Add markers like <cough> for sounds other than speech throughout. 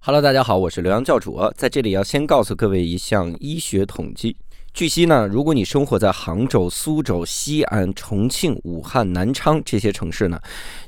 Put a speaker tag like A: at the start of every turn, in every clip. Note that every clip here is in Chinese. A: Hello，大家好，我是刘洋教主啊，在这里要先告诉各位一项医学统计。据悉呢，如果你生活在杭州、苏州、西安、重庆、武汉、南昌这些城市呢，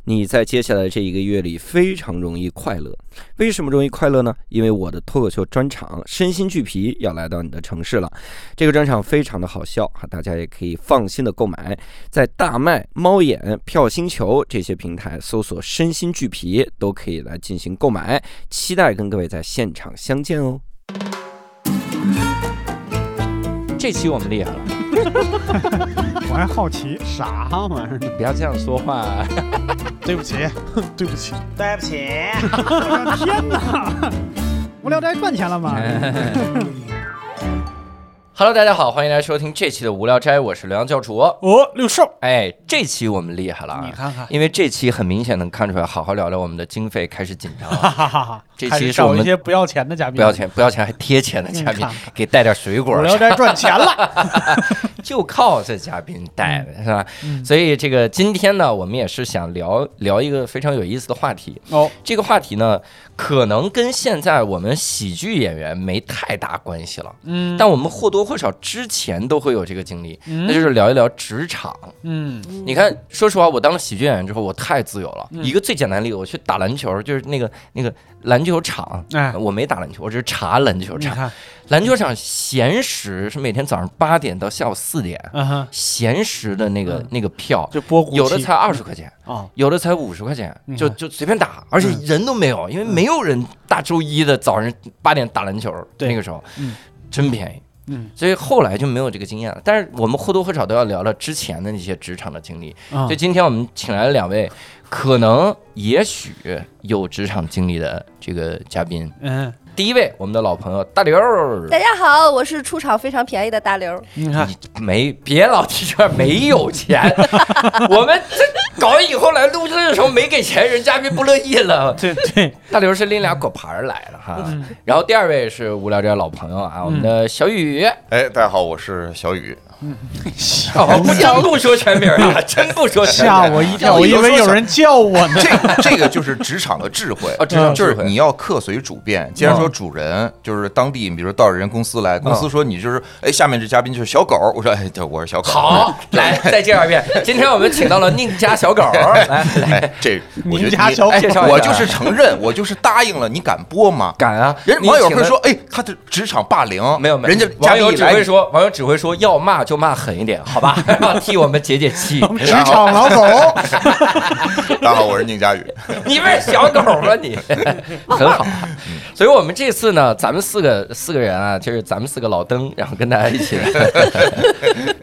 A: 你在接下来这一个月里非常容易快乐。为什么容易快乐呢？因为我的脱口秀专场《身心俱疲》要来到你的城市了。这个专场非常的好笑哈，大家也可以放心的购买，在大麦、猫眼、票星球这些平台搜索“身心俱疲”都可以来进行购买。期待跟各位在现场相见哦。这期我们厉害了，
B: 我还好奇，
C: 啥玩意儿？
A: 不要这样说话。
D: 对不起，对不起，
E: 对不起，
B: 我的天哪！无聊斋赚钱了吗？
A: <laughs> 嗯 Hello，大家好，欢迎来收听这期的无聊斋，我是刘洋教主。
D: 哦，六兽，
A: 哎，这期我们厉害了
D: 你
A: 啊！
D: 看看，
A: 因为这期很明显能看出来，好好聊聊我们的经费开始紧 <laughs> 张
D: <laughs> 哈
A: 了，
D: 哈哈哈！
A: 这期
D: 开始
A: 是
D: 找
A: 我们
D: 一些不要钱的嘉宾，
A: 不要，钱不要钱还贴钱的嘉宾
D: 你看看，
A: 给带点水果
D: 无，聊斋赚
A: <laughs>
D: 钱了。
A: 就靠这嘉宾带
D: 嗯
A: 的是吧？所以这个今天呢，我们也是想聊聊一个非常有意思的话题。
D: 哦，
A: 这个话题呢，可能跟现在我们喜剧演员没太大关系了，
D: 嗯
A: 但我们或多或少之前都会有这个经历，那就是聊一聊职场。
D: 嗯，
A: 你看，说实话，我当了喜剧演员之后，我太自由了。一个最简单的例子，我去打篮球，就是那个那个篮球场，
D: 哎
A: 我没打篮球，我只是查篮球
D: 你
A: 场。
D: 看，
A: 篮球场闲时是每天早上八点到下午四点，
D: 嗯哼，
A: 闲时的那个、那个票，
D: 嗯就波谷
A: 有的
D: 期
A: 才二十块钱，
D: 哦，
A: 有的才五十块钱，
D: 你
A: 就
D: 看嗯
A: 就随便打，而且人都没有，因为没有人大周一的早上八点打篮球，
D: 对
A: 那个时候，
D: 嗯
A: 真便宜。
D: 嗯
A: 所以后来就没有这个经验了，但是我们或多或少都要聊聊之前的那些职场的经历。
D: 啊
A: 所以今天我们请来了两位可能、也许有职场经历的这个嘉宾。
D: 嗯，
A: 第一位，我们的老朋友大刘儿，
F: <laughs> 大家好，我是出场非常便宜的大刘。
D: 你看，
A: 你没别老提这没有钱， <laughs> 我们这搞以后来录制的时候没给钱，人嘉宾不乐意了。
D: 对
A: <laughs>
D: 对，
A: 大刘是拎俩果盘儿来了哈，
D: 嗯
A: 然后第二位是无聊斋老朋友啊，我们的小雨，
G: 哎，大家好，我是小雨。
A: 哦，不真不说全名儿
D: <laughs>
A: 啊，真不说全名
D: 吓
A: 儿。
D: 我一跳，我以为有人叫我呢。
G: 这
A: <laughs>
G: 这个就是职场的智慧
A: 哦职场
G: 就
A: 智慧嗯
G: 是你要客随主便。既然说主人就是当地，比如说到人公司来，公司说你就是哎，下面这嘉宾就是小狗， <laughs> 我说哎，对，我是小狗。，
A: 好，来再介绍一遍，今天我们请到了宁家小狗儿，来来，
G: 哎，这我
D: 您
G: 觉得
D: 家
G: 你
D: 小狗
A: 哎介绍一下
G: 我就是承认， <laughs> 我就是答应了，你 <laughs> 敢播吗？
A: 敢啊，
G: 人
A: 你
G: 网友
A: 请
G: 会
A: 了
G: 说，哎，他的职场霸凌，
A: 没有没有，
G: 人家嘉
A: 网
G: 宾
A: 友
G: 一
A: 只
G: 来
A: 会说，网友只会说要骂就骂狠一点，好
G: <laughs>
A: 吧，替我们解解气。
B: 职场
A: <laughs>
B: 老总，
G: <laughs> 大家好，我是宁佳宇。
A: 你不是小狗吗你？ <laughs> 很好， <laughs> 所以我们这次呢，咱们四个四个人啊，就是咱们四个老登，然后跟大家一起 <laughs>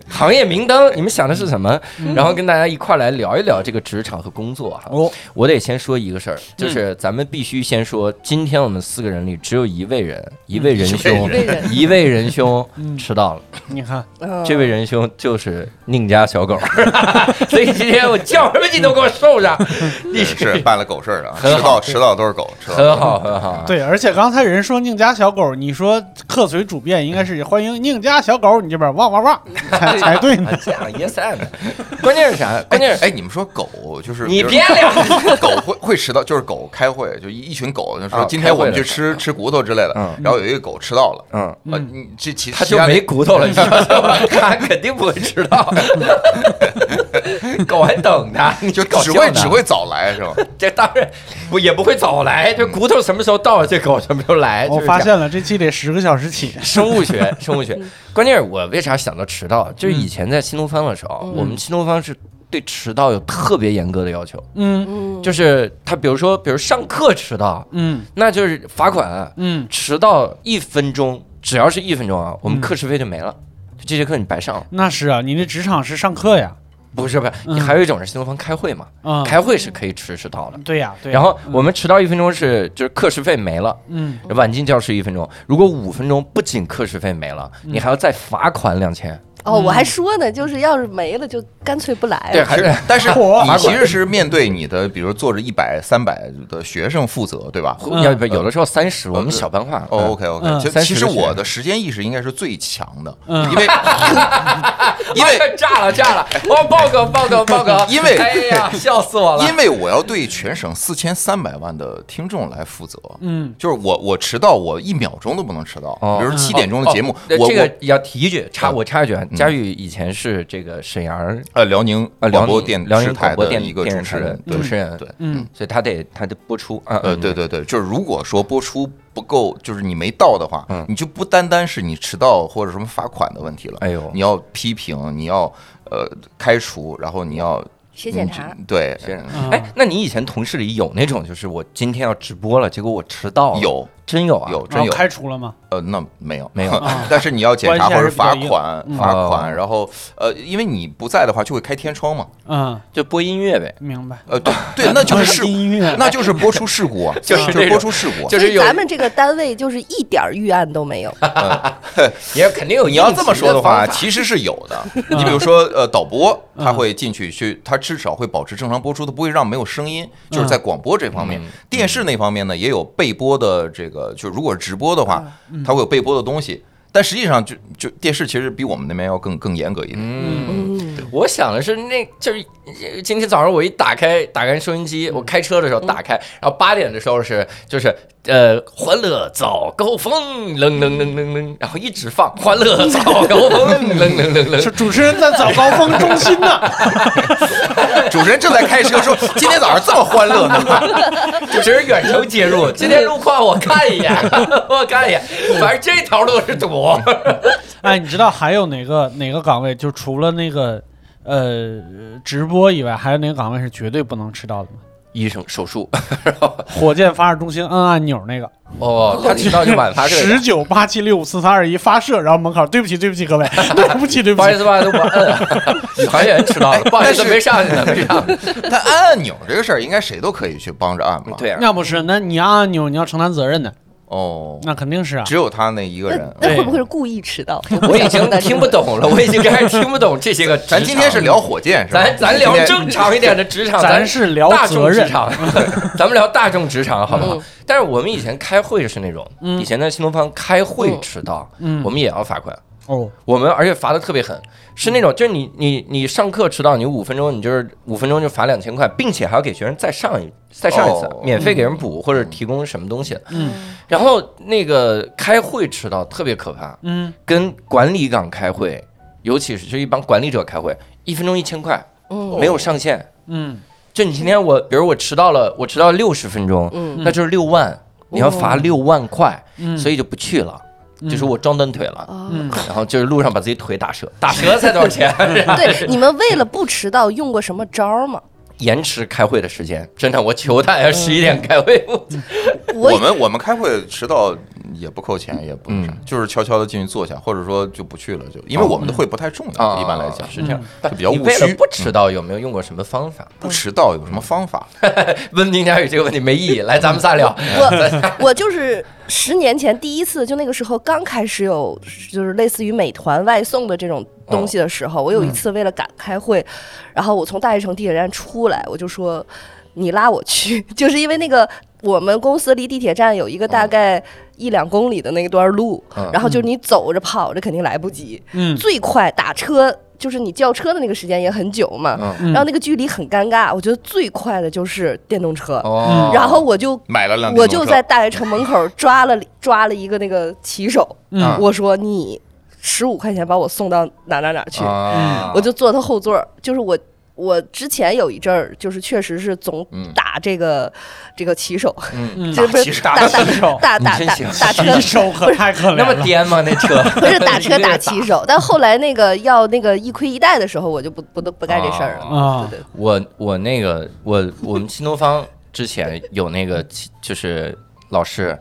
A: 行业明灯，你们想的是什么？然后跟大家一块儿来聊一聊这个职场和工作哈。
D: 哦，
A: 我得先说一个事儿，就是咱们必须先说，今天我们四个人里只有一位人，嗯一位仁兄嗯哦
G: 一，
F: 位人
A: 一位仁兄迟到了。
D: 嗯你看，
A: 啊
F: 嗯
A: 这位仁兄就是宁家小狗， <laughs> 所以今天我叫什么你都给我受 <laughs> 上， <laughs> 你
G: 是办了狗事儿了啊，
A: 很
G: 迟
A: 好
G: 到迟到都是狗，迟到哎
A: 很好很好。
D: 对，而且刚才人说宁家小狗，你说客随主便，应该是欢迎宁家小狗，你这边汪汪汪才才对呢。
A: 啊，这样 yes and，关键是啥？关键是哎
G: 哎，你们说狗就是
A: 你
G: 比如
A: 别聊，
G: <laughs> 狗会会迟到，就是狗开会，就一一群狗就
A: 啊
G: 说今天我
A: 开
G: 们
A: 会
G: 去
A: 了
G: 吃吃骨头之类的
A: 嗯，
G: 然后有一个狗迟到了，
A: 嗯，
G: 啊，你这其
A: 他
G: 其
A: 就
G: 他
A: 没
G: 那
A: 骨头了，你知道吗？
G: <laughs>
A: 他肯定不会迟到， <laughs> 狗还等他，你
G: 就
A: 搞
G: 只
A: 笑
G: 会
A: 呢
G: 只会早来
A: <laughs>
G: 是吧？
A: 这当然不也不会早来，这骨头什么时候到，这狗什么时候来。哎
D: 我
A: 就是
D: 发
A: 这样
D: 现了，这期得十个小时起。
A: 生物学，生物学，
F: 嗯
A: 关键是我为啥想到迟到，就是
G: 嗯
A: 以前在新东方的时候，
F: 嗯
A: 我们新东方是对迟到有特别严格的要求，
D: 嗯
F: 嗯，
A: 就是他比如说，比如上课迟到，
D: 嗯
A: 那就是罚款，啊
D: 嗯
A: 迟到一分钟，只要是一分钟啊，我们课时费就没了，就这节课你白上了。
D: 那是啊，你这职场是上课呀。
A: 不是不是，
D: 嗯
A: 还有一种是新东方开会嘛，
D: 啊，
A: 开会是可以迟迟到的。
D: 对呀，嗯对呀。
A: 然后我们迟到一分钟是就是课时费没了，
D: 嗯，嗯
A: 晚进教室一分钟。如果五分钟，不仅课时费没了，你还要再罚款两千。
F: 哦，我还说呢，就是要是没了，就干脆不来了。
G: 对，还是
A: <laughs>
G: 但是
D: 嚯
G: 你其实是面对你的，比如坐着一百、三百的学生负责，对吧？
A: 嗯
H: 要不有的时候三十，我们小班化。
G: 哦，OK OK，、
D: 嗯
G: 其
H: 30
G: 其实
H: 个学
G: 我
H: 生
G: 的时间意识应该是最强的，
D: 嗯
A: <laughs>
G: 因为因为
A: 哎炸了哦炸了，我爆梗爆
G: <laughs>
A: 梗爆梗，
G: 因为
A: 哎呀，笑死我了，
G: 因为我要对全省四千三百万的听众来负责，
D: 嗯，
G: 就是我我迟到我一秒钟都不能迟到，
H: 哦
G: 比如说七点钟的
A: 哦
G: 节目，
A: 那
G: 我
A: 这
G: 我
A: 个要提一句，插我插一句啊，
G: 嗯
H: 佳玉以前是这个沈阳
G: 呃辽宁
H: 啊，
G: 广
H: 辽
G: 播
H: 宁
G: 电
H: 辽
G: 视
H: 宁
G: 台
H: 广播
G: 的
H: 电
G: 一个
H: 电
G: 主
H: 视
G: 持
H: 台的
G: 人，
H: 主持人，
G: 对，
D: 嗯，
H: 所以他得他得播出啊，
G: 呃，对，对对，就是如果说播出不够，就是你没到的话，
H: 嗯
G: 你就不单单是你迟到或者什么罚款的问题了，
H: 哎呦
G: 你要批评，你要呃开除，然后你要
F: 写检查
G: 嗯对，
H: 这样
D: 啊
H: 哎，那你以前同事里有那种就是我今天要直播了，结果我迟到了，
G: 有
H: 真有啊，
G: 有
D: 然
G: 真
D: 后
G: 有，
D: 开除了吗？
G: 呃，那没有
H: 没
G: <laughs>
H: 有啊
G: 但是你要检
D: 关
G: 查
D: 系
G: 或
D: 还
G: 者
D: 是
G: 罚
D: 比较
G: 款
D: 硬嗯
G: 罚
H: 哦
G: 款，然后呃，因为你不在的话就会开天窗嘛，
D: 嗯，
H: 就播音乐呗，
D: 明白。
G: 呃，对
H: <laughs>
G: 对，那就是事，
D: 音乐，
G: 那就是播出事故啊，
A: 就是
G: 就
A: 这种
G: 是播出事故啊，
A: 就
F: 所
A: 是
F: 以
A: 有
F: 咱们这个单位就是一点儿预案都没有。
A: 也肯定有
G: <laughs> 你要这么说
A: 的
H: <laughs>
G: 的话，
A: 方法嗯
G: 其实是有
A: <laughs>
G: 的。你比如说，呃，导播他会进去去，他至少会保持正常播出，他不会让没有声音，
A: 嗯
G: 就是在广播这方面
H: 嗯。
G: 电视那方面呢，也有备播的这个，就如果是直播的话，
A: 嗯
G: 它会有备播的东西。但实际上就，就电视其实比我们那边要更更严格一点。
A: 嗯，
F: 嗯，
A: 我想的是那就是今天早上我一打开打开收音
H: 嗯
A: 机，我开车的时候打开，然后八点的时候是就是呃欢乐早高峰，楞楞楞楞楞，然后一直放欢乐早
H: <laughs>
A: 高峰，楞楞楞
D: 是
A: 楞，
D: 主持人在早高峰中心呢。
G: <laughs> 主持人正在开
A: <laughs>
G: 车说：“今天早上这么欢乐呢 <laughs>
A: 主持人远程介入，今天路况我看一眼，我看一眼，反正这条路是堵，
D: 哎，你知道还有哪个哪个岗位？就除了那个呃直播以外，还有哪个岗位是绝对不能迟到的吗？
H: 医生手术，
D: 火箭发射中心摁按钮那个，
A: 哦，他迟到就晚发
D: 十
A: 射。
D: 九八七六五四三二一发射，然后门口对不起对不起各位，对不起对
A: 不
D: 不
A: 好意
D: 起，
A: 思，不好意思，我摁了，宇航员迟到了，不好意思，没上去呢，没上去。！”
G: 但按按钮这个事儿，应该谁都可以去帮着按吧？
H: 对啊，
D: 那不是，那你按按钮你要承担责任的，
G: 哦，
D: 那肯定是啊。
G: 只有他那一个
F: 那
G: 人。
F: <laughs> 那会不会是故意迟到？
A: 我已
F: <laughs>
A: 经听不懂了，我已经开始听不懂这些个。
G: 咱今天是，聊火箭是吧？
A: 咱咱聊
G: 今天
A: 正常一点的职场，
D: 啊咱
A: 咱
D: 是聊
A: 大
D: 责
A: 众职
D: 任，
A: 场，咱们聊大众职场好不好
F: 嗯？
A: 但是我们以前开会是那种，以前在新东方开会迟到，
D: 嗯
A: 我们也要罚款。
D: 哦，
A: 我们而且罚的特别狠，是
D: 嗯
A: 那种就是你你你上课迟到，你五分钟，你就是五分钟就罚两千块，并且还要给学生再上一再上一次
G: 哦，
A: 免费给人补或者提供什么东西。
D: 嗯，
A: 然后那个开会迟到特别可怕，
D: 嗯，
A: 跟管理岗开会，尤其是就一帮管理者开会，一分钟一千块，
F: 嗯
D: 哦
A: 没有上限。
D: 嗯，
A: 就你今天我比如我迟到了，我迟到六十分钟，
F: 嗯
A: 那就是六万，你要罚六万块，
D: 嗯
A: 所以就不去了，就说我装断腿了。
F: 嗯哦，
A: 然后就是路上把自己腿打
F: <laughs>
A: 折，打折才多少钱？ <laughs>
F: 对，你们为了不迟到用过什么招儿吗？
A: 延迟开会的时间，真的，我求大
F: 嗯
A: 家十一点开会。
F: 我
G: 我们我们开会迟到也不扣钱，也不那啥
A: 嗯，
G: 就是悄悄的进去坐下，或者说就不去了，就因为我们的会不太重要，
A: 啊
G: <laughs> 一般来
F: 嗯
G: 讲
A: 是这样，
G: 就比较
A: 你
G: 务
A: 为了
G: 虚。
A: 不迟到，有没有用过什么方法？
G: 不迟到有什么方法？
A: 问丁佳宇这个问题没意义，来，咱们仨聊。
F: 我我就是十年前第一次，就那个时候刚开始有就是类似于美团外送的这种东西的时候，我有一次为了赶开会，然后我从大悦城地铁站出来，我就说你拉我去， <laughs> 就是因为那个我们公司离地铁站有一个大概一两公里的那段路，
A: 嗯
F: 然后就是你走着跑着肯定来不及，
D: 嗯
F: 最快打车就是你叫车的那个时间也很久嘛，
A: 嗯
D: 嗯
F: 然后那个距离很尴尬，我觉得最快的就是电动车，
G: 嗯
A: 哦，
F: 然后我就
G: 买了辆电
F: 我
G: 动
F: 就
G: 车
F: 在大悦城门口抓了抓了一个那个骑手，
D: 嗯
F: 我说你十五块钱把我送到哪哪哪去，
A: 啊
F: 我就坐他后座儿。就是我我之前有一阵儿，就是确实是总
G: 嗯
F: 打这个、这个骑手，
D: 嗯
F: 就，是不
G: 骑
F: 是
G: 手
F: 打打打
D: 骑手
F: 打
A: <laughs>
F: 打
A: 你真
F: 打
A: 行
D: <laughs>
F: 打
D: 骑
F: 车。
D: 手可太可
A: 那
D: 怜
A: 么
D: 了，
A: 颠吗？那车
F: <laughs> 不是
A: <laughs>
F: 打车打骑手，但后来那个要那个一亏一带的时候，我就不不不干这事儿了。
D: 啊，
F: 对对，
A: 我我那个我我们新东方之前有那个就是老师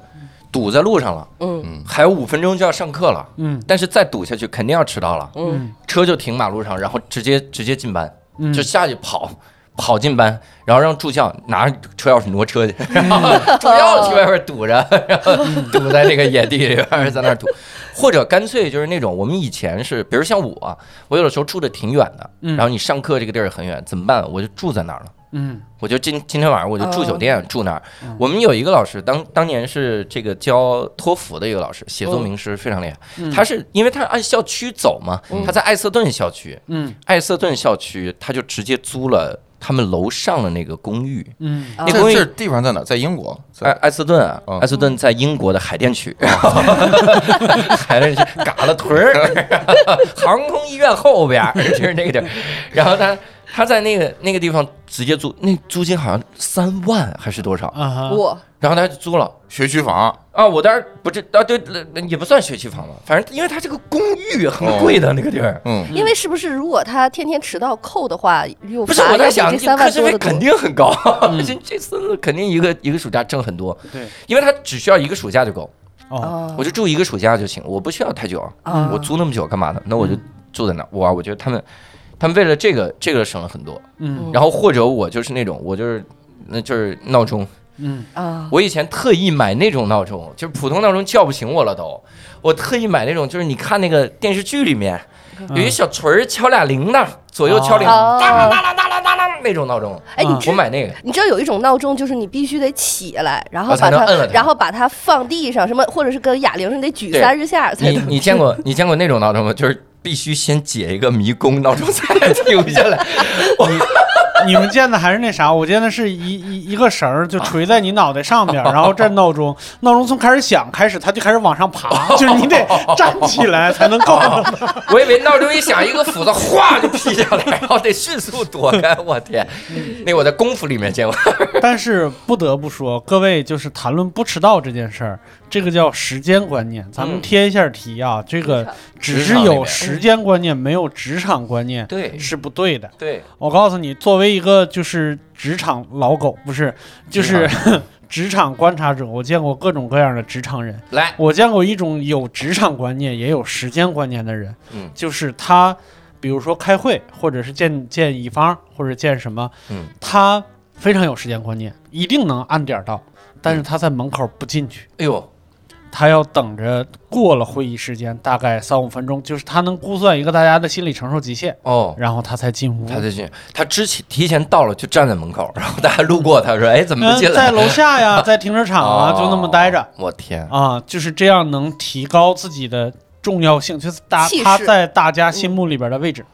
A: 堵在路上了，
F: 嗯
A: 还有五分钟就要上课了，
D: 嗯
A: 但是再堵下去肯定要迟到了，
F: 嗯，
A: 车就停马路上，然后直接直接进班，
D: 嗯
A: 就下去跑。跑进班，然后让助教拿着车钥匙挪车去， <laughs> 然后助教去外边堵着，然后堵在这个野地里边，在那儿堵。或者干脆就是那种我们以前是，比如像我啊，我有的时候住的挺远的，
D: 嗯
A: 然后你上课这个地儿很远，怎么办？我就住在那儿了。
D: 嗯
A: 我就今今天晚上我就住酒店、住那儿
D: 嗯。
A: 我们有一个老师，当当年是这个教托福的一个老师，写作名师非常厉害。
D: 嗯
A: 他是因为他是按校区走嘛，他在艾瑟顿校区，
D: 嗯
A: 艾瑟顿校区他就直接租了他们楼上的那个公寓。
D: 嗯
F: 啊
A: 那
G: 这
A: 公寓
G: 这地方在哪？在英国，
A: 艾
G: 在
A: 艾斯顿啊
G: 嗯，
A: 艾斯顿在英国的海淀区， <laughs> 海淀区嘎了屯儿， <laughs> 航空医院后边儿就是那个地儿。然后他他在那个那个地方直接租，那租金好像三万还是多少？
D: 啊哈，
F: 我
A: 然后他就租了
G: 学区房，
A: 啊！我当时不是啊，对，也不算学区房吧，反正因为他这个公寓很贵的那个地儿。
G: 嗯，
F: 因为是不是如果他天天迟到扣的话，又
A: 不是
F: 罚
A: 我在
F: 要比
A: 想，
F: 这三
A: 课
F: 万
A: 时
F: 多
A: 费
F: 的
A: 肯
F: 多。嗯
A: 定很高， <laughs> 这这次肯定一个一个暑假挣很多，
D: 对，
A: 因为他只需要一个暑假就够。
D: 哦，
F: 啊
A: 我就住一个暑假就行，我不需要太久啊。
F: 啊
A: 我租那么久干嘛呢？那我就
F: 嗯
A: 住在那儿。哇，我觉得他们，他们为了这个，这个省了很多。
D: 嗯
A: 然后或者我就是那种，我就是。那就是闹钟，
D: 嗯
F: 啊，
A: 我以前特意买那种闹钟，就是普通闹钟叫不醒我了都。我特意买那种，就是你看那个电视剧里面有一小锤儿敲俩铃铛，左右敲铃，
F: 嗯哦
A: 哒啦哒啦哒啦哒啦那种闹钟。
F: 哎，你
D: 嗯
F: 知
A: 我买
F: <laughs>
A: 那个，
F: 你知道有一种闹钟，就是你必须得起来，然后
A: 啊才
F: 把
A: 能
F: 它
A: 摁了它，
F: 然后把它放地上，什么或者是跟哑铃似的，你得举
A: 对
F: 三十下才
A: 你
F: 能。
A: 你见过你见过那种闹钟吗？就是必须先解一个迷宫，闹钟才能停下来。
D: <laughs> 你们见的还是那啥，我见的是一一一个绳儿就垂在你脑袋上边儿，然后这闹钟，闹钟从开始响开始，它就开始往上爬， <laughs> 就是你得站起来才能够。
A: 我以为闹钟一响，一个斧子哗就劈下来，然后得迅速躲开。我天，那个我在功夫里面见过。
D: <laughs> 但是不得不说，各位就是谈论不迟到这件事儿，这个叫时间观念。咱们
A: 嗯
D: 贴一下题啊，这个只
A: 职
D: 是
A: 场里
D: 有
A: 面
D: 时间观念，没有职场观念
A: 对
D: 是不对的。
A: 对，
D: 我告诉你，作为一个就是职场老狗，不是就是 <laughs> 职场观察者，我见过各种各样的职场人。
A: 来，
D: 我见过一种有职场观念也有时间观念的人，
A: 嗯
D: 就是他，比如说开会，或者是见见乙方，或者见什么，
A: 嗯，
D: 他非常有时间观念，一定能按点儿到，
A: 嗯
D: 但是他在门口不进去，
A: 哎呦，
D: 他要等着过了会议时间，大概三五分钟，就是他能估算一个大家的心理承受极限，
A: 哦。
D: 然后他才进屋。
A: 他就进，他之前提前到了，就站在门口，然后大家路过，他说：“哎，怎么不进
D: 嗯，
A: 来
D: 在？”楼下呀，在停车场啊，
A: 哦
D: 就那么待着。
A: 我
F: 哦
A: 天，
D: 啊，就是这样能提高自己的重要性，就是大
F: 气势
D: 他在大家心目里边的位置。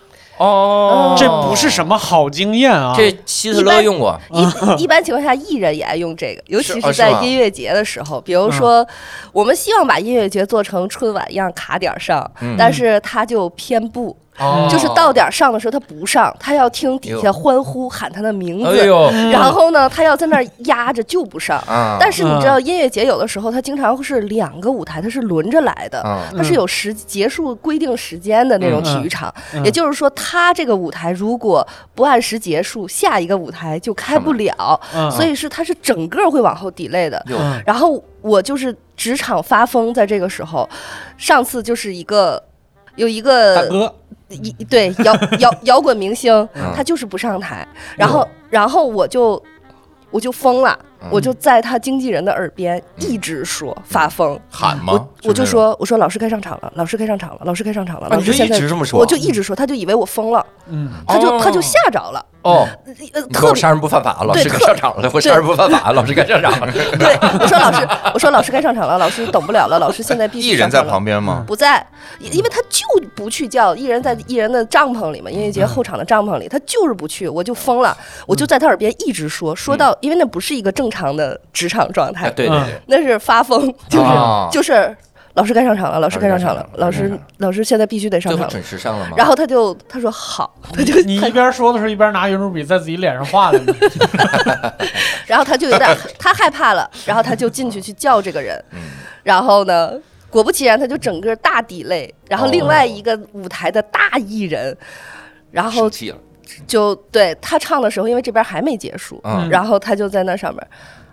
F: 嗯
A: 哦
D: 这不是什么好经验啊！
A: 这希特勒用过，
F: 嗯一一 <laughs> 般情况下，艺人也爱用这个，尤其
A: 是啊
F: 是
A: 是
F: 在
A: 吗嗯
F: 音乐节的时候。比如说，我们希望把音乐节做成春晚一样卡点儿上，
A: 嗯
F: 但是他就偏不，
A: 哦
F: 就是到点儿上的时候他不上，他要听底
A: 哎
F: 下欢呼喊他的名
A: 哎
F: 字，
A: 呦
F: 然后呢，他要在那儿压着就不上。
G: 啊，
F: 但是你知道，音乐节有的时候它经常会是两个舞台，它是轮着来的。
G: 嗯，
F: 它是有时结束规定时间的那种体育场，
D: 嗯嗯
F: 也就是说，它这个舞台如果不按时结束，下一个舞台就开不了，
D: 嗯，
F: 所以呃是它是整个会往后 delay 的。
G: 哟
D: 嗯
F: 然后我就是职场发疯，在这个时候，上次就是一个有一
D: 大
F: 个
D: 哥，
F: 一对
D: <laughs>
F: 摇摇摇滚明星
G: 嗯，
F: 他就是不上台，然后然后我就我就疯了
G: 嗯。
F: 我就在他经纪人的耳边
D: 嗯
F: 一直说发疯，
G: 喊吗
F: 我？我就
G: 那种，
F: 说我说老师该上场了，老师该上场了，老师该上场了，
A: 啊
F: 老
A: 你就
F: 师
A: 一
F: 现在
A: 直这么说，
F: 我就一直说，他就以为我疯了，
D: 嗯，
F: 他就
A: 哦
F: 他就吓着了，
A: 哦，
F: 呃
A: 你说
F: 特
A: 我
F: 别
A: 杀人不犯法，老师
F: 对
A: 该
F: 特
A: 上场了，我杀人不犯法，老师该上场了。
F: <laughs> 对我说老师我说老师该上场了，老师等不了了，老师现
A: <laughs>
F: 在必须
G: 艺人
F: 上场
G: 在
F: 了
G: 旁边吗？
F: 不在，因因为他就不去叫艺人在艺人的帐篷里嘛，音乐
A: 嗯
F: 节后场的帐篷里，他就是不去，我就疯了，我就在他耳边一直说，说到，因为那不是一个正常的职场状态，
A: 嗯哎对对
D: 嗯
A: 对，
F: 那是发疯，就是、
A: 啊
F: 就是老师该上场了，老师该上场了，
A: 老
F: 老
A: 师该上场了
F: 师老师现在必须得上
A: 最后
F: 场
A: 准
F: 了，
A: 时上了吗？
F: 然后他就他说好，他就
D: 你
F: 他
D: 一边说的时候一边拿圆珠笔在自己脸上画的，
F: 然后他就有点他害怕了，然后他就进去去叫这个人，
D: 嗯
F: 然后呢，果不其然，他就整个大底泪，然后另外一个舞台的大艺人，然后
A: 生气了，
F: 就对他唱的时候，因为这边还没结束，
G: 嗯
F: 然后他就在那上面。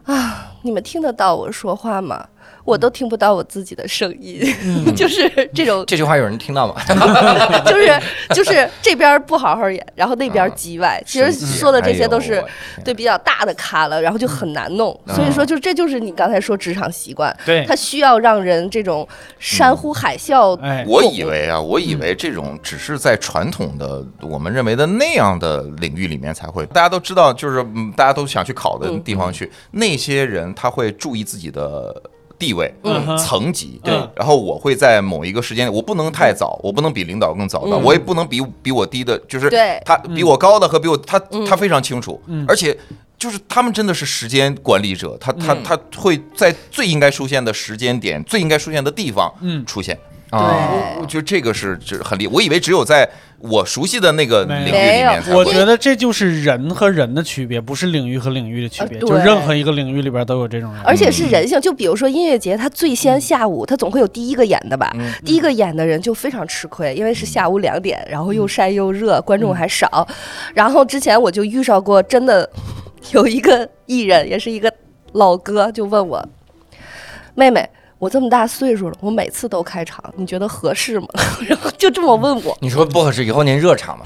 F: 啊，你们听得到我说话吗？我都听不到我自己的声音，
D: 嗯
F: <laughs> 就是这种，
A: 这句话有人听到吗？ <laughs>
G: <laughs>
F: 就是就是这边不好好演，然后那边叽歪。其实
G: 神奇
F: 说的这些都
G: 啊哎
F: 是
G: 呦我天
F: 对比较大的咖了，然后就很难弄。
G: 嗯哎
F: 所以说，就这就是你刚才说职场习惯，
D: <laughs> 对
F: 它需要让人这种山呼海啸。
D: <laughs> 哎，嗯
G: 我以为啊，我以为这种只是在传统的我们认为的那样的领域里面才会，大家都知道，就是嗯大家都想去考
D: 嗯
G: 的地方去，那些人他会注意自己的。地位、
D: 嗯嗯
G: 层级，
D: 对
G: 然后我会在某一个时间，我不能太早，我不能比领导更早的，
F: 嗯
G: 我也不能比比我低的，就是
F: 对
G: 他比我高的和比我他他非常清楚
D: 嗯，
G: 而且就是他们真的是时间管理者，他他
A: 嗯
G: 他会在最应该出现的时间点、最应该出现的地方
D: 嗯
G: 出现，
A: 啊，
G: 我我觉得这个是这很厉害，我以为只有在我熟悉的那个领域里
F: 没有
G: 面
D: <laughs>
G: 才
D: 我
G: 会。
D: 觉得这就是人和人的区别，不是领域和领域的区别，
F: 呃
D: 就
F: 对
D: 是任何一个领域里边都有这种人。嗯
F: 而且
G: 嗯
F: 是人性，就比如说音乐节，它最先下午，它总会有第一个演的吧？
G: 嗯
F: 第一个演的人就非常吃亏，因为是下午两点，然后
G: 嗯
F: 又晒又热，观众还少。然后之前我就遇上过，真的有一个艺人，也是一个老哥，就问我妹妹。我这么大岁数了，我每次都开场，你觉得合适吗？ <laughs> 然后就这么问
G: <laughs>
F: 我，
A: 你说不合适，以后您热场吧。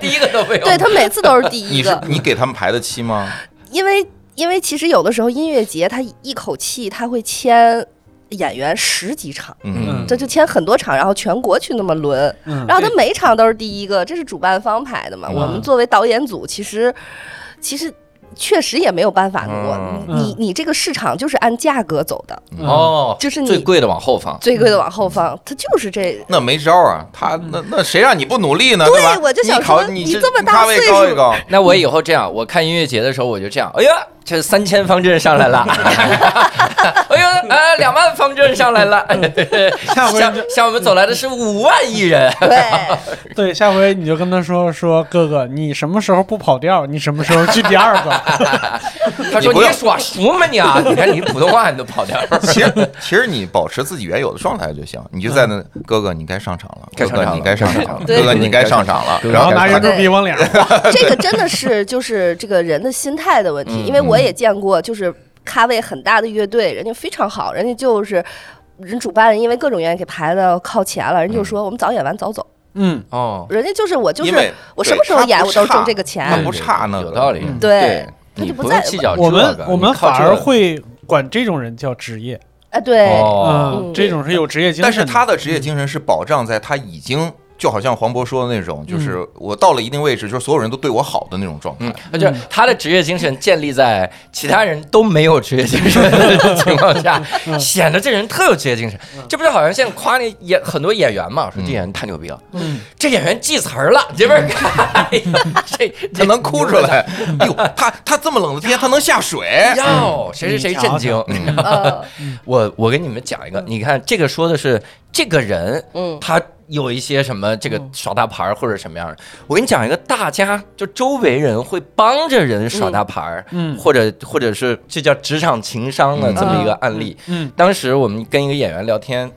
A: 第一个都没有。
F: 对他每次都是第一
G: 你
F: 个
G: 是。你给他们排的期吗？
F: 因为因为其实有的时候音乐节它一口气它会签演员十几场，
G: 嗯，
F: 这就签很多场，然后全国去那么轮，
D: 嗯
F: 然后他每场都是第一个，这是主办方排的嘛。
G: 嗯
F: 我们作为导演组，其实其实。确实也没有办法挪，
D: 嗯
F: 你你这个市场就是按价格走的，
D: 嗯
A: 哦，
F: 就是
A: 最
F: 你
A: 贵的往后放。
F: 最贵的往后放，它就是
G: <laughs>
F: 这。
G: 那没招啊，他那那谁让你不努力呢？
F: 对
G: 吧？
F: 我就想
G: 你考
F: 说
G: 你
F: 你这么大
G: 咖位
F: 岁数
G: 高一
F: <laughs>
G: 高，
A: 那我以后这样，我看音乐节的时候我就这样，哎呀，这三千方阵上 <laughs> 来了，哎呀，呃，两万方阵上来了， <laughs>
D: 下回
A: 向
D: 就
A: 向我们走来的是五万亿人，
F: 对，
D: 对，下回你就跟他说说，哥哥，你什么时候不跑调，你什么时候去第二 <laughs> 个？
A: <laughs> 他说
G: 你不
A: 你 <laughs>
G: 要
A: 耍什么你啊？你看你普通话你都跑
G: <laughs>
A: 调了，
G: 其实其实你保持自己原有的状态就行，你就在那哥哥你该上场了，
A: 该
G: 哥
A: 上场
G: 哥
A: 了
G: 你该
A: <laughs>
G: 上场了，
F: 对
G: 哥哥你该上场了，
A: 对
G: 然
D: 然
G: 后
D: 后拿
G: 他
D: 圆珠笔往脸上画。
A: <laughs>
F: 这个真的是就是这个人的心态的问题，
A: 嗯
F: 因为我也见过，就是咖位很大的乐队，人家非常好，人家就是人主办因为各种原因给排的靠前了，人就说我们早演完早走，
D: 嗯，
A: 哦，
F: 人家就是我就
G: 因
F: 是
G: 为
F: 我什么时候演
G: 对
F: 我都
G: 他不
F: 挣这个
G: 他
F: 钱，
G: 不差那个
A: 有道理，
G: 嗯
F: 对，他
A: 你
F: 就不
A: 用
F: 在
A: 计较这个，
D: 我们我们
A: 你靠
D: 反
A: 这个
D: 而会管这种人叫职业，
F: 哎对，
A: 哦，
D: 嗯，
F: 嗯
D: 这种是有职业精
G: 但
D: 神。
G: 是他的职业精神是保障在他已经就好像黄渤说的那种，就是我到了一定位置，就是所有人都对我好的那种状态
A: 嗯。，那就是他的职业精神建立在其他人都没有职业精神的情况下，显得这人特有职业精神。这不就好像现在夸那演很多演员嘛，说这演员太牛逼了，
D: 嗯，
A: 这演员记词儿了，你这边看，哎呀这
G: <laughs> 他能哭出。来，哎呦，他他这么冷的天，他能下水，
A: 哎
G: 嗯
A: 哟，谁谁谁震惊！
F: 呃，
A: 我我给你们讲一个，你看这个说的是这个人，
F: 嗯
A: 他有一些什么这个耍大牌儿或者什么样的。我给你讲一个，大家就周围人会帮着人耍大牌儿，
D: 嗯
A: 或者或者是这叫职场情商的这么一个案例。
D: 嗯
A: 当时我们跟一个演员聊天。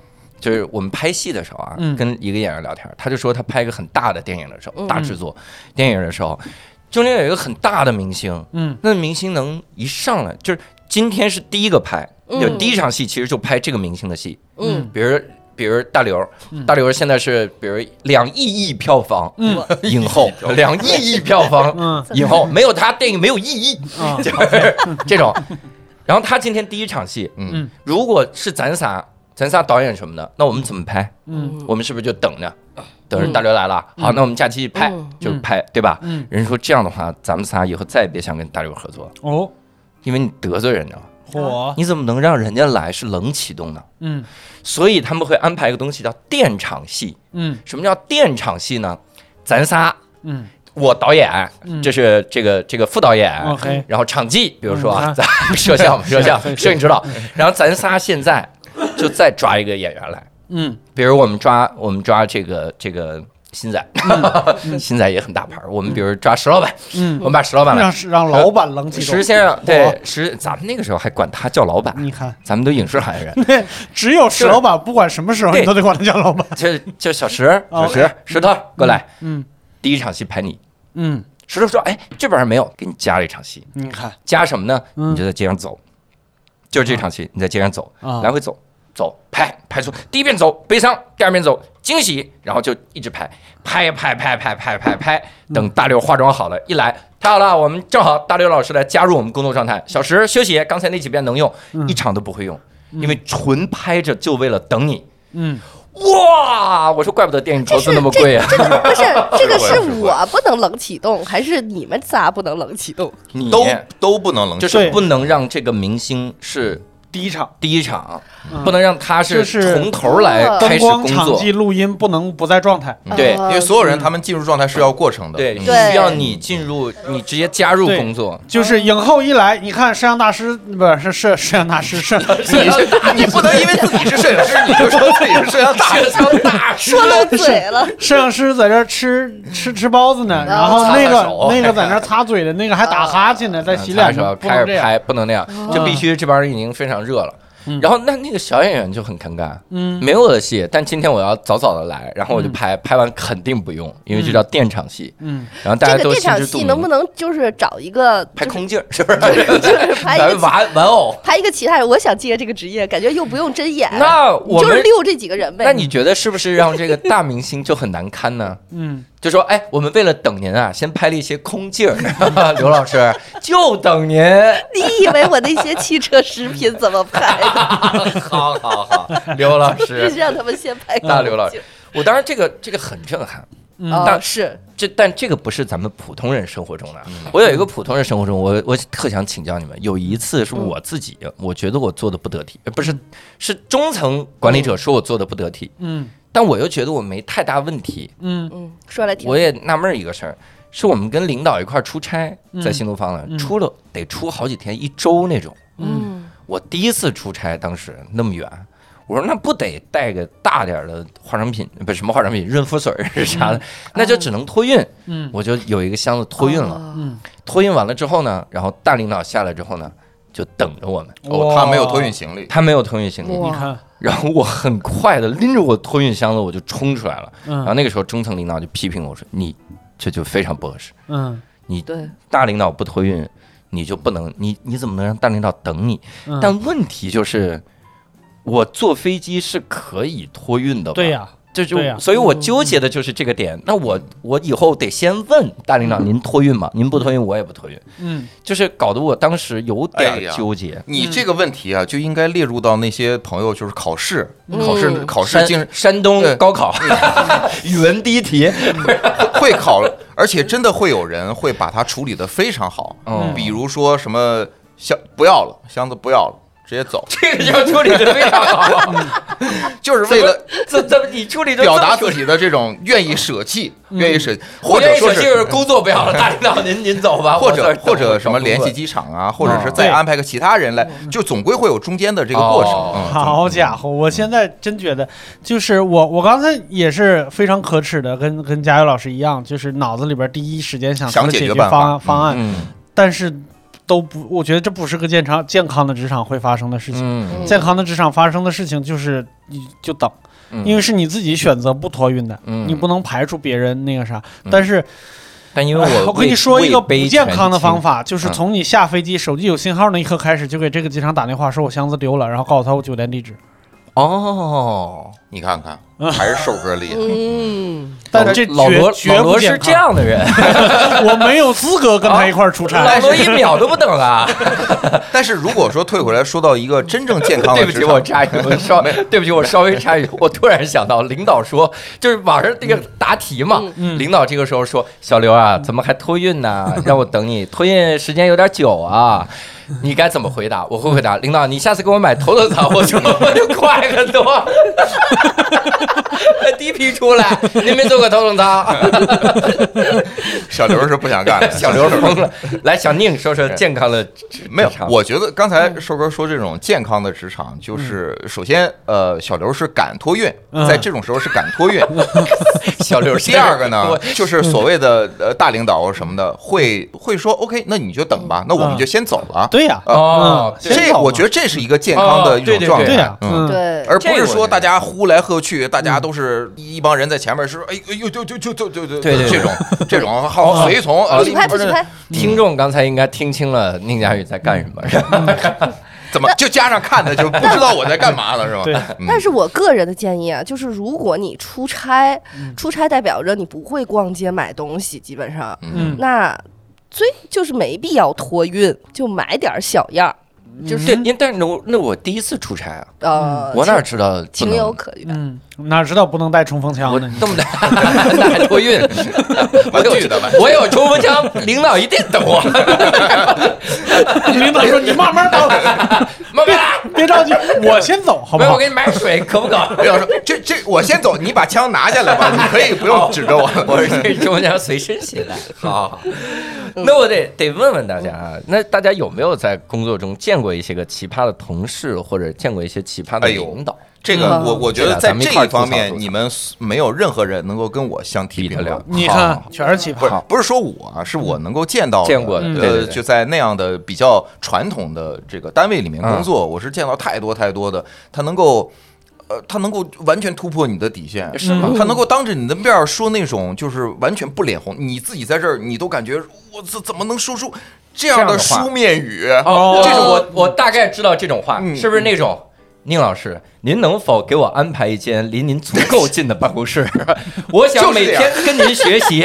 A: 就是我们拍戏的时候啊，
D: 嗯
A: 跟一个演员聊天，他就说他拍一个很大的电影的时候，
F: 嗯
A: 大制作电影的时候，中间有一个很大的明星，
D: 嗯
A: 那明星能一上来就是今天是第一个拍，
F: 嗯
A: 就第一场戏其实就拍这个明星的戏，
F: 嗯，
A: 比如比如大刘，大刘现在是比如两亿亿票房
D: 嗯
A: 影后，
D: <laughs>
A: 两亿亿票房
D: 嗯
A: 影后，没有他电影没有意义，
D: 啊
A: 就是 <laughs> 这种。然后他今天第一场戏，
G: 嗯
A: 如果是咱仨，咱仨导演什么的，那我们怎么拍？
D: 嗯
A: 我们是不是就等着，等着大刘来了？好，那我们假期拍
F: 嗯
A: 就拍，对吧？
D: 嗯
A: 人说这样的话，咱们仨以后再也别想跟大刘合作了，
D: 哦，
A: 因为你得罪人家了。
D: 火
A: 你怎么能让人家来是冷启动呢？
D: 嗯
A: 所以他们会安排一个东西叫电场戏。
D: 嗯
A: 什么叫电场戏呢？咱仨，
D: 嗯
A: 我导演，这是啊这个这个副导演
D: OK
A: 然后场记，比如说啊
D: 嗯
A: 咱摄
D: <laughs>
A: 像、摄像、
D: 是
A: 摄影指导，然后咱仨现在就再抓一个演员来，
D: 嗯
A: 比如我们抓我们抓这个这个新仔， <laughs> 新仔也很大牌儿，我们比如抓石老板，我
D: 嗯，
A: 们把石老板来，
D: 让让老板冷起
A: 石
D: 来。
A: 先生对石，咱们那个时候还管他叫老板，
D: 你看，
A: 咱们都影视行业人。
D: <laughs> 只有石老板，不管什么时候你都得管他
A: <laughs>
D: 叫老板。
A: 就就小石，
D: 哦
A: 小石，石头过来。
D: 嗯
A: 第一场戏拍你，
D: 嗯
A: 石头说：“哎，这边还没有，给你加了一场戏，
D: 你看
A: 加什么呢？
D: 嗯
A: 你就在街上走，就是这场戏，你在街上走，
D: 啊
A: 来回走，走拍拍出第一遍走悲伤，第二遍走惊喜，然后就一直拍拍拍拍拍拍拍拍，
D: 嗯
A: 等大刘化妆好了，一来太好了，我们正好大刘老师来加入我们工作状态，小时休息，刚才那几遍能用，
D: 嗯
A: 一场都不会用，因为纯拍着就为了等你。
D: 嗯，
A: 哇，我说怪不得电影投
F: 这
A: 资
F: 是
A: 那么贵啊！
F: 这这个不是这个是
G: 是会
F: 我不能冷启动，还是你们仨不能冷启动？
A: 你
G: 都都不能冷
A: 就
G: 血，
A: 是不能让这个明星是
D: 第一场
A: 第一场，
D: 嗯
A: 不能让他是
D: 就是
A: 从
D: 嗯
A: 头来开
D: 灯
A: 始
D: 光、
A: 工
D: 场
A: 作
D: 记、。录音不能不在状态。
A: 对
G: 因为所有人他们进入状态是要过程的。
A: 嗯对，
G: 嗯
F: 对
A: 需要你进入，你直接加入
D: 对
A: 工作。
D: 就是影后一来，你看摄像大师不是是摄摄像大师
A: <laughs>
D: 摄
G: 你是你不能因为自己是摄影师，你就说自己是摄
A: <laughs>
G: 像大师。
A: 大师
F: 说漏嘴了，
D: 摄影师在这儿吃吃吃包子呢，然后那
A: 嗯擦手
D: 个那个在那儿擦嘴的那个还打哈
A: <laughs>
D: 欠呢，在洗脸
A: 时候
D: 呢，不
A: 开始
D: 能这样。嗯
A: 拍，不能那样，就必须这帮人已经非常热了。然后那那个小演员就很尴尬，
D: 嗯，
A: 没有我的戏，但今天我要早早的来，然后我就拍，拍完肯定不用，因为这叫电场戏，
D: 嗯，
A: 然后大家
F: 这个
A: 都
F: 这
A: 心
F: 场
A: 知肚
F: 戏能不
A: 明。
F: 能就是找一个
A: 拍
F: 就是
A: 空镜儿是不是？
F: <laughs> 就是拍一
A: 咱
F: 个
A: 们 <laughs> 玩玩偶，
F: 拍一个其他人，我想接这个职业，感觉又不用真演，
A: 那我
F: 哎就是
A: 们
F: 溜这几个人呗。
A: 那你觉得是不是让这个大明星就很难堪呢？
D: 嗯，
A: 就说哎，我们为了等您啊，先拍了一些空镜儿， <laughs> 刘老师就等您，
F: 你以为我那些汽车视频怎么
A: <laughs>
F: 拍的？
A: <laughs> 好好好，刘老
F: 是
A: 师，
F: 让他们先拍
A: 大刘老师，我当然这个这个很震撼，
F: 哦
A: 但
F: 是
A: 这但这个不是咱们普通人生活中的。我有一个普通人生活中，我我特想请教你们，有一次是我自己，我觉得我做的不得体，呃不是是中层管理者说我做的不得体，
D: 嗯
A: 但我又觉得我没太大问题，
D: 嗯
F: 嗯，说来听
A: 我也纳闷儿一个事儿，是我们跟领导一块儿出差，在
D: 嗯
A: 新东方呢，
D: 嗯
A: 出了得出好几天，一周那种。
F: 嗯
A: 我第一次出差，当时那么远，我说那不得带个大点儿的化妆品，不是什么化妆品，润肤水儿啥的，那就只能托运。
D: 嗯
A: 我就有一个箱子托运了，
F: 哦
D: 嗯，
A: 托运完了之后呢，然后大领导下来之后呢，就等着我们。
G: <laughs> 哦，他没有托运行李，
A: 他没有托运行李，
D: 你
F: 哇
D: 看，
A: 然后我很快的拎着我托运箱子，我就冲出来了。然后
D: 嗯
A: 那个时候，中层领导就批评我说：“你这就非常不合适。”
D: 嗯
F: 对，
A: 大领导不托运，你就不能，你你怎么能让大领导等你？
D: 嗯，
A: 但问题就是，我坐飞机是可以托运的，
D: 对、呀，
A: 这就、
D: 对呀嗯
A: 所以我纠结的就是这个点。那我我以后得先问大领导，您托运吗？您不托运，我也不托运，
D: 嗯
A: 就是搞得我当时有
G: 哎
A: 点
G: 呀
A: 纠结。
G: 你这个问题啊，就应该列入到那些朋友就是考试、
F: 嗯
G: 考试、考试
A: 山 <laughs>
G: 精神
A: 山
G: 对
A: 东高考 <laughs> 语文第一题，
G: 会考，而且真的会有人会把它处理的非常好，
A: 嗯
G: 比如说什么箱不要了，箱子不要了，直接走，
A: 这个就处理的非常
G: <laughs>
A: 好。
G: 就是为了
A: 怎怎么你处理得这
G: 表
A: 么
G: 达
A: 顺
G: 自己的这种愿意舍弃、愿意舍，
A: 我
G: 或
A: 愿
G: 者
A: 意
G: 说
A: 舍弃就是
G: 是。
A: 工作不要了，大领导您您走吧，
G: 或
A: 啊我这儿嗯
G: 者
A: 等
G: 或者
A: 我
G: 什么
A: 找工
G: 联
A: 作
G: 系机场啊，或者是
D: 对
G: 再安排个其他人来，就总归会有中间的这个过程。
A: 哦
G: 嗯
D: 好家伙，我现在真觉得，就是我，我刚才也是非常可耻的，跟跟佳宇老师一样，就是脑子里边第一时间想
G: 想
D: 出了
G: 解
D: 解
G: 决
D: 决
G: 办
D: 方案
G: 法
D: 方案，
A: 嗯
D: 但是都不，我觉得这不是个健康健康的职场会发生的事情。
A: 嗯
D: 健康的职场发生的事情就是你就等，
A: 嗯
D: 因为是你自己选择不托运的，
A: 嗯
D: 你不能排除别人那个啥。
A: 嗯
D: 但是
A: 但因为
D: 哎
A: 我
D: 我跟你
A: 位
D: 说一个
A: 位
D: 不
A: 卑
D: 健
A: 权
D: 康的
A: 倾
D: 方法，就是
A: 嗯
D: 从你下飞机手机有信号那一刻开始，就给这个机场打电话，说我箱子丢了，然后告诉他我酒店地址。
A: 哦。
G: 你看看，还是瘦哥厉害。
F: 嗯，
D: 但这
A: 老
D: 绝
A: 罗
D: 绝
A: 老
D: 不
A: 罗
D: 健
A: 是
D: 康
A: 这，样的 <laughs> 人，
D: <laughs> 我没有资格跟他一块儿出差。
A: 老罗一秒都不等了。
G: 但是如果说退回来说到一个真正健
A: <laughs>
G: 康
A: 对
G: 的
A: 不
G: 职
A: 起，我
G: 场，
A: 插一句，我稍对不起，我稍微插一句，我突然想到，领导说就是网上那个答题嘛，
D: 嗯
A: 领导这个时候说：“小刘啊，怎么还托运呢？让我等你，托运时间有点久啊。”你该怎么回答？我会回答领导，你下次给我买头等舱， <laughs> 我就我就快很多。 <laughs> 第一批出来，您没坐过头等舱，
G: 小刘是不想干
A: <laughs>
G: 的。
A: 小刘疯了。来，小宁说 <laughs> 说健康的职
G: 没有
A: 职，场
G: 我觉得刚才
A: 嗯
G: 瘦哥说这种健康的职场，就是首先，呃，小刘是敢托运，
D: 嗯
G: 在这种时候是敢托
D: <laughs>
G: 运。
A: 小刘是
G: 第二个呢
A: 我，
G: 就是所谓的呃大领导什么的，会会说 OK，那你就等吧，那我
D: 嗯
G: 们就先走了。
D: <laughs> 对呀，
A: 哦，
D: 嗯
A: 对
D: 先
G: 这
D: 走嘛
G: 我觉得这是一个健康的一
A: 哦对
G: 种
A: 对
G: 状
A: 对
D: 对呀
G: 态，，
D: 嗯，
F: 对，
G: 而不是说大家呼来喝去，大大家都是一帮人在前面是，哎哎呦就就就就就就
H: 对对对
G: 这种
A: <laughs>
G: 这种
A: 哦
G: 好随从啊，
F: 不许拍，不许拍，
D: 嗯
A: 听众刚才应该听清了宁佳宇在干什么，是吧？
G: 怎么就加上看的就不知道我在干嘛了是吧？
D: 对
G: 嗯
F: 但是我个人的建议啊，就是如果你出差，
A: 嗯
F: 出差代表着你不会逛街买东西，基本上，
D: 嗯
F: 那最就是没必要托运，就买点儿小样儿，
A: 嗯就是对，因为但是我那我第一次出差啊，
F: 呃，
A: 我哪知道不
F: 情
A: 能 <laughs>
F: 有可原。
D: 嗯，哪知道不能带冲锋枪
A: 我 <laughs>
D: 呢？你
A: 这么大那还托运， <laughs> 我
G: 玩具的玩具
A: 有我有冲锋枪，领导一定啊等 <laughs> 我。
D: 领导说你慢慢倒，
A: 妈
D: 别
A: 妈，
D: 别着急，我先走，好不
A: 没有，
D: 好
A: 我？给你买水，渴不渴？
G: 领导说这这我先走，你把枪拿下来吧，你可以不用指着我。
A: <laughs> 哦我是冲锋枪随身携带。 <laughs> 好，好那我得得问问大家啊，那大家有没有在工作中见过一些个奇葩的同事，或者见过一些奇葩的
G: 哎呦
A: 领导？
G: <laughs> 这个
F: 嗯
G: 我我觉
A: 对
G: 得
A: 啊
G: 在
A: 咱们一
G: 这
A: 块儿
G: 一方
A: 吐槽吐
G: 面
A: 槽，
G: 你们没有任何人能够跟我相提
A: 比得
G: 并
A: 了
G: 论。
D: 你
A: 好
D: 看，全是奇
G: 不是
D: 葩。
G: 不是说我啊，是我能够见到
A: 见过的
D: 嗯
A: 对对
G: 呃，
A: 对
G: 就在那样的比较传统的这个单位里面工
A: 嗯
G: 作，我是见到太多太多的，他能够。呃，他能够完全突破你的底线，嗯
A: 是
D: 吗
G: 他能够当着你的面儿说那种就是完全不脸红，你自己在这儿你都感觉我这怎么能说出这样
A: 这
G: 的
A: 样的话
G: 书面语？
A: 哦，
D: 哦
A: 这种我我大概知道这种话，
G: 嗯
A: 是不是那种？宁老师，您能否给我安排一间离您足够近的办公
G: <laughs>
A: 室？我想每天跟您学习，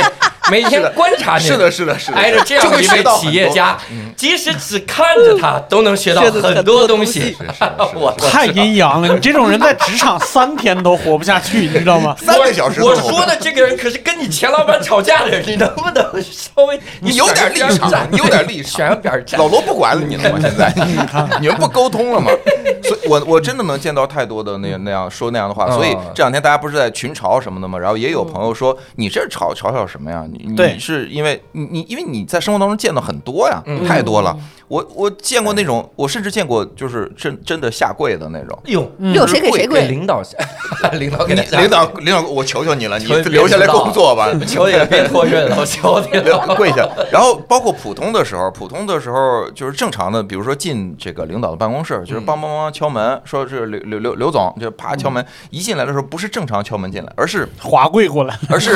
A: 每天观察您。
G: 是的，是的，是的，
A: 啊挨着这
G: 就
A: 样
G: 会
A: 一
G: 学
A: 位
G: 到嗯
A: 企业家，即使只看着他，都能学到
F: 学得
A: 很
F: 很
A: 多
F: 多
A: 东
F: 东
A: 西
G: 嗯
A: <laughs>
F: 西。
A: 我
D: 太阴阳了，你这种人在职场三天都活不下去，你知道 <laughs> 吗？
G: 三个小时
A: 我
G: 都活不
A: 说的这个人可是跟你前老板吵架的人，你能不能稍微
G: <laughs> 你有点立
A: 选个边儿
G: 场
A: 站，
G: 你有点立
A: 选
G: 场。
A: 个边儿 <laughs> 站
G: 老？罗不管你了吗？现在 <laughs> 你们不沟通了吗？ <laughs> 所以我，我真的能见到太多的那那样说那样的话。
A: 嗯
G: 所以这两天大家不是在群嘲什么的吗？然后也有朋友说你这嘲嘲笑什么呀？你
D: 对
G: 你是因为你你因为你在生活当中见到很多呀，
A: 嗯
G: 太多了。我我见过那种，我甚至见过就是真真的下跪的那种。
A: 哎呦，
F: 哟，谁给谁
A: 给
F: 跪？
A: 领导， <laughs> 领导给
G: 你
A: 他
G: 领导领导，我求求你了，你
A: 求你别
G: 留下来
A: 知道
G: 工作
A: <laughs>
G: 吧。
A: 求你了，别托运
G: <laughs>
A: 了，我求你了。
G: 跪下。然后包括普通的时候，普通的时候就是正常的，比如说进这个领导的办公室，就是梆梆梆敲门，说是刘刘刘刘总，就啪敲门。一进来的时候不是正常敲门进来，而是
D: 华贵过来，
G: 而是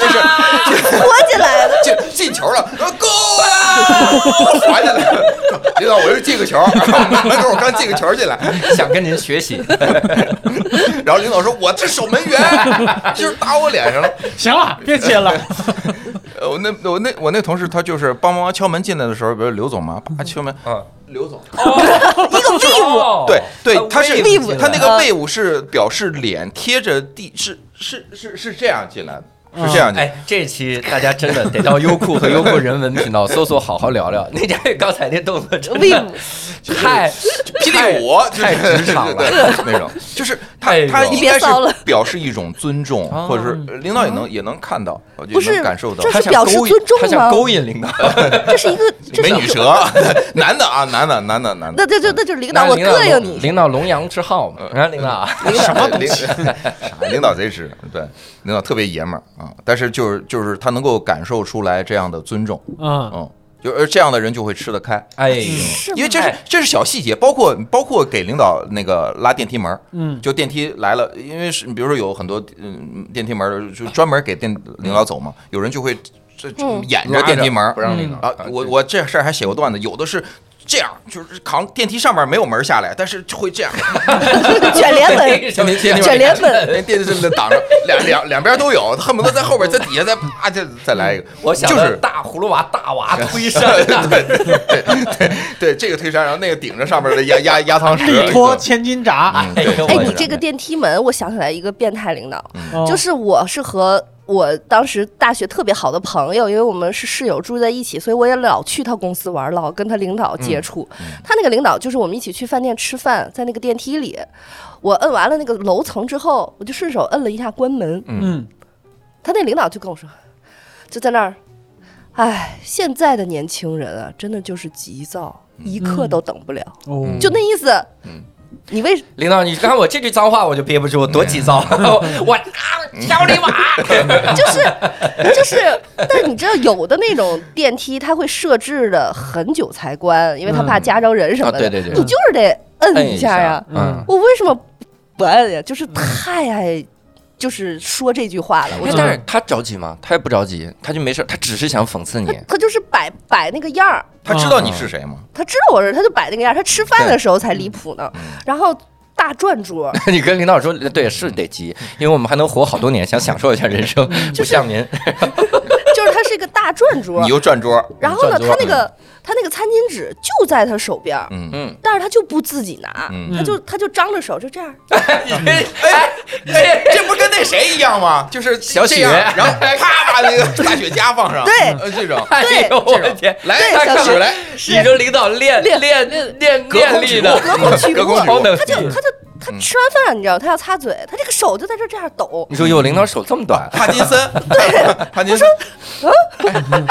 G: 就是
F: 拖进来的，
G: 进进球了，然后 go 滑进来了。领导，我又进个球，门口我刚进个球进来，
A: 想跟您学习，
G: 然后领导说我这守门员，就是打我脸上了。
D: 行了，别接 <laughs> 了。
G: 呃，我那我那我那同事他就是帮忙敲门进来的时候，比如刘总嘛，啪敲门，
A: 嗯，
G: 刘总。
F: 哦
A: 一个 wave，
G: 对对，他是
F: 进来
G: 他那个魏武是表示脸贴着地，是是是是这样进来的，是这样进来的。
A: 哎，这期大家真的得到优酷和优酷人文频道搜索“好好聊聊”。那家刚才那动作
F: <laughs>
A: 真
F: 威
A: 的
F: 武，
G: <laughs>
A: 太
G: 霹雳舞
A: 太
G: 就是
A: 太职场了
G: 对那种，就是他
A: 哎呦
G: 他应该
F: 别
G: 是
F: 骚了
G: 表示一种尊重，
A: 啊
G: 或者是领导也能也能看到，我就
F: 不是
G: 能感受到
F: 这
A: 他
F: 是
A: 想
F: 表示
A: 勾引
F: 尊重
A: 他想
F: 吗
A: 勾引领导。
F: 这是一个，这
G: 美
F: 是
G: 女
F: 一个，
G: 蛇，男的啊，男的男的男的
F: 那，这就那就是领导，
A: 那
F: 我
A: 领导
F: 膈应
A: 龙
F: 你。
A: 领导龙阳之好
G: 嗯
A: 嘛，啊，领导，
G: 什么领啥领导贼直，对，领导特别爷们儿啊，但是就是就是他能够感受出来这样的尊重，
D: 嗯，
G: 嗯，就而这样的人就会吃得开，
A: 哎呦，
F: 是吗
G: 因为这是这是小细节，包括包括给领导那个拉电梯门儿，
D: 嗯
G: 就电梯来了，因为是比如说有很多嗯电梯门儿就专门给电领导走嘛，有人就会这这
F: 嗯
G: 掩着电梯门儿
A: 不让领导
G: 啊，我我这事儿还写过段子，有的是。这样就是扛电梯上面没有门儿下来，但是就会这样， <laughs>
F: 卷帘
A: <laughs>
F: 门，
A: 这这这
F: 卷
A: <laughs>
F: 帘门，
G: 连电梯上面挡着，两两两边都有，恨不得在后边在底下再啪再再来一个，
A: <laughs> 我想
G: 就
A: 的
G: 是
A: 大葫芦娃大娃推
G: <laughs>
A: 山
G: 对这个推山，然后那个顶着上面的压压压
F: <laughs>
G: 舱石，
D: 力托千斤闸，
G: 嗯
A: 哎呦，
F: 哎
A: 我，
F: 你这个电梯门，我想起来一个变态领导，
D: 哦
F: 就是我是和我当时大学特别好的朋友，因为我们是室友住在一起，所以我也老去他公司玩，老跟他领导
A: 嗯
F: 接触。他那个领导就是我们一起去饭店吃饭，在那个电梯里，我摁完了那个楼层之后，我就顺手摁了一下关门，
D: 嗯，
F: 他那领导就跟我说，就在那儿，哎，现在的年轻人啊，真的就是急躁，一刻都等不了，
D: 哦，
F: 就那意思。你为
A: 领导，你看我这句脏话我就憋不住，多急躁，我啊，小李娃，
F: 就是就是，但你知道有的那种电梯，它会设置的很久才嗯关，因为他怕夹着人什么的。
A: 啊对对对
F: 你就是得摁一下呀、
A: 嗯
F: 我为什么不爱呀，就是太爱，就是说这句话了。我
A: 哎
F: 觉
A: 但
F: 得
A: 是他着急吗？他也不着急，他就没事儿，他只是想讽刺你。
F: 他就是摆摆那个样儿，
G: 他知
A: 嗯
G: 道你是谁吗？
F: 他知道我是，他就摆那个样儿。他吃饭的时候才离谱呢，
A: 嗯
F: 然后大转桌， <laughs>
A: 你跟领导说，对，是得急，因为我们还能活好多年，想享受一下人生，不像您。
F: 就是他是一个大转桌
G: 你。又转桌，
F: 然后呢，
A: 转
F: 他
A: 桌啊
F: 那个他那个餐巾纸就在他手边儿，
G: 嗯
A: 嗯
F: 但是他就不自己拿，
G: 嗯
F: 他就他就张着手就这样，
A: 你这，哎，
G: <laughs> 这这不跟那谁一样吗？就是
A: 小
G: 这
A: 雪
G: 样然后啪把那个大雪茄放上，
F: 对
G: 呃这种
A: <laughs> 哎呦，我的天，
G: 来
F: 对
G: 大
F: 小
G: 看
F: 雪
G: 我来，
A: 你这领导练练练练
G: 隔空
A: 练
G: 取
A: 力
G: 物
A: 的，
F: 隔空取
G: 隔
F: 物，
G: 空取
A: 哦
G: 物
F: 他就
A: 嗯
F: 他就他吃完饭，你知道，他要擦嘴，他这个手就在这这样抖，
A: 你说有领导手这么短，
G: 帕金森， <laughs> 帕金森，
F: 啊
G: 哎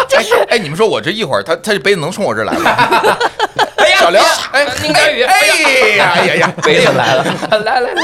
G: 哎，你们说我这一会儿他他这杯子能冲我这儿来
A: <laughs>
G: 吗？
A: 哎呀
G: 小梁，
A: 哎，宁佳宇，
G: 哎呀哎呀呀，
A: <laughs> 杯子来了，来来来，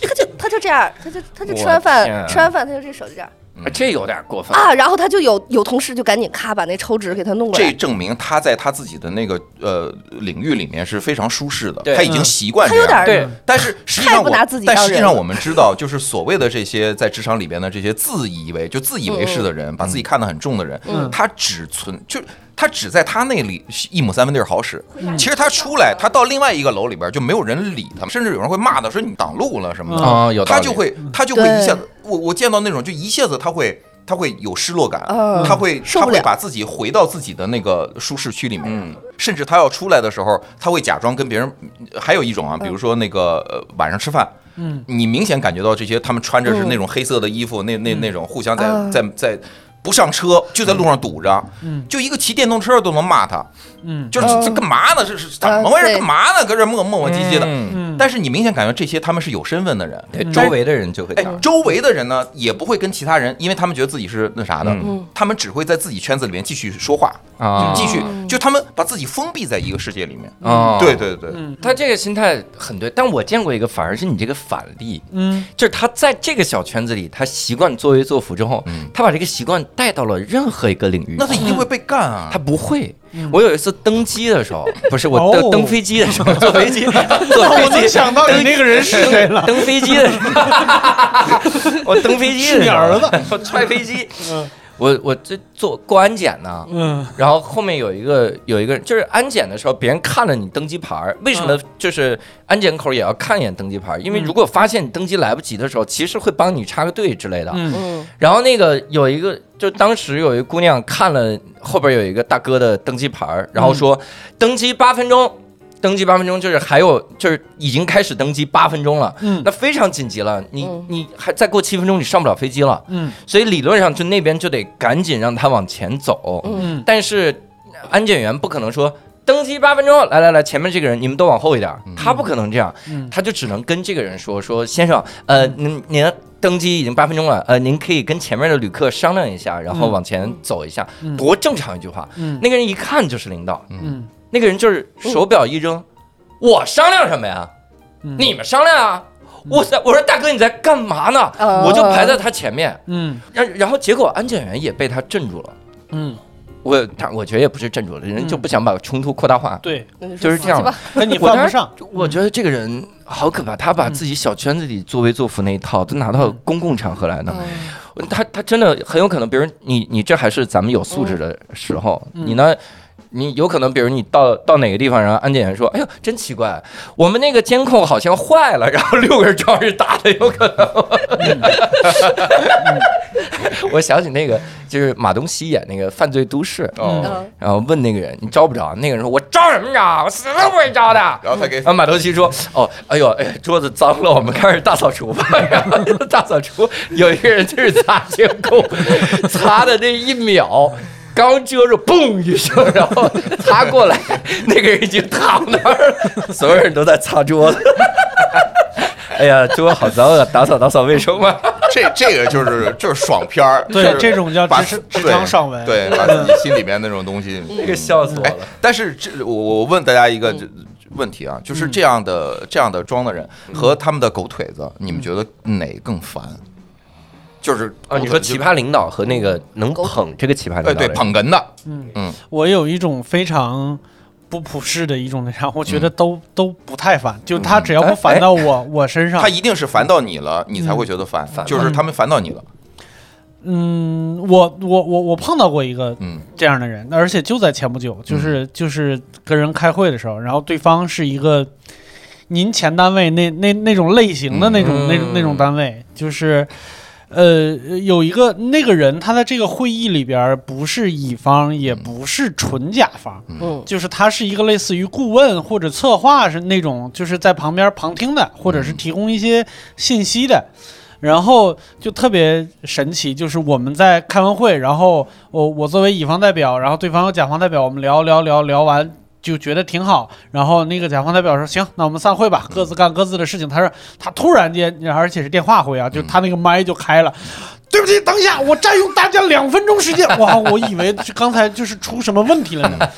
F: 他就他就这样，他就他就吃
A: 我
F: 完
A: 天啊嗯
F: 饭吃完饭，他就这手就这样
A: 这有点过分。
F: 啊，然后他就有有同事就赶紧咔把那抽纸给他弄过
G: 这
F: 来，
G: 证明他在他自己的那个呃领域里面是非常舒适的，
A: 对
G: 他已经习
F: 嗯
G: 惯
F: 他
G: 这
F: 有
G: 样
F: 点
A: 对
G: 了。
F: 儿
G: 但是实际上
F: 太不
G: 我，
F: 拿自己
G: 但
F: 当
G: 实际
F: 人
G: 上
F: 了
G: 我们知道，就是所谓的这些在职场里边的这些自以为就自以为是的人，
F: 嗯
G: 把自己看得很重的人，他只存就。他只在他那里一亩三分地儿好使，其实他出来，他到另外一个楼里边就没有人理他，甚至有人会骂他说你挡路了什么
A: 嗯
G: 的，
A: 哦有道
G: 他
A: 理
G: 就会他就会一下
F: 嗯对
G: 子，我我见到那种就一下子他会他会有失落感，
F: 嗯
G: 他会
F: 受
G: 他
F: 不
G: 会
F: 了
G: 把自己回到自己的那个舒适区里面，
A: 嗯
G: 甚至他要出来的时候，他会假装跟别人。还有一种
F: 嗯
G: 啊，比如说那个、呃、晚上吃饭，嗯，你明显感觉到这些他们穿着是那种黑色的衣服，那那那种互相在、
F: 嗯啊
G: 在在不上车，就在路上堵着，嗯，就一个骑电动车都能骂他，
D: 嗯，
G: 就是
F: 嗯
G: 这干嘛呢？这是怎么
F: 啊
G: 回事？
F: 对
G: 干嘛呢？搁这磨磨磨唧唧的。
A: 嗯
D: 嗯
G: 但是你明显感觉这些他们是有身份的人，
A: 对，
F: 嗯
A: 周围的人就会这
G: 哎
A: 样，。
G: 周围的人呢也不会跟其他人，因为他们觉得自己是那啥的，
A: 嗯
G: 他们只会在自己圈子里面继续说话，
A: 啊
G: 继续就他们把自己封闭在一个世界里面。
A: 啊
G: 对，对对，
D: 嗯
A: 他这个心态很对，但我见过一个反而是你这个反例，
D: 嗯，
A: 就是他在这个小圈子里，他习惯作威作福之后，
D: 嗯
A: 他把这个习惯带到了任何一个领域
G: 那。他一定会被干啊
A: 他！不会，我有一次登机的时候，不是我登
D: 哦
A: 登飞机的
D: <laughs>
A: 时候，坐飞机，坐
D: 我
A: 飞
D: 能
A: 机
D: 想到你那个人是谁了。
A: 登飞机的时候，我登飞机的时候，
D: 是你儿子，
A: 我踹飞机
D: 嗯，
A: 我我这做过安检呢，
D: <laughs> 嗯
A: 然后后面有一个有一个人，就是安检的时候，别人看了你登机牌儿，为什
D: 嗯
A: 么就是安检口也要看一眼登机牌儿？因为如果发现你登机来不及的时候，其实会帮你插个队之类的。
D: 嗯
F: 嗯
A: 然后那个有一个，就当时有一个姑娘看了后边有一个大哥的登机牌
D: 嗯
A: 儿，然后说登机八分钟。登机八分钟，就是还有就是已经开始登机八分钟了，
D: 嗯
A: 那非常紧急了，你
F: 嗯
A: 你还再过七分钟你上不了飞机了，
D: 嗯
A: 所以理论上就那边就得赶紧让他往前走，
D: 嗯
A: 但是呃安检员不可能说登机八分钟，来来来，前面这个人你们都往后一点儿，他不可能这样，
D: 嗯
A: 他就只能跟这个人说说先生，呃，您您的登机已经八分钟了，呃，您可以跟前面的旅客商量一下，然后往前走一下，
D: 嗯
A: 多正常一句话。
D: 嗯
A: 那个人一看就是领导，
D: 嗯
A: 那个人就是手表一扔，我商量什么呀？
D: 嗯
A: 你们商量啊！我在我说大哥你在干嘛呢？
F: 哦
A: 我就排在他前面，
D: 嗯
A: 然然后结果安检员也被他镇住了。
D: 嗯，
A: 我他我觉得也不是镇住了，人就不想把冲突扩大化，
D: 对，
F: 那嗯就
A: 嗯就是这样
F: 死吧，
D: 那你
A: 我
D: 犯
A: 当
D: 不
A: 时
D: 上。
A: 我觉得这个人好可怕，他把自己小圈子里作威作福那一套都拿到公共场合来呢。他他真的很有可能，比如你你这还是咱们有素质的时候，你呢？你有可能，比如你到到哪个地方，然后安检员说：“哎呦，真奇怪，我们那个监控好像坏了。”然后六个人装是打的，有可能。 <laughs> 我想起那个，就是马东锡演那个《犯罪都市》，
G: 哦，
F: 嗯
A: 然后问那个人：“你招不招？”那个人说：“我招什么招？我死都不会招的。”
G: 然后他给
A: 然后马头西说：“哦，哎呦，哎，桌子脏了，我们开始大扫除吧。” <laughs> 然后就大扫除，有一个人就是擦监控， <laughs> 擦的那一秒。刚遮住，嘣一声，然后擦过来，那个人已经躺那儿了，所有人都在擦桌子。 <laughs> 哎呀，桌好脏啊！打扫打扫卫生吧。
G: 这这个就是就是爽片儿，
D: 对
G: 就是
D: 这种叫
G: 把
D: 职
G: 对
D: 职场爽文
G: 对，把自己心里面那种东西，
A: 那个笑死我
G: 哎
A: 了。，嗯
G: 但是这我我问大家一个这问题啊，就是这样的这样的装的人
A: 嗯
G: 和他们的狗腿子，你们觉得哪更烦？就是
A: 啊，你说奇葩领导和那个能
F: 狗
A: 捧这个奇葩领导
G: 哎，
A: 的
G: 对，
A: 人，
G: 捧哏的，
D: 嗯，我有一种非常不普世的一种那啥，我觉得都、都不太烦，就他只要不烦到我、我身上
G: 他，一定是烦到你了，你才会觉得烦，就是他们烦到你了。
D: 嗯，我我我我碰到过一个
G: 嗯
D: 这样的人，而且就在前不久，就是、就是跟人开会的时候，然后对方是一个您前单位那那那种类型的那种、那种那种单位，就是呃有一个那个人他在这个会议里边儿不是乙方，也不是纯甲方，
F: 嗯
D: 就是他是一个类似于顾问或者策划是那种，就是在旁边旁听的，或者是提供一些信息的。然后就特别神奇，就是我们在开完会，然后我我作为乙方代表，然后对方有甲方代表，我们聊聊聊聊完就觉得挺好。然后那个甲方代表说：“行，那我们散会吧，各自干各自的事情。”他说他突然间，而且是电话会啊，就他那个麦就开了。对不起，等一下，我占用大家两分钟时间。哇，我以为是刚才就是出什么问题了呢。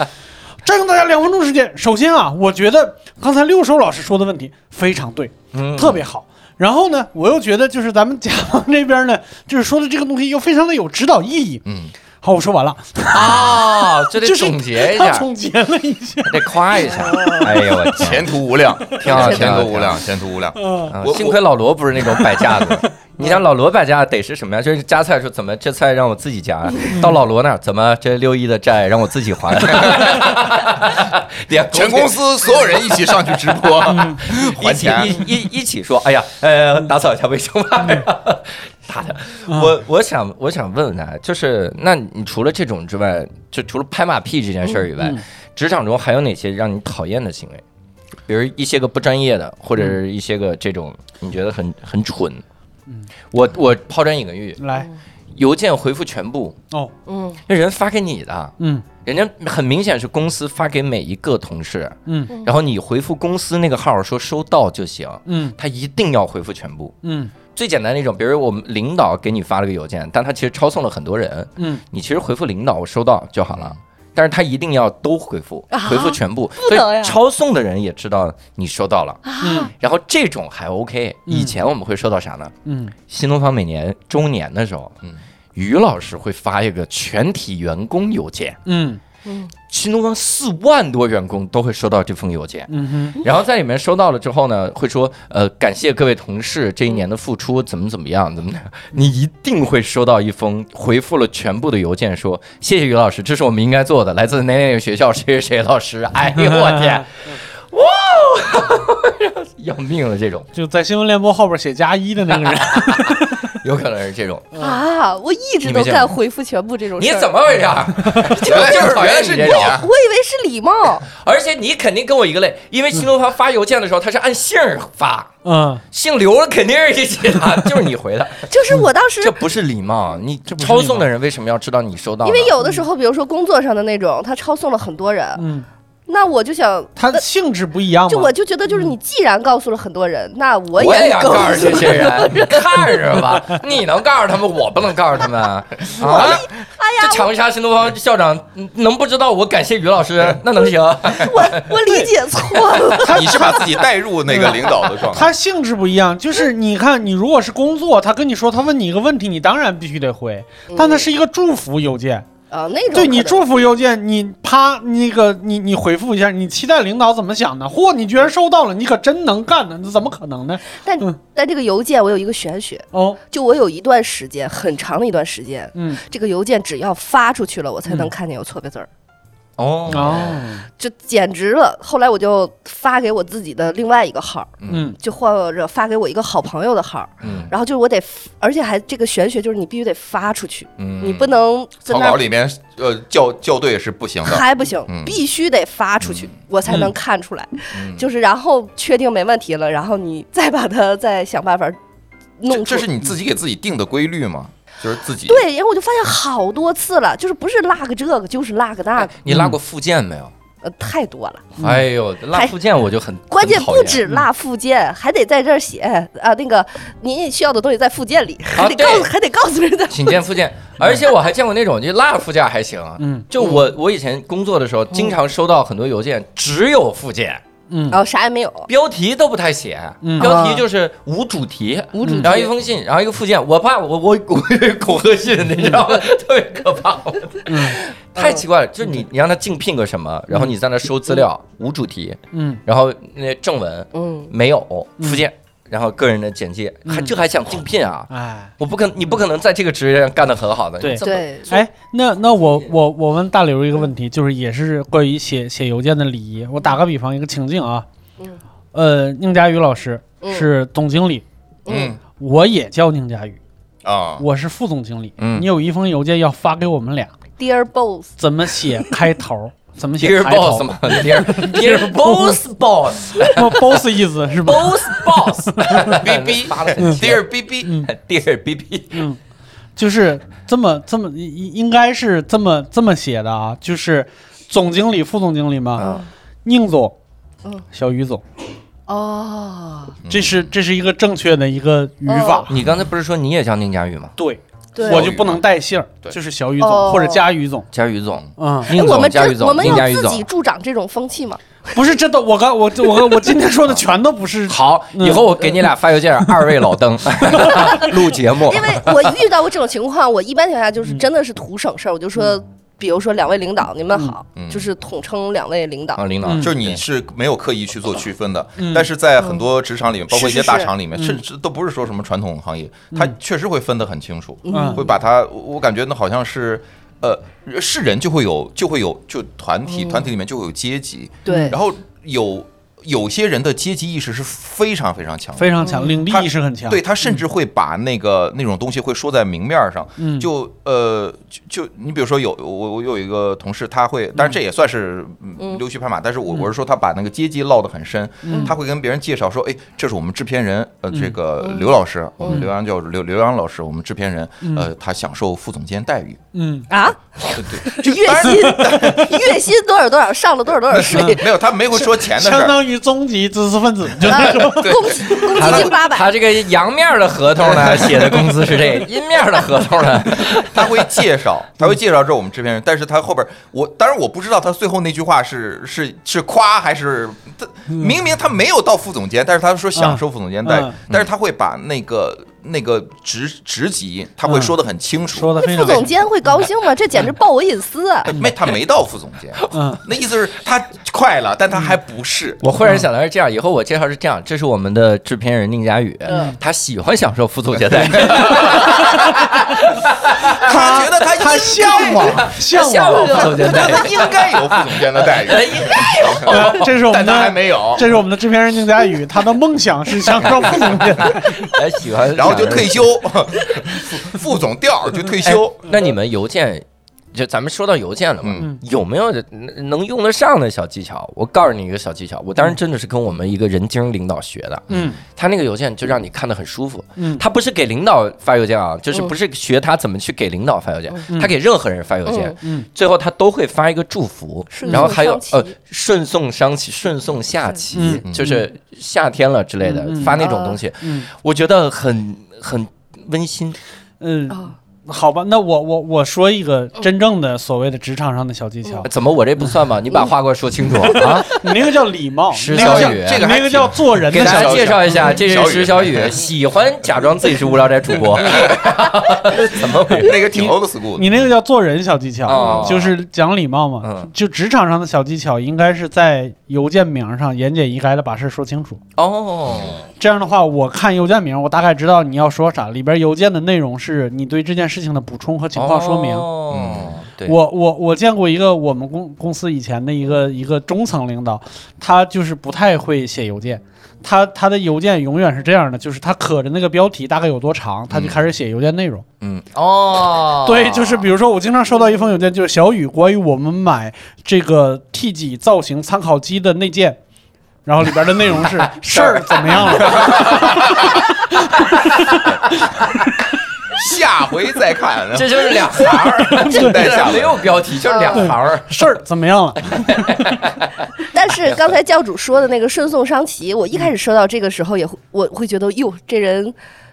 D: 占用大家两分钟时间。首先啊，我觉得刚才六兽老师说的问题非常对，特别好。然后呢，我又觉得就是咱们甲方这边呢，就是说的这个东西又非常的有指导意义。
G: 嗯，
D: 好，我说完了，
A: 啊，就得
D: 就是
A: 总结一
D: 他
A: 下，
D: 总结了一下，
A: 得夸一下。哎呦我天，
G: 前途无量，啊
A: 挺好，挺
G: 前
A: 好
G: 途无。量，前途无量。
D: 嗯，
A: 啊
G: 我
A: 幸亏老罗不是那种摆架子 <laughs> 的。你像老罗摆架得是什么样？就是夹菜说怎么这菜让我自己夹，到老罗那儿怎么这六一的债让我自己 <laughs> 还？连
G: 全公司所有人一起上去直播
A: 一
G: <laughs> 还
A: 起
G: 钱嗯
A: 一，一一起说，哎呀，呃，打扫一下卫生吧，哎呀 <laughs> 打的。
G: 啊
A: 我我想我想问问他，就是那你除了这种之外，就除了拍马屁这件事
G: 嗯
A: 儿以外，职场中还有哪些让你讨厌的行为？比如一些个不专业的，或者
G: 嗯
A: 是一些个这种你觉得很很蠢。我我抛砖引个玉，
D: 来，
A: 邮件回复全部，
D: 哦，
F: 嗯
A: 那人发给你的，
D: 嗯
A: 人家很明显是公司发给每一个同事，
D: 嗯
A: 然后你回复公司那个号说收到就行，
D: 嗯
A: 他一定要回复全部。
D: 嗯
A: 最简单的一种，比如我们领导给你发了个邮件，但他其实抄送了很多人，
D: 嗯，
A: 你其实回复领导我收到就好了。但是他一定要都回复，回复全部，所
F: 能呀
A: 以抄送的人也知道你收到了。
D: 嗯
A: 然后这种还 OK。以前我们会收到啥呢？
D: 嗯，
A: 新东方每年周年的时候，
G: 嗯
A: 于老师会发一个全体员工邮件，
D: 嗯
A: 新东方四万多员工都会收到这封邮件。
D: 嗯
A: <laughs>
D: 哼，
A: 然后在里面收到了之后呢，会说呃感谢各位同事这一年的付出，怎么怎么样，怎么样，你一定会收到一封回复了全部的邮件说，谢谢于老师，这是我们应该做的，来自哪哪个学校谁谁谁老师，哎呦我天，哇，要命了这种，
D: 就在新闻联播后边写加一的那个人，
A: 有可能是这种，
F: 啊，我一直
A: 你嗯
F: 都
A: 没见过
F: 干回复全部这种
A: 你
F: 事儿。
A: 怎么回事儿？
G: 原来就是
A: 讨
G: 原
A: 厌
G: 来是
A: 这
G: 你
A: 种。
G: 啊！
F: 我以为是礼
A: <laughs>
F: 貌，
A: 而且你肯定跟我一个类，因为新东方发邮件的时候，他是按姓儿发，
D: 嗯
A: 姓刘的肯定是一起 <laughs> 的，就是你回的，
F: 就是我当时
A: 这不是礼貌。你这 <laughs>
D: 不是
A: 抄送的人为什么要知道你收到呢？
F: 因为有的时候，比如说工作上的那种，他抄送了很多人，
D: 嗯，
F: 那我就想，
D: 他性质不一样嘛，
F: 就我就觉得，就是你既然告诉了很多人，那我
A: 嗯我也
F: 也
A: 要
F: 告 <laughs>
A: 告诉
F: 诉
A: 这些人，你看着吧， <laughs> 你能告诉他们，我不能告诉他们
F: <laughs>
A: 啊！
F: 哎
A: 这长沙新东方校长能不知道我感谢于老
F: <laughs>
A: 师，那能行？
F: 我我理解
A: <laughs>
F: 错了，
G: <laughs> 你是把自己带入那个领导的状态。
D: 他性质不一样，就是你看，你如果是工作，他跟你说，他问你一个问题，你当然必须得回，但他是一个祝福邮件，
F: 啊，那嗯种
D: 对你
F: 可能
D: 祝福邮件，你啪那个你你回复一下，你期待领导怎么想呢？嚯，你居然收到了，你可真能干呢，那怎么可能呢？嗯
F: 但但这个邮件我有一个玄学，
D: 哦，
F: 就我有一段时间很长的一段时间，
D: 嗯，
F: 这个邮件只要发出去了，我才能
D: 嗯
F: 看见有错别字儿。嗯
D: 哦，
A: 哦，
F: 就简直了！后来我就发给我自己的另外一个号，
D: 嗯
F: 就或者发给我一个好朋友的号，
A: 嗯
F: 然后就是我得，而且还这个玄学就是你必须得发出去，
A: 嗯
F: 你不能在
G: 草
F: 那
G: 稿
F: 儿
G: 里面，呃，校校对是不
F: <laughs>
G: 行的。
F: 还不行，
G: 嗯
F: 必须得发出去，我才能看出来。
G: 嗯
F: 就是然后确定没问题了，然后你再把它再想办法弄出
G: 这这
F: 来。
G: 是你自己给自己定的规律吗？就是自己
F: 对，然后我就发现好多次了，就是不是落个这个，就是落个
G: 哎
F: 那个，
A: 你拉过附件没有？
F: 呃，太多了。
A: 哎呦，拉附件我就很
F: 关键
A: 很讨
F: 不
A: 厌
F: 止落附件，还得在这儿写
G: 嗯
F: 啊，那个您需要的东西在附件里，
G: 啊
F: 还得
A: 对
F: 告诉，还得告诉人家。
A: 请见附
F: <laughs>
A: 件，而且我还见过那种就拉附件还行，
D: 嗯
F: 嗯
A: 就我我以前工作的时候，经常收到很多邮件，只有附件，
D: 嗯
F: 然后啥也没有，
A: 标题都不太写，
D: 嗯
A: 标
F: 啊
A: 题就是无主题，
F: 无
G: 嗯
F: 主题
A: 然后一封信，然后一个附件，我怕我 <laughs> 我我恐吓信，你知道吗？特别可怕，我 <laughs> 太奇怪了。就是你你让他竞聘个什么，然后你在那收资料，无主题，
D: 嗯，
A: 然后那正文
F: 嗯，
A: 没有附件，然后个人的简介，还这还想竞聘啊？
D: 哎
A: 我不可你不可能在这个职业上干得很好的，
D: 对
A: 你这么
F: 对，
D: 哎，那那我我我问大刘一个问题，就是也是关于写写邮件的礼仪。我打个比方，一个情境啊，
F: 嗯
D: 呃，宁佳宇老师
F: 嗯
D: 是总经理，
G: 嗯
D: 我也叫宁佳宇，
G: 啊，
D: 我是副总经理。
G: 嗯
D: 你有一封邮件要发给我们俩，
F: ，Dear Boss，
D: 怎么写开头？怎么写
A: Dear
D: 开头
A: boss 嘛，Dear <laughs> Dear boss <laughs> boss
D: 不 boss 意思是吧？
A: boss <laughs> boss
G: B B
A: 发得很
G: 嗯 Dear B B，
A: Dear B B。
D: 就是这么这么应应该是这么这么写的啊，就是总经理、副总经理嘛，宁总
F: 嗯，
D: 小于总，
F: 哦，
D: 这是这是一个正确的一个语法。
A: 你刚才不是说你也叫宁佳宇吗？
D: 对，
F: 对，
D: 我就不能带姓儿，
G: 对
D: 就是小于总
F: 哦
D: 或者佳于总。
A: 佳宇总，
D: 嗯，
F: 哎
A: 宁
F: 我
A: 总，
F: 们
A: 佳宇
F: 这我
A: 总，
F: 们
A: 宁
F: 要
A: 佳宇
F: 自己
A: 总。
F: 助长这种风气嘛？
D: 不是真的，我刚我我我今天说的全都
A: <laughs>
D: 不是
A: 好，以后我给你俩发 <laughs> 邮件，二位老登录节目
F: 因。为我遇到过这种情况，我一般情况下就是真的是图省事儿，我就说，比如说两位领导，你们好
G: 嗯，
F: 就是统称两位
A: <laughs>
F: 领
A: 啊，
F: 导。
A: 领导，
D: 嗯
G: 就是你是没有刻意去做区分的
D: 嗯，
G: 但是在很多职场里面，包括一些
F: 是是
G: 大厂里面，
D: 嗯
G: 甚至都不是说什么传统行业，它确实会分得很清楚，
D: 嗯
G: 会把它，我我感觉那好像是。呃，是人就会有，就会有，就团体，
D: 嗯
G: 团体里面就会有阶级，
F: 对
G: 然后有有些人的阶级意识是非常非常强的，
D: 非常强，领地
G: 他
D: 意识很强。
G: 对他甚至会把那个那种东西会说在明面儿上，
D: 嗯
G: 就呃就就你比如说有我我有一个同事，他会，当然这也算是嗯溜须拍马，但是我
D: 嗯
G: 我是说他把那个阶级落得很深，他会跟别人介绍说，哎，这是我们制片人，呃，
D: 嗯
G: 这个刘老师，我们刘洋教授刘刘洋老师，我们制片人，呃，他享受副总监待遇， <laughs>
D: 嗯，
F: 啊，
G: 对
F: 月薪 <laughs> 月薪多少多少，上了多少多少税，
G: 对，没有他没会说钱的事
D: 相
G: 儿，
D: 当于中级知识分子，就
F: 啊
D: 是说
F: 工工
A: 他
F: 资金八百
A: 他，这个阳面的合同 <laughs> 呢，写的工资是这，阴面的合同 <laughs> 呢，
G: 他会介绍，他会介绍这是我们制片人，但是他后边儿我当然我不知道他最后那句话是是是夸还是他明明他没有到副总监，但是他说享受副总监待遇
D: 嗯，
G: 但是他会把那个那个职职级他会嗯说的很清
D: 说
G: 楚，
D: 的非
F: 副
D: 常
F: 总监会高兴吗？这简直爆我隐私啊！
G: 没他没到副总监，
D: 嗯
G: 那意思是他快了，但他还不是。
A: 我忽然想到是这样，以后我介绍是这样，这是我们的制片人宁佳宇，
F: 嗯
A: 他喜欢享受副总 <laughs> 监待遇，
G: <laughs> 他觉得
D: <laughs>
G: 他
D: 他向往向
A: 向往
D: 往。
A: 副总监待遇。
G: 他应该有副总监的待遇，
D: 呃 <laughs> 这是我
G: <laughs> 但
D: 们
G: 他还
D: 的，
G: 没有，
D: 这是我们的制片人宁佳宇，他的梦想是向上副总监。
A: 哎，喜欢，
G: 然后就退休， <laughs> 副副总调儿就退
A: 哎
G: 休。
A: 那你们邮件，就咱们说到邮件了嘛，
G: 嗯
A: 有没有能能用得上的小技巧？我告诉你一个小技巧，我当时真的是跟我们一个人精领导学的。
D: 嗯
A: 他那个邮件就让你看得很舒服，
D: 嗯
A: 他不是给领导发邮件啊，就是
F: 嗯
A: 不是学他怎么去给领导发邮件，他给任何人发邮件，
D: 嗯
A: 最后他都会发一个祝福，
F: 顺
A: 然后
F: 送
A: 还有
F: 商
A: 呃
F: 旗
A: 顺送商旗、顺送下棋，
G: 嗯
A: 就是夏天了之类的，
D: 嗯嗯
A: 发那种东西，
D: 嗯
A: 我觉得很很温馨，
D: 嗯，
F: 啊，
D: 好吧，那我我我说一个真正的所谓的职场上的小技巧，
A: 啊怎么我这不算
F: 嗯
A: 吗？你把话给我说清楚
F: <laughs>
A: 啊！
D: 哦你那个叫礼貌，
A: 石
D: 那
G: 这个
D: 个
A: 小
D: 叫
A: 雨，
G: 这个还
D: 那个叫做人
A: 给
D: 的
A: 大
D: 小
A: 家
D: 技
A: 介绍一下，
G: 嗯
A: 这是石小雨，喜欢假装自己是无聊斋主
F: <laughs>
A: 播，怎么回事？
G: <laughs> 那个挺 old school 的。
D: 你那个叫做人小技巧，
A: 哦
D: 就是讲礼貌嘛。
A: 嗯
D: 就职场上的小技巧，应该是在邮件名上言简意赅的把事儿说清楚。
A: 哦，
D: 这样的话，我看邮件名，我大概知道你要说啥，里边邮件的内容是你对这件事情的补充和情况说明。嗯
A: 哦，对，
D: 我我我见过一个我们公公司以前的一个一个中层领导，他就是不太会写邮件，他他的邮件永远是这样的，就是他可着那个标题大概有多长，他就开始写邮件内容。
A: 哦，
D: 对，就是比如说我经常收到一封邮件，就是小雨关于我们买这个 T 几造型参考机的内件。然后里边的内容
A: <laughs>
D: 是事儿怎么样了？
G: 下回再看。
D: <laughs>
A: 这就是两行儿，这
G: 带下了
A: 没有标题，就是两行儿。
D: 事儿怎么样了？
A: 哎
F: <laughs> 但是刚才教主说的那个顺送商旗，我一开始收到这个时候也会，我会觉得哟，这人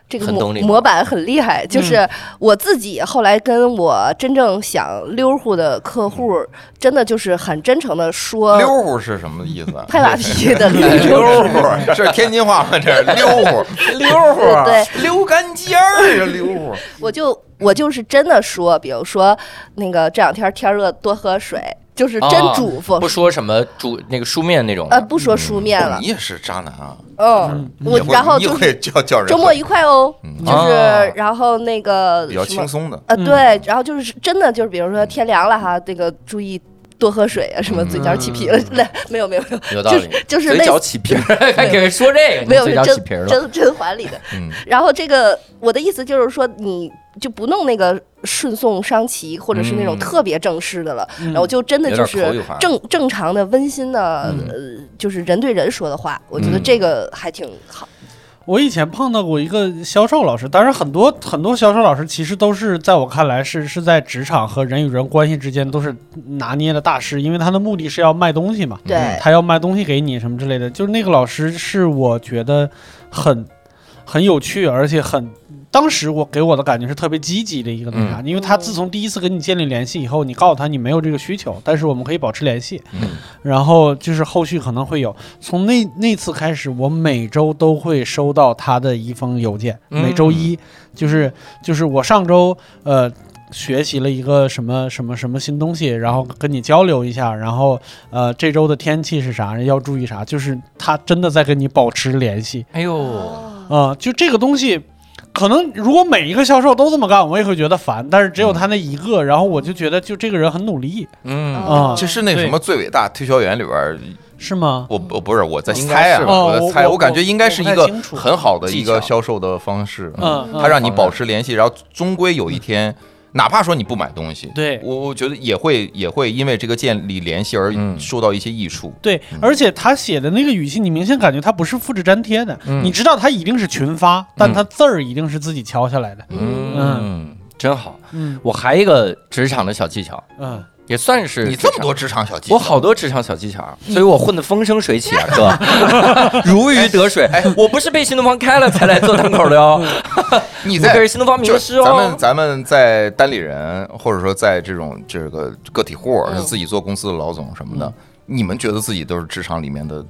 F: 这个
A: 很
F: 模
A: 懂这个
F: 模板很厉害。
G: 嗯
F: 就是我自己后来跟我真正想溜乎的客户，真的就是很真诚的说，
G: <laughs> 嗯溜乎是什么意思啊？
F: 拍马屁的
G: <laughs> 溜乎是天津话吗？这是溜
F: <laughs>
G: 乎，溜乎，
F: 对
G: 溜干尖儿，啊溜乎。
F: <laughs> 我就我就是真的说，比如说那个这两天天热多喝水，就是真
A: 啊
F: 嘱
G: 哦
F: 咐，
A: 不说什么主那个书面那种的
F: 呃不说书面了
G: 嗯你，也是渣男啊！
F: 嗯，我
G: 你会
F: 然后
G: 你
F: 就
G: 会
F: 是
G: 叫叫人
F: 周末愉快哦，
G: 嗯
F: 就是
A: 啊
F: 然后那个
G: 比较
F: 什么
G: 轻松的，
F: 呃
D: 嗯
F: 对，然后就是真的就是比如说天凉了哈，这个注意。多喝水啊，什么嘴角起皮 <laughs> 了，类没有没有没有，
A: 嗯有道
F: 就
A: 理
F: 是。就是
H: 嘴
F: 类
H: 角
F: 似
H: 起
F: <laughs>
H: 皮儿，
A: <laughs> 还给说这个，
F: 没有
A: 你嘴
F: 是
A: 角起皮
F: 甄
A: 儿了。
F: 甄甄嬛里的，
G: 嗯，
F: 然后这个我的意思就是说，你就不弄那个顺送伤旗，或者是那种
A: 嗯
F: 特别正式的了，
D: 嗯
F: 然后就真的就
G: 有点口语
F: 是
G: 化
F: 正正常的、温馨的，
A: 嗯
F: 呃，就是人对人说的话，我觉得
G: 嗯
F: 这个还挺好。
D: 我以前碰到过一个销售老师，当然很多很多销售老师其实都是在我看来是是在职场和人与人关系之间都是拿捏的大师，因为他的目的是要卖东西嘛，
A: 嗯
F: 对，
D: 他要卖东西给你什么之类的。就是那个老师是我觉得很很有趣，而且很当时我给我的感觉是特别积极的一个那
F: 嗯
D: 啥，因为他自从第一次跟你建立联系以后，你告诉他你没有这个需求，但是我们可以保持联系，
G: 嗯
D: 然后就是后续可能会有。从那那次开始，我每周都会收到他的一封邮件，
A: 嗯
D: 每周一就是就是我上周呃。学习了一个什么什么什么新东西，然后跟你交流一下，然后呃，这周的天气是啥，要注意啥，就是他真的在跟你保持联系，
A: 哎呦，
F: 哦
D: 啊、就这个东西，可能如果每一个销售都这么干，我也会觉得烦。但是只有他那一个，然后我就觉得就这个人很努力，
A: 嗯，
D: 啊
G: 这是那什么最伟大推销员里边儿，
D: 是吗？
G: 我我不是我在
A: 应
G: 猜
A: 该
G: 啊，
A: 是吧
G: 我
D: 哦
G: 在
D: 我
G: 猜，
D: 我
G: 我感觉应该是一
D: 我
G: 个
D: 不太清楚
G: 很好的一
A: 技巧
G: 个销售的方式，
D: 嗯，
G: 他
D: 嗯
G: 让你保持联系，然后终归有一天，
A: 嗯
G: 哪怕说你不买东西，
D: 对
G: 我我觉得也会也会因为这个建立联系而
A: 嗯
G: 受到一些益处。
D: 对，而且他写的那个语气，你明显感觉他不是复制粘贴的，
A: 嗯
D: 你知道他一定是群发，但他字儿一定是自己敲下来的。
A: 嗯，真好。
D: 嗯
A: 我还一个职场的小技巧，
D: 嗯，
A: 也算是
G: 你这么多职场小技嗯
A: 职场，我好多职场小技巧，啊所以我混得风生水起啊， <laughs> 哥， <laughs> 如鱼得水。哎我不是被新东方开了才来做单口的哦，
G: 你
A: 我
G: 在
A: 可是新东方名师
G: 就咱们
A: 哦。
G: 咱们在单立人，或者说在这种这个个体户，
F: 嗯
G: 是自己做公司的老总什么
A: 嗯
G: 的，你们觉得自己都是职场里面的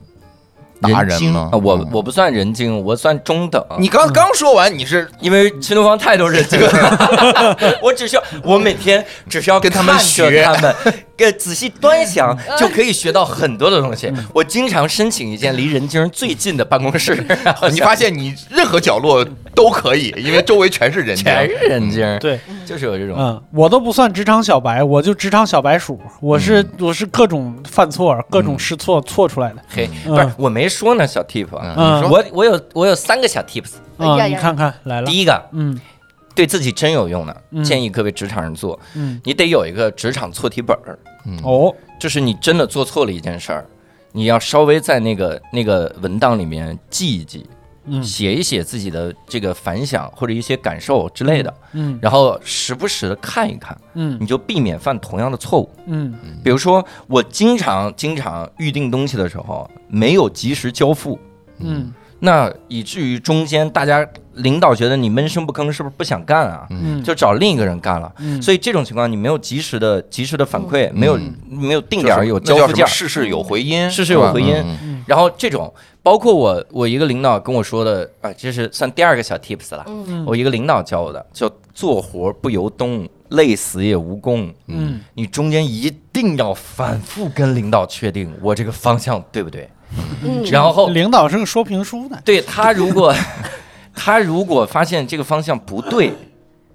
G: 达人吗
A: 啊？我
G: 嗯
A: 我嗯不算人精，我算中等。啊
G: 你刚刚说完，
A: <laughs>
G: 你是
A: 因为新东方太多人精
G: <laughs>
A: 了，我只需要我每天只需要
G: 跟他们
A: 看着
G: 学嗯
A: 他们，跟仔细端详就可以学到很多的东西。我经常申请一间离人精最近的办公室，
G: <laughs> 你发现你任何角落都可以，因为周围全是人
A: <laughs>
G: 家，
A: 全是人
G: 嗯
A: 精，
D: 对，
A: 就是有这种。
D: 嗯，我都不算职场小白，我就职场小白鼠，我是、
A: 嗯
D: 我是各种犯错，各种试错、错出来的。
A: 嘿，
D: 嗯
A: 不是我没说呢，小 tip，啊
G: 嗯，你说
A: 我我有我有三个小 tips。
D: 啊、
F: 哎呀
D: 你
F: 呀
D: 看看来了，
A: 第一个，
D: 嗯
A: 对自己真有用的，
D: 嗯
A: 建议各位职场人做，
D: 嗯，
A: 你得有一个职场错题本儿，
D: 哦，
A: 就是你真的做错了一件事儿，你要稍微在那个那个文档里面记一记，
D: 嗯
A: 写一写自己的这个反响或者一些感受之类的，
D: 嗯
A: 然后时不时的看一看，
D: 嗯
A: 你就避免犯同样的错误。
D: 嗯
A: 比如说，我经常经常预定东西的时候没有及时交付，
D: 嗯
A: 那以至于中间大家领导觉得你闷声不吭，是不是不想干啊？
D: 嗯，
A: 就找另一个人干了。
D: 嗯
A: 所以这种情况，你没有及时的、及时的反馈，没有
G: 嗯
A: 没有定
G: 定
A: 点儿有交付件儿，
G: 事事有回音，
A: 事事有回音
G: 是吧嗯
A: 然后这种，包括我我一个领导跟我说的啊，这是算第二个小 tips 了。
F: 嗯
A: 我一个领导教我的，叫做活不由东，累死也无功。
D: 嗯
A: 你中间一定要反复跟领导确定我这个方向对不对，
F: 嗯，
A: 然后
D: 领导是个说评书的，
A: 对他如果他如果发现这个方向不对，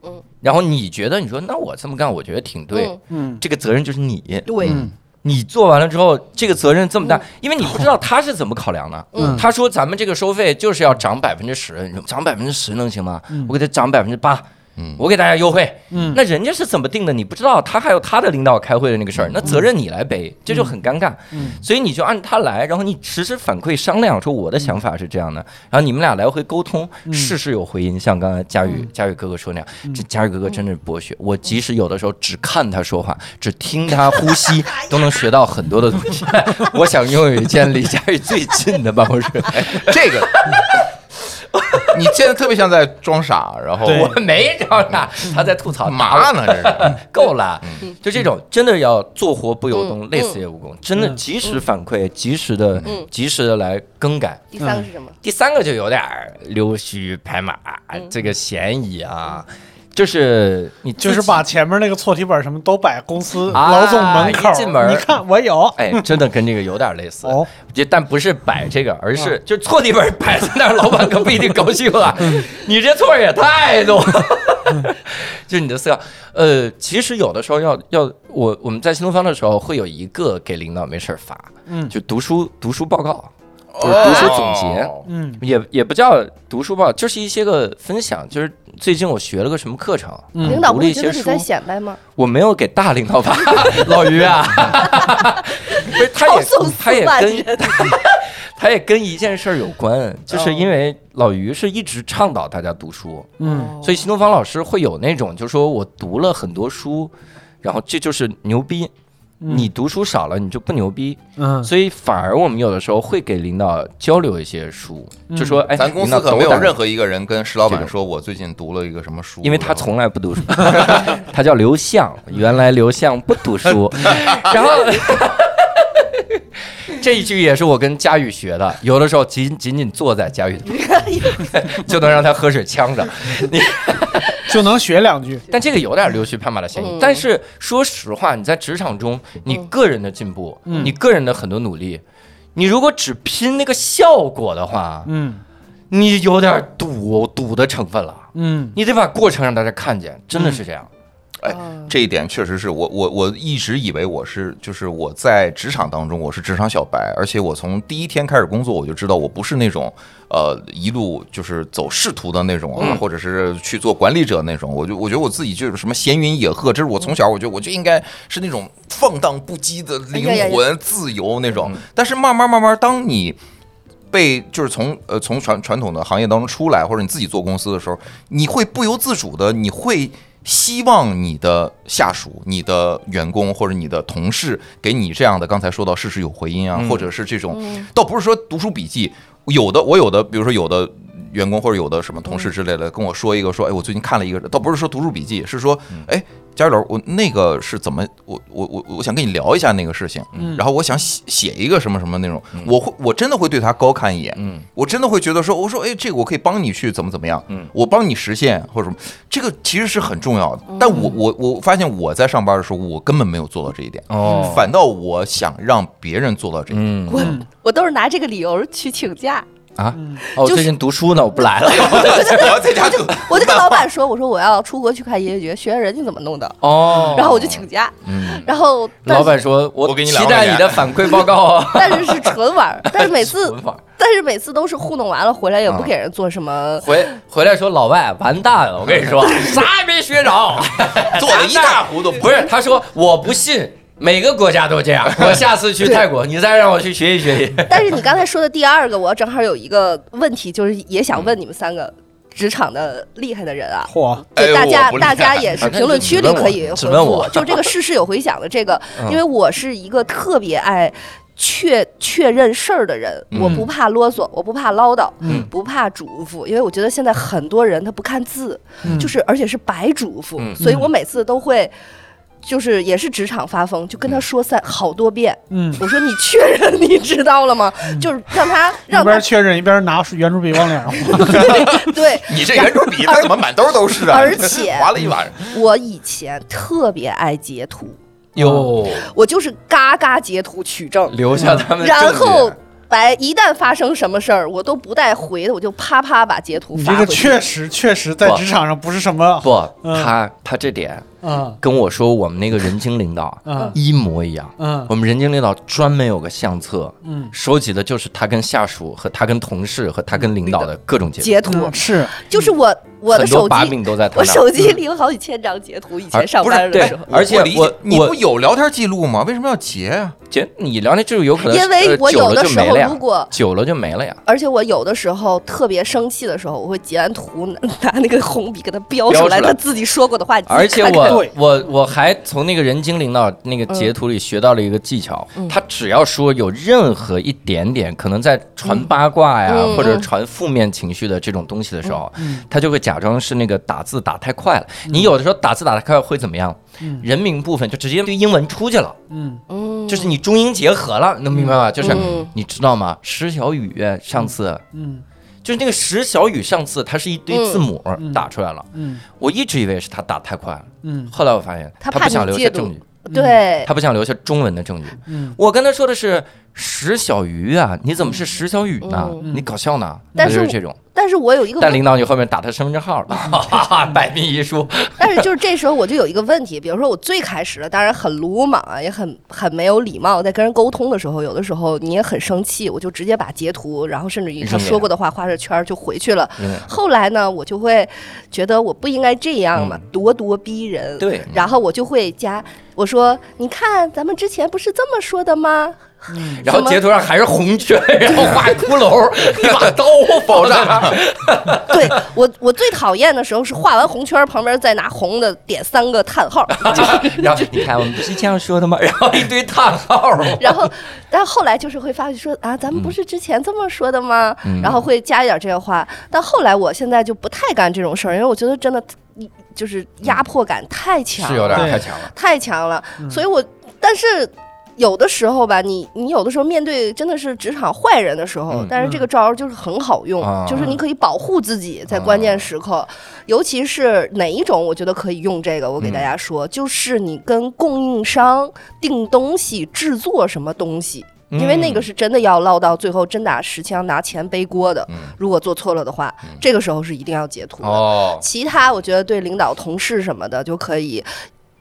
F: 嗯
A: 然后你觉得你说那我这么干，我觉得挺对，
F: 嗯
D: 嗯
A: 这个责任就是你，
F: 对，
D: 嗯
A: 你做完了之后，这个责任这么
F: 嗯
A: 大，因为你不知道他是怎么考量的。
D: 嗯
A: 他说咱们这个收费就是要涨百分之十，你说涨百分之十能行吗？
D: 嗯
A: 我给他涨百分之八，
G: 嗯
A: 我给大家优惠。
D: 嗯
A: 那人家是怎么定的？你不知道，他还有他的领导开会的那个事儿，那责任你来背，这就很尴尬。
D: 嗯
A: 所以你就按他来，然后你实时反馈商量，说我的想法是这样的，然后你们俩来回沟通，
D: 嗯
A: 事事有回音。像刚才佳
F: 嗯
A: 宇佳宇哥哥说那样，这佳宇哥哥真的是博学，我即使有的时候只看他说话，只听他呼吸，都能学到很多的东西。 <laughs>
F: <laughs>
A: 我想拥有一间离佳宇最近的办公室。
G: 这个你现在特别像在装傻，然后
D: 对
G: 我
A: 我没 <laughs> 找他，
F: 嗯
A: 他在吐槽
G: 干嘛呢？这是。
A: 够了，就这种真的要做活不由
F: 嗯
A: 动，累死也无功，真的
D: 嗯
A: 及时反馈，及时的
F: 嗯，
A: 及时的来更改。
F: 第三个是什么？
A: 第三个就有点儿溜须拍马，这个嫌疑啊，就是你自己
D: 就是把前面那个错题本什么都摆公司
A: 啊
D: 老总门口
A: 一进门，
D: 你看我有。
A: 哎，真的跟这个有点类似
D: 哦，
A: 就但不是摆这个，而是就错地本摆在那儿，老板可不一定高兴
D: <laughs>
A: 啊。
D: 嗯
A: 你这错儿也太多， <laughs> 就你的思考。呃，其实有的时候要要我我们在新东方的时候会有一个给领导没事儿发，
D: 嗯哦
A: 就读书读书报告，就是读书总结。
G: 哦
D: 嗯
A: 也也不叫读书报告，就是一些个分享，就是最近我学了个什么课程，
D: 嗯
F: 领导
A: 读
F: 不
A: 了
F: 会
A: 一
F: 觉
A: 些
F: 得你在
A: 书，
F: 显摆 <laughs> 吗？
A: 我没有给大领导发，老于啊， <laughs> 不是他
F: 好
A: 也
F: 送
A: 他
F: 死
A: 也
F: 吧，
A: 跟 <laughs>
F: 人！
A: 它也跟一件事儿有关，就是
F: 哦
A: 因为老于是一直倡导大家读书，
D: 嗯
F: 哦
A: 所以新东方老师会有那种，就说我读了很多书，然后这就是牛逼。
F: 嗯
A: 你读书少了，你就不牛逼，
D: 嗯，
A: 所以反而我们有的时候会给领导交流一些书，
D: 嗯
A: 就说 <laughs> 哎，
G: 咱公
A: 领导
G: 司可没
A: 斗
G: 有
A: 胆
G: 任，何一个人跟石老板
A: 这
G: 说，我最近读了一个什么书，
A: 因为他从来不读书， <laughs> 他叫刘向，原来刘向不读
G: <laughs>
A: 书，然后 <laughs> 这一句也是我跟佳宇学的，有的时候仅仅仅坐在佳宇的
F: 哎
A: 就能让他喝水呛
D: <laughs>
A: 着。
D: 就能学两句。
A: 但这个有点溜须拍马的嫌疑。
F: 嗯
A: 但是说实话，你在职场中，你个人的进步，
D: 嗯
A: 你个人的很多努力，你如果只拼那个效果的话，
D: 嗯
A: 你有点赌赌的成分了。
D: 嗯
A: 你得把过程让大家看见，真的是这样。
G: 哎，
F: 嗯
G: 这一点确实是我我我一直以为我是就是我在职场当中我是职场小白，而且我从第一天开始工作我就知道我不是那种呃一路就是走仕途的那种
F: 嗯
G: 啊，或者是去做管理者那种，啊我就我觉得我自己就是什么闲云野鹤，这是我从小我觉得我就应该是那种放荡不羁的灵
F: 哎呀呀呀
G: 魂自由那种，但是慢慢慢慢当你。被就是从呃从传传统的行业当中出来，或者你自己做公司的时候，你会不由自主的，你会希望你的下属、你的员工或者你的同事给你这样的，刚才说到事事有回音啊，或者是这种，倒不是说读书笔记，有的我有的，比如说有的。员工或者有的什么同事
A: 嗯
G: 之类的跟我说一个说，哎，我最近看了一个，倒不是说读书笔记，是说，
A: 嗯
G: 哎，佳宇老师，我那个是怎么，我我我我想跟你聊一下那个事情，
A: 嗯
G: 然后我想写写一个什么什么那种，我会我真的会对他高看一眼，
A: 嗯，
G: 我真的会觉得说，我说，哎，这个我可以帮你去怎么怎么样，
A: 嗯，
G: 我帮你实现或者什么，这个其实是很重要的。
A: 嗯
G: 但我我我发现我在上班的时候，我根本没有做到这一点，
A: 哦
G: 反倒我想让别人做到这一点。
A: 嗯
F: 我我都是拿这个理由去请 <laughs> 假。
A: 啊，哦，
F: 就是
A: 最近读书呢，我不来了。
G: <laughs> 我要在家读，
F: 我就跟老板说，我说我要出国去看音乐节，学人家怎么弄的，
A: <laughs> 哦，
F: 然后我就请假。
G: 嗯，
F: 然后但
A: 老板说，
G: 我给你
A: 期
G: 两万
A: 待
G: 元
A: 你的反馈报告啊。
F: 但是是纯玩 <laughs> 儿， <laughs> 啊但是每次
A: 纯玩儿
F: 但是每次都是糊弄完了回来也不给人做什么。
A: 回回来说老外完蛋了，我跟你说啥也没学着，
G: 做
A: <laughs>
G: 的一塌糊涂，
A: 不是，他说我不信。每个国家都这样，我下次去泰国，你再让我去学一学一。
F: 但是你刚才说的第二个，我正好有一个问题，就是也想问你们三个职场的厉害的人啊，
D: 嚯，
G: 哎
F: 就
G: 呦
F: 大家、
G: 我不厉
F: 大
G: 害
F: 家也是评论区里可以回
A: 只
F: 复
A: 问我嗯
F: 就这个事事有回响的
A: <laughs>
F: 这个，因为我是一个特别爱。确确认事儿的人，
A: 嗯
F: 我不怕啰嗦，我不怕唠叨，不怕嘱咐，因为我觉得现在很多人他不看字，就是而且是白嘱咐，
A: 嗯
F: 所以我每次都会，就是也是职场发疯，就
A: 嗯
F: 跟他说三、好多遍，
D: 嗯，
F: 我说你确认 <laughs> 你知道了吗？
A: 嗯
F: 就是让他
D: 一
F: 让他
D: 边确认一边拿圆珠笔往 <laughs> 脸上画。
F: 对，
G: <laughs> 你这圆珠笔它怎么满兜都是啊？
F: 而且
G: <laughs> 划了一晚上，
F: 我以前特别爱截图，
A: 哟，
F: 我就是嘎嘎截图取证，
A: <laughs> 留下他们的证据。
F: 然后白一旦发生什么事儿，我都不带回的，我就啪啪把截图
D: 你
F: 发
D: 这
F: 回
D: 个
F: 去。
D: 确实确实在职场上不是什么
A: 不，
D: 嗯
A: 他他这点
D: 嗯
A: 跟我说，我们那个人精领导
D: 嗯
A: 一模一样。
D: 嗯
A: 我们人精领导专门有个相册，
D: 嗯，
A: 收集的就是他跟下属和他跟同事和他跟领导的各种截
F: 截图、
D: 嗯是
F: 就是我我的
A: 很多
F: 手
A: 把
F: 机，
A: 柄都在他
F: <laughs> 我
A: 那儿。
F: 手机里有好几千张截图，以前
A: 嗯而
F: 上
G: 不是
F: 班的时候。
A: <laughs> 而且
G: 我理解
A: 我
G: 你
A: 我
G: 不有聊天记录吗？为什么要截
A: <laughs>
G: 啊？
A: 姐，你聊那这种有可能是，
F: 因为
A: 呃
F: 我
A: 久
F: 有
A: 了
F: 的
A: 就
F: 时
A: 没
F: 候
A: 了呀
F: 如果
A: 久了就没了呀。
F: 而且我有的时候特别生气的时候，我会截完图拿拿那个红笔给它标
A: 标
F: 出
A: 出
F: 来，
A: 来
F: 他自己说过的话。你自己
A: 而且
F: 看看
A: 我我
D: 哎对
A: 我我还从那个人精灵的那个截图里学到了一个技巧，
F: 嗯
A: 他只要说有任何一点点可能在传八卦呀，
F: 嗯
A: 或者传负面情绪的这种东西的时候，
D: 嗯
A: 他就会假装是那个打字打太快了。
F: 嗯
A: 你有的时候打字打太快会怎么样？人名部分就直接对英文出去了。
D: 嗯，
F: 嗯，
A: 就是你中英结合了，能明白吗？就是
F: 嗯
A: 你知道吗？石小雨上次，
D: 嗯，
A: 就是那个石小雨上次，它是一堆字母打出来了，
D: 嗯，
A: 我一直以为是他打太快了，
D: 嗯，
A: 后来我发现
F: 他
A: 他
F: 怕
A: 不想
F: 你
A: 留
F: 戒
A: 下
F: 毒
A: 证据，
F: 对，
A: 他不想留下中文的证据，
D: 嗯，
A: 我跟他说的是石小鱼啊，你怎么是石小雨呢？你搞笑呢？
F: 嗯但是
A: 他就
F: 我
A: 这种，
F: 但是我有一个
A: 但领导你后面打他身份证号了，哈哈哈，
F: <laughs>
A: 百密一疏，
F: 但是就是这时候我就有一个问题，比如说我最开始的当然很鲁莽啊，也很很没有礼貌，在跟人沟通的时候，有的时候你也很生气，我就直接把截图，然后甚至于他
A: 扔给
F: 说过的话画着圈儿就回去了。
A: 嗯
F: 后来呢，我就会觉得我不应该这样嘛，咄咄逼人。
A: 嗯对
F: 然后我就会加我说：“你看，咱们之前不是这么说的吗？”
A: 然后
F: 什么
A: 截图上还是红圈，然后画骷髅，一把 <laughs> 刀爆炸， <laughs>
F: 对我，我最讨厌的时候是画完红圈儿旁边再拿红的点三个叹号， <laughs>
A: 然后你看，我们不是这样说的吗？然后一堆叹号， <laughs>
F: 然后，但后来就是会发现说啊，咱们不是之前这么说的吗？
A: 嗯
F: 然后会加一点这个话。但后来我现在就不太干这种事儿，因为我觉得真的，就是压迫感太强了，
A: 是有点
D: 对
A: 太强了。
F: 太强了。
D: 嗯
A: 嗯
F: 所以我，但是有的时候吧，你你有的时候面对真的是职场坏人的时候，
A: 嗯
F: 但是这个招儿就是很好用，
A: 啊
F: 就是你可以保护自己在关键时刻，尤其是哪一种，我觉得可以用这个。我给大家说，
A: 嗯
F: 就是你跟供应商订东西、制作什么东西。 <laughs>
A: 嗯
F: 因为那个是真的要落到最后，真打实枪拿钱背锅的。
G: 嗯
F: 如果做错了的话，
A: 嗯
F: 这个时候是一定要截图的。
A: 哦，
F: 其他我觉得对领导、同事什么的就可以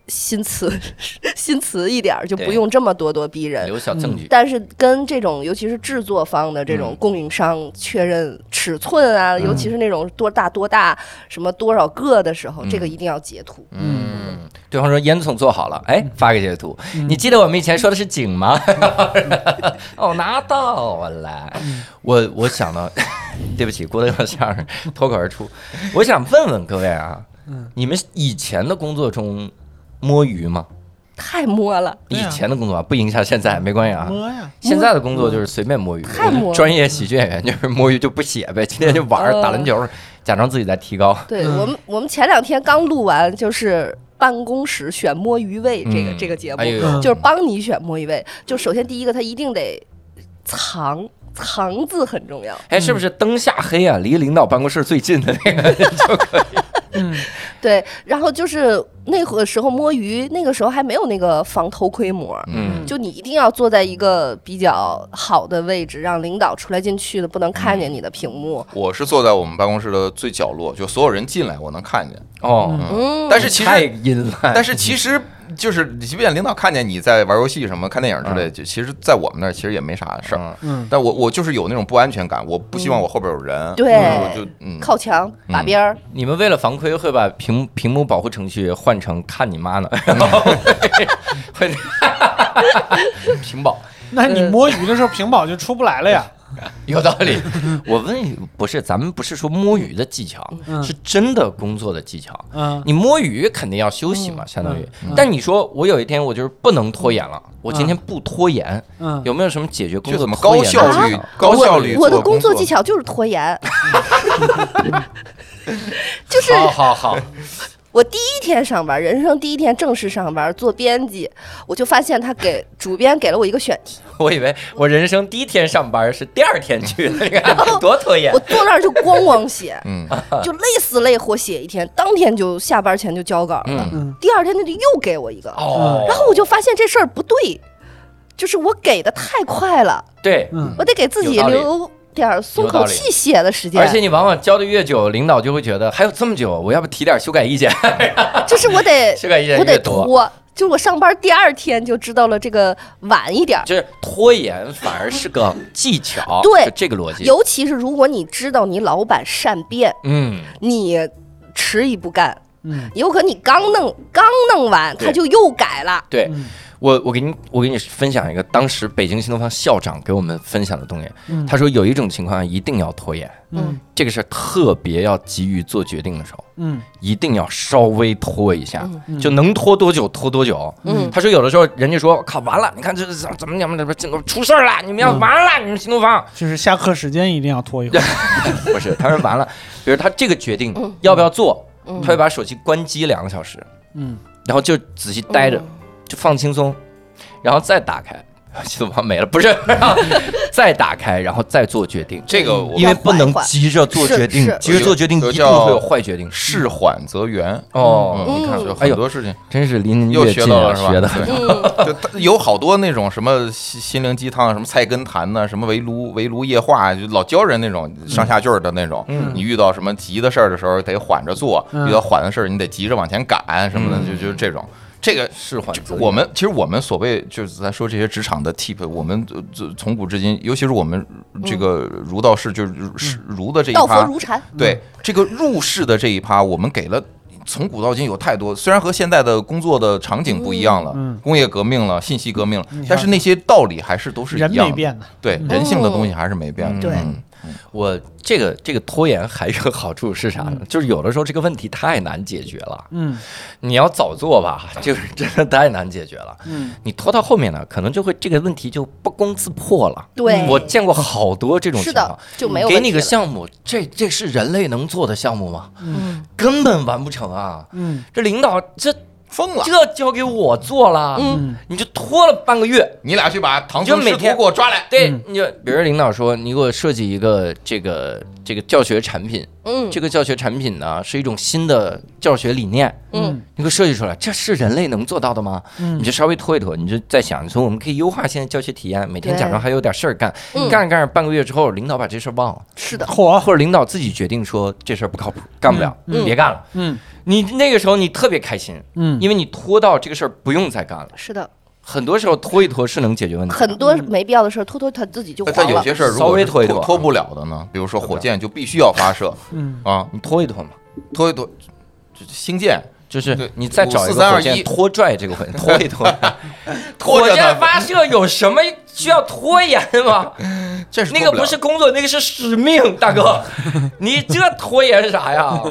F: 心慈 <laughs> 心慈一点儿，就不
A: 对
F: 用这么咄咄逼人。
A: 留小证据。
F: 但是跟这种，尤其是制作方的这种
A: 嗯
F: 供应商确认尺寸啊，尤其是那种多大多大、什么多少个的时候，这个一定要截图。
A: 嗯，对方说烟囱做好了，哎，发个截图。
D: 嗯
A: 你记得我们以前说的是井吗？哦，拿到了。我我想到， <laughs> 对不起，郭德纲相声脱口而出。我想问问各位啊，你们以前的工作中摸鱼吗？
F: 太摸了，
D: 对
A: 以
D: 啊
A: 前的工作啊不影响现在，没关系啊。
D: 摸呀，
A: 现在的工作就是随便摸鱼，
F: 太摸了
A: 专业喜剧演员就是摸鱼就不写呗，今天就玩儿
F: 嗯
A: 打篮球，假装自己在提高。
F: 对、
D: 嗯
F: 我们我们前两天刚录完，就是办公室选摸鱼位这个、
A: 嗯
F: 这个节目，
A: 哎呦
D: 嗯
F: 就是帮你选摸鱼位。就首先第一个，他一定得藏藏字很重要。
A: 哎，是不是灯下黑啊？离领导办公室最近的那
F: <laughs>
A: 个就可以。
F: 对，然后就是那会儿时候摸鱼，那个时候还没有那个防偷窥膜。
A: 嗯，
F: 就你一定要坐在一个比较好的位置，让领导出来进去的不能看
G: 嗯
F: 见你的屏幕。
G: 我是坐在我们办公室的最角落，就所有人进来我能看见。
A: 哦，
F: 嗯，
G: 但是其
A: 太
G: 实，
A: 阴了。
G: 但是其实就是，即便领导看见你在玩游戏什么、看电影之
A: 嗯
G: 类的，就其实，在我们那儿其实也没啥事儿。
D: 嗯
G: 但我我就是有那种不安全感，我不希望我后边有人。
F: 嗯对
G: 我就嗯，
F: 靠墙把边儿，
A: 你们为了防窥，会把屏屏幕保护程序换成“看你
F: <laughs>
A: 妈呢”，然后会 <laughs> 会屏保。
D: 那你摸鱼的时候屏保就出不来了 <laughs> 呀？
A: 有道理。我问一，不是，咱们不是说摸鱼的技巧，
D: 嗯
A: 是真的工作的技巧。
D: 嗯
A: 你摸鱼肯定要休息
F: 嗯
A: 嘛，相当于。但你说我有一天我就是不能拖延了，我今天不拖延，
D: 嗯，
A: 有没有什么解决工
G: 就
A: 作
G: 怎么
A: 拖
G: 高
A: 延的
G: 效率
A: 技巧？、
G: 高效率
F: 我的
G: 做工
F: 作技巧就是拖
G: <laughs>
F: 延，就是
A: 好好好，
F: 我第一天上班，人生第一天正式上班做编辑，我就发现他给主编给了我一个选题，
A: 我以为我人生第一天上班是第二天去的，你看多拖延
F: 我。坐那儿就咣咣写，
G: 嗯，
A: 啊
F: 就累死累活写一天，当天就下班前就交稿了，
D: 嗯
F: 第二天他就又给我一个，
A: 哦，
F: 嗯然后我就发现这事儿不对，就是我给的太快了，
A: 对，
D: 嗯
F: 我得给自己
A: 有道理
F: 留点儿松口气写的时间
A: 而，且你往往教的越久，领导就会觉得还有这么久，我要不提点修改意见？ <laughs>
F: 就是我得
A: 修改意见
F: 我得
A: 越多
F: 拖，就是我上班第二天就知道了这个晚一点儿。
A: 就是拖延反而是个技巧，
F: 对
A: 就这个逻辑。
F: 尤其是如果你知道你老板善变，
A: 嗯，
F: 你迟疑不干，
D: 嗯，
F: 有可能你刚弄刚弄完，
A: 对
F: 他就又改了，
A: 对，
D: 嗯
A: 我我给你我给你分享一个当时北京新东方校长给我们分享的东西，他说有一种情况一定要拖延，
D: 嗯，
A: 这个是特别要急于做决定的时候，
D: 嗯，
A: 一定要稍微拖一下，就能拖多久拖多久。
F: 嗯
A: 他说有的时候人家说靠完了，你看这这怎么你们这边进出事儿了，你们
D: 嗯
A: 要完了，你们新东方 <laughs>
D: 就是下课时间一定要拖一会 <laughs> 儿。
A: 不是，他说完了，比如他这个决定要不要做，他会把手机关机两个小时，
D: 嗯，
A: 然后就仔细待
F: 嗯
A: 着，就放轻松，然后再打开。系统方没了，不是，然后再打开，然后再做决定。
G: 这个我
A: 因为不能
F: 要缓一缓
A: 急着做决定
F: 是是，
A: 急着做决定一
G: 有
A: 定
G: 叫
A: 会有坏决定。
G: 事缓则圆。
A: 哦，
G: 嗯
A: 你看，
G: 就
A: 哎
G: 很
A: 呦，
G: 多事情
A: 真是离您
G: 又
A: 越
G: 学
A: 近
G: 到
A: 了，
G: 了，是吧？
A: 学的。
G: 对，就它有好多那种什么心心灵鸡汤，什么菜根谭呐，什么围炉围炉夜话，啊就老教人那种上下句儿的那种。
A: 嗯
G: 你遇到什么急的事儿的时候，得缓着做；
D: 嗯
G: 遇到缓的事儿，你得急着往前赶什么的，
A: 嗯
G: 就就这种。这个
A: 是缓则
G: 我们其实我们所谓就是咱说这些职场的 tip，我们呃自从古至今，尤其是我们这个儒道释，就是儒释儒的这一
F: 道佛
G: 趴，
F: 如禅，
D: 嗯
G: 对这个入世的这一趴，我们给了。从古到今有太多，虽然和现在的工作的场景不一样了，
D: 嗯嗯
G: 工业革命了，信息革命了，
D: 看
G: 但是那些道理还是都是一
D: 人
G: 样
D: 没
G: 的。
D: 变呢，嗯
G: 对，人性的东
A: 哦
G: 西还是没变的。
F: 对
G: 嗯
A: 我这个这个拖延还有一个好处是啥呢？就是有的时候这个问题太难解决了，
D: 嗯
A: 你要早做吧，就是真的太难解决了。
D: 嗯，
A: 你拖到后面呢，可能就会这个问题就不攻自破了。
F: 对
A: 我见过好多这种
F: 是
A: 情
F: 的
A: 况。，
F: 就没有
A: 嗯给
F: 问
A: 你
F: 题
A: 个
F: 了
A: 项目，这这是人类能做的项目吗？
F: 嗯，
A: 根本完不成啊！
D: 嗯
A: 这领导这
G: 疯了！
A: 这交给我做了，
D: 嗯
A: 你就拖了半个月，
G: 你俩去把唐
A: 就
G: 僧
A: 每
G: 师徒
A: 天
G: 给我抓来。
A: 对
D: 嗯，
A: 你就比如说领导说，你给我设计一个这个这个教学产品，
F: 嗯
A: 这个教学产品呢是一种新的教学理念，
F: 嗯
A: 你给我设计出来，这是人类能做到的吗？
D: 嗯
A: 你就稍微拖一拖，你就在想，你说我们可以优化现在教学体验，每天
F: 对
A: 假装还有点事儿干，
F: 嗯
A: 干着干着半个月之后，领导把这事儿忘了，
F: 是的，
D: 嚯，
A: 啊或者领导自己决定说这事儿不靠谱，干不了，
F: 嗯
A: 别干了。
D: 嗯
A: 你那个时候你特别开心，
D: 嗯，
A: 因为你拖到这个事儿不用再干了。
F: 是的，
A: 很多时候拖一拖是能解决问题的，
F: 很多没必要的事儿，拖拖他自己就
G: 但但
F: 黄
G: 有
F: 了。
G: 些事儿如
A: 稍
G: 果
A: 微
G: 是
A: 拖一
G: 拖
A: 拖啊
G: 拖不了的呢，比如说火箭就必须要发射，
D: 嗯
G: 啊，
A: 你拖一拖嘛。
G: 拖一拖，这这星舰
A: 就是
G: 对
A: 你再找一
G: 54321
A: 个火箭拖拽这个火箭拖一拖，
G: <laughs> 拖着
A: 火
G: 呢
A: 箭
G: <laughs>
A: 发射有什么需要拖延吗？
G: 这 <laughs> 是
A: 那
G: 脱
A: 个
G: 了
A: 不是工作，那个是使命，大
G: <laughs>
A: 哥，你这拖延啥呀？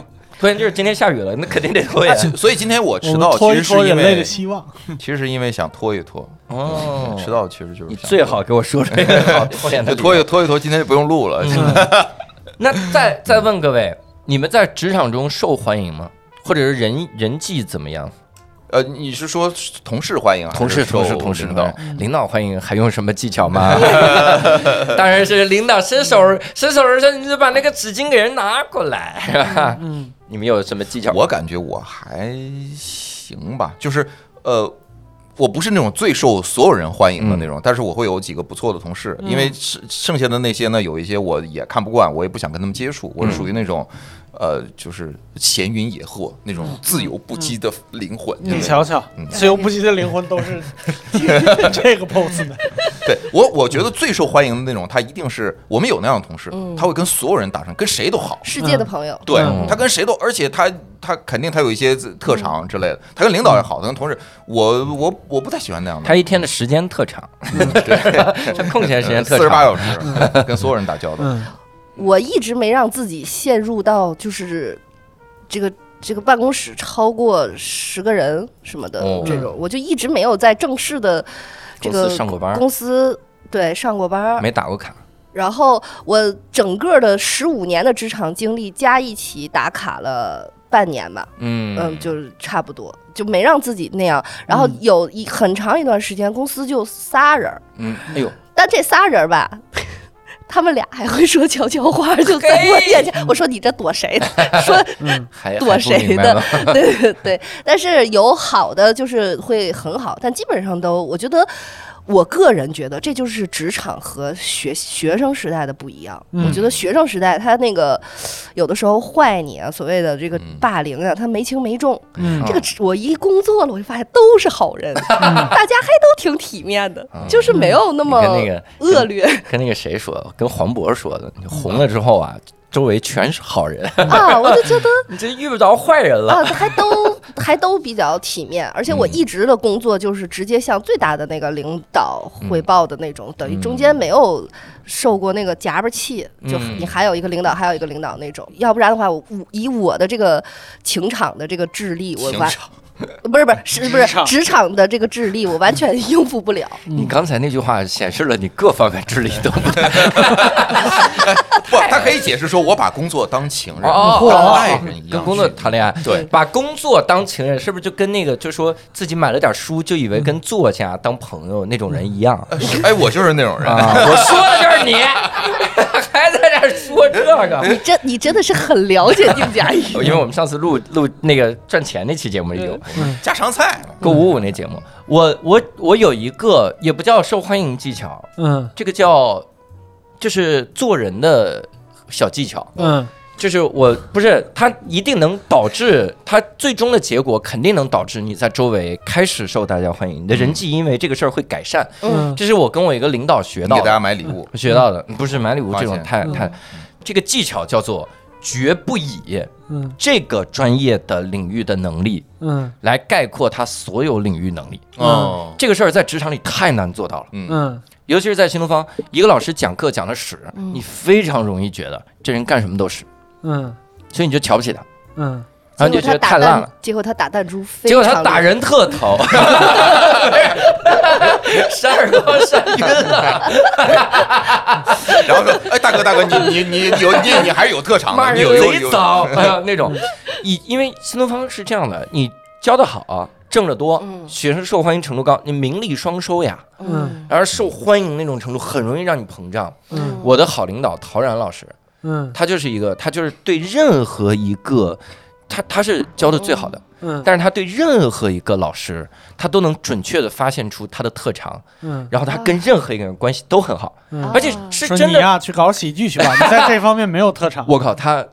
A: 拖延就是今天下雨了，那肯定得拖延。
G: 所以今天我
D: 我
G: 迟
D: 们
G: 到
D: 拖
G: 其
D: 一
G: 实
D: 拖
G: 是因
D: 人类
G: 为
D: 的嗯希望。
G: 其实是因为想拖一拖，
A: 哦
G: 迟到其实就是
A: 你
G: 想
A: 最好给我说出来个
G: <laughs>
A: 好拖 <laughs> 延的
G: 就
A: 理由
G: 拖一拖一拖，今天就不用录了。
D: 嗯
A: 那
F: <laughs>
A: 再再问各位，你们在职场中受欢迎吗？或者是人人际怎么样？
G: <laughs> 呃，你是说同事欢迎啊还是
A: 同事、
G: 受
A: 同事、同事嗯
G: 领导？
A: 领导欢迎，还用什么技巧吗？ <laughs> 当然是领导伸手伸手而上，你就把那个纸巾给人拿过来，是吧？
D: 嗯
A: <laughs> 你们有什么技巧？
G: 我感觉我还行吧，就是呃，我不是那种最受所有人欢
A: 嗯
G: 迎的那种，但是我会有几个不错的同事，因
D: 嗯
G: 为剩剩下的那些呢，有一些我也看不惯，我也不想跟他们接触，我是属
A: 嗯
G: 于那种。呃，就是闲云野鹤那种自由不羁的灵魂，
D: 嗯
G: 就
D: 你
G: 那种
D: 瞧瞧，自由不羁的灵魂都是 <laughs> 这个 pose 的。
G: 对我，我觉得最受欢迎的那种，他一定是我们有那样的同事，
D: 嗯
G: 他会跟所有人打成，跟谁都好。
F: 世界的朋友，
G: 对
A: 嗯
G: 他跟谁都，而且他他肯定他有一些自特长之类的，他跟领导也好，他跟同事，我我我不太喜欢那样的
A: 他。一天的时间特长， <laughs> 他空闲时间特
G: 四十八
A: 长。
G: 小时，跟所有人打交道。
D: 嗯
F: 我一直没让自己陷入到就是这个这个办公室超过十个人什么的
A: 哦
F: 这种，我就一直没有在正式的这
A: 公
F: 个
A: 司上过班
F: 公司对上过班儿。
A: 没打过卡，
F: 然后我整个的十五年的职场经历加一起打卡了半年吧，
A: 嗯
F: 嗯，就是差不多，就没让自己那样。然后
D: 嗯
F: 有一很长一段时间，公司就仨人儿，
A: 嗯，哎呦，
F: 但这仨人儿吧， <laughs> 他们俩还会说悄悄话，就在我面前。我说你这躲谁呢？ <laughs> 说
A: 还
F: 躲谁
A: 的
F: 的？？ <laughs> 对对对。但是有好的就是会很好，但基本上都，我觉得。我个人觉得，这就是职场和学学生时代的不一样。
D: 嗯
F: 我觉得学生时代他那个有的时候坏你啊，所谓的这个霸凌啊，他没轻没重。
D: 嗯
F: 这个职我一工作了，我就发现都是好人， <laughs> 大家还都挺体面的，就是没有那么
A: 你跟那个 <laughs>
F: 恶劣。
A: 跟那个谁说，跟黄渤说的，你红了之后啊，周围全是好人，
F: 啊，我就觉得
A: 你这遇不着坏人了。
F: 啊，还都还都比较体面，而且我一直的工作就是直接向最大的那个领导汇报的那种，等于中间没有受过那个夹巴气，就
A: 嗯
F: 你还有一个领导，还有一个领导那种，要不然的话，我我以我的这个情场的这个智力，我
G: 情
F: 完
G: 场，
F: 不是不是是不
D: 职
F: 是
D: 场
F: 职场的这个智力，我完全应付不了。
A: 你刚才那句话显示了你各方面智力都不太
G: 不，他可以解释说，我把工作当情人，
A: 哦
G: 当爱人一样去，
A: 跟工作谈恋爱，
G: 对
A: 把工作当情人，是不是就跟那个就说自己买了点书，就以为跟作家当朋友那种人一样
G: 呃是哎，我就是那种人，
A: 嗯啊？我说的就是你， <laughs> 还在这儿说这个。
F: 你真你真的是很了解宁佳
A: <laughs>
F: 怡，
A: 因为我们上次录录那个赚钱那期节目里有
G: <laughs> 家常菜。
A: 购五五那节目，我我我有一个也不叫受欢迎技巧，
D: 嗯
A: 这个叫就是做人的小技巧。
D: 嗯
A: 就是我不是它一定能导致它最终的结果，肯定能导致你在周围开始受大家欢迎，你的人际因为这个事儿会改善。
D: 嗯
A: 这是我跟我一个领导学
G: 你
A: 到
G: 给大家嗯
A: 的，
G: 买礼物，
A: 学到的不是买礼物
G: 花
A: 这种
G: 钱
A: 太
D: 嗯
A: 太，这个技巧叫做绝不以
D: 嗯
A: 这个专业的领域的能力
D: 嗯
A: 来概括他所有领域能力。
G: 哦，
A: 这个事儿在职场里太难做到了。
G: 嗯，
D: 嗯
A: 尤其是在新东方，一个老师讲课讲的屎，
G: 嗯
A: 你非常容易觉得这人干什么都屎，
D: 嗯
A: 所以你就瞧不起他，
D: 嗯
A: 然后你就觉得太烂了。
F: 结果他打弹珠非
A: 结果
F: 常厉害，
A: 他打人特 <laughs> 疼，扇耳光扇晕了，
G: 然后说，哎，大哥大哥，你你你你有你你还是有特长
A: 骂
G: 的， <laughs> 你
A: 人
G: 有有
A: 贼
G: 有，
A: 早， <laughs> 哎呀那种。以因为新东方是这样的，你教的好，挣得多，
F: 嗯
A: 学生受欢迎程度高，你名利双收呀。
F: 嗯
A: 而受欢迎那种程度很容易让你膨胀。
D: 嗯
A: 我的好领导陶然老师，
D: 嗯
A: 他就是一个，他就是对任何一个，他他是教的最好的，
D: 嗯
A: 但是他对任何一个老师，他都能准确的发现出他的特长，
D: 嗯，
A: 然后他跟任何一个人关系都很好，
F: 啊
D: 嗯
A: 而且是
D: 说
A: 啊真
D: 你
A: 的。
D: 呀去搞喜剧去吧，你在这方面没有特长。
A: 我靠，
F: <laughs>
A: 他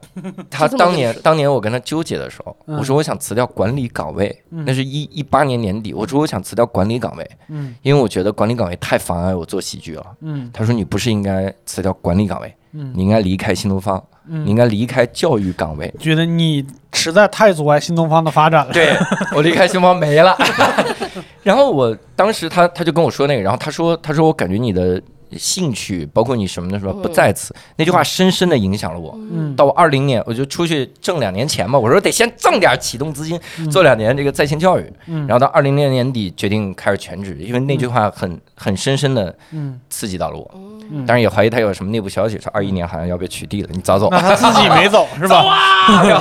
A: 他
F: 就这么
A: 当
F: 回
A: 年
F: 事
A: 当年我跟他纠结的时候，
D: 嗯
A: 我说我想辞掉管理岗位，
D: 嗯
A: 那是一一八年年底，我说我想辞掉管理岗位，
D: 嗯
A: 因为我觉得管理岗位太妨碍我做喜剧了。
D: 嗯
A: 他说你不是应该辞掉管理岗位，
D: 嗯
A: 你应该离开新东方，你应
D: 嗯，
A: 该离开教育岗
D: <laughs>
A: 位。
D: 觉得你实在太阻碍新东方的发展了。
A: 对我离开新方没了。 <laughs> 然后我当时他他就跟我说那个，然后他说他说我感觉你的兴趣包括你什么的什么
F: 嗯
A: 不在此，那句话深深的影响了我。
D: 嗯，
A: 到我二零年，我就出去挣两年钱嘛，我说得先挣点启动资金，做两年这个在线教育，
D: 嗯
A: 然后到二零年年底决定开始全职，因为那句话很很深深的
D: 嗯，
A: 刺激到了我。
F: 嗯
A: 当然也怀疑他有什么内部消息，说二一年好像要被取缔了，你早走啊
D: 那。他自己没走是吧？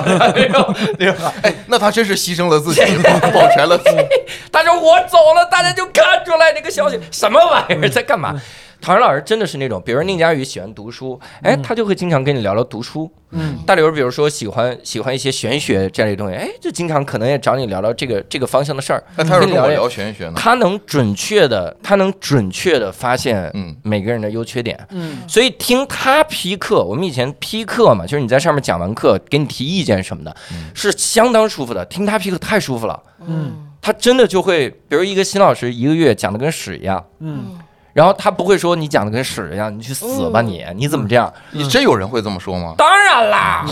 D: <laughs>
G: 哎，那他真是牺牲了自己， <laughs> 保全了自
A: 嗯
G: 己。
A: 他说我走了，大家就看出来这个消
D: 嗯
A: 息什么玩意儿在干嘛。唐人老师真的是那种，比如说宁佳宇喜欢读书，哎，他就会经常跟你聊聊读书。
D: 嗯，
A: 大刘比如说喜欢喜欢一些玄学这类的东西，哎，就经常可能也找你聊聊这个这个方向的事儿。
G: 那他要是
A: 你
G: 跟我
A: 聊
G: 聊玄学呢？
A: 他能准确的，他能准确的发现
G: 嗯
A: 每个人的优缺点。
D: 嗯
A: 所以听他批课，我们以前批课嘛，就是你在上面讲完课，给你提意见什么的，是相当舒服的。听他批课太舒服了，
D: 嗯
A: 他真的就会，比如一个新老师一个月讲的跟屎一样，
D: 嗯
A: 然后他不会说你讲的跟屎一样，你去死吧你，你怎么这样？
G: 你真有人会这么说吗？
A: 当然啦，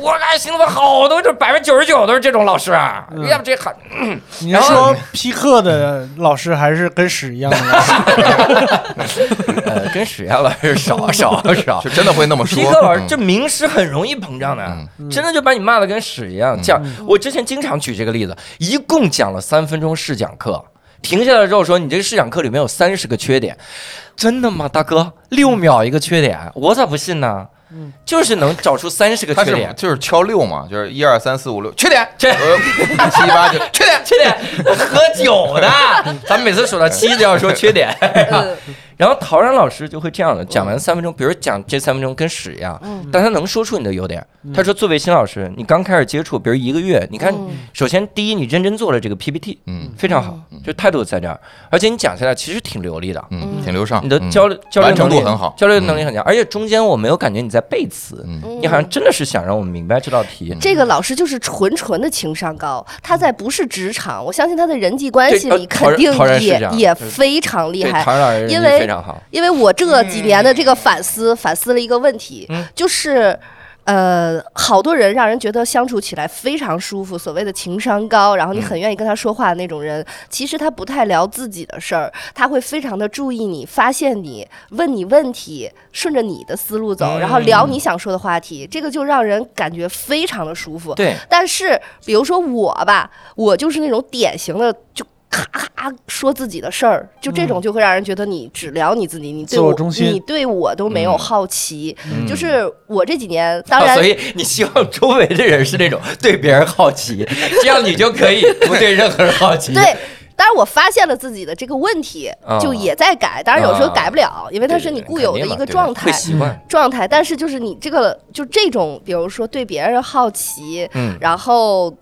A: 我爱新东方好多，这百分之九十九都是这种老师，啊
D: 嗯
A: 要不这很
D: 你是说批课的老师还是跟屎一样的老师？
A: 呃跟屎一样老师
G: <laughs>
A: 少少少
G: 就。真的会那么说？
A: 皮克老师，
G: 嗯
A: 这名师很容易膨胀的，真的就把你骂的跟屎一样。讲我之前经常举这个例子，一共讲了三分钟试讲课，停下来之后说你这个试讲课里面有三十个缺点，真的吗，大哥？六秒一个缺点，我咋不信呢？就是能找出三十个
G: 嗯他
A: 缺
G: 是
A: 点，
G: 就是敲六嘛，就是一二三四五六， <laughs> 缺点
A: 缺点
G: 呃七八九，缺点。
A: 缺点，喝酒的，咱们每次数到七就要说缺点。 <laughs>
F: 嗯
A: 然后陶然老师就会这样的，讲完三分钟，比如讲这三分钟跟屎一
F: 嗯
A: 样，但他能说出你的优点。他说，作为新老师，你刚开始接触，比如一个月，你看，
F: 嗯
A: 首先第一，你认真做了这个 PPT，
G: 嗯
A: 非常好，就态度在这儿，而且你讲下来其实挺流利的，
G: 嗯，挺流畅。
A: 你的
G: 嗯
A: 交流交流
G: 完成
A: 能力
G: 度很好
A: 交流能力很强，而且中间我没有感觉你在背词，
F: 嗯
A: 你好像真的是想让我明白这道题。
F: 这个老师就是纯纯的情商高，他在不是职场，我相信他的人际关系
A: 对
F: 里
A: 呃陶然
F: 肯定
A: 陶然是
F: 也
A: 这样
F: 也
A: 对
F: 非常厉
A: 对，
F: 害。
A: 陶然老师
F: 因
A: 人
F: 为
A: 非常好，
F: 因为我这几年的这个反思，反思了一个问题，就是呃，好多人让人觉得相处起来非常舒服，所谓的情商高，然后你很愿意跟他说话的那种人，其实他不太聊自己的事儿，他会非常的注意你，发现你，问你问题，顺着你的思路走，然后聊你想说的话题，这个就让人感觉非常的舒服。
A: 对，
F: 但是比如说我吧，我就是那种典型的就。咔咔说自己的事儿，就这种就会让人觉得你只聊你自己，你对
D: 嗯自我
F: 我
D: 中心
F: 你对我都没有好奇。
A: 嗯
F: 就是我这几年，当啊然
A: 啊所以你希望周围的人是那
F: <laughs>
A: 种对别人好奇，这样你就可以不对任何人好奇。
F: 对，当然我发现了自己的这个问题，
A: 啊
F: 就也在改。当然有时候改不了，因为
A: 对，
F: 它是你固有的
A: 肯定
F: 一
A: 嘛
F: 个
A: 对
F: 状
A: 会
F: 态。
A: 习惯。
F: 状态，但是就是你这个就这种，比如说对别人好奇，
A: 嗯
F: 然后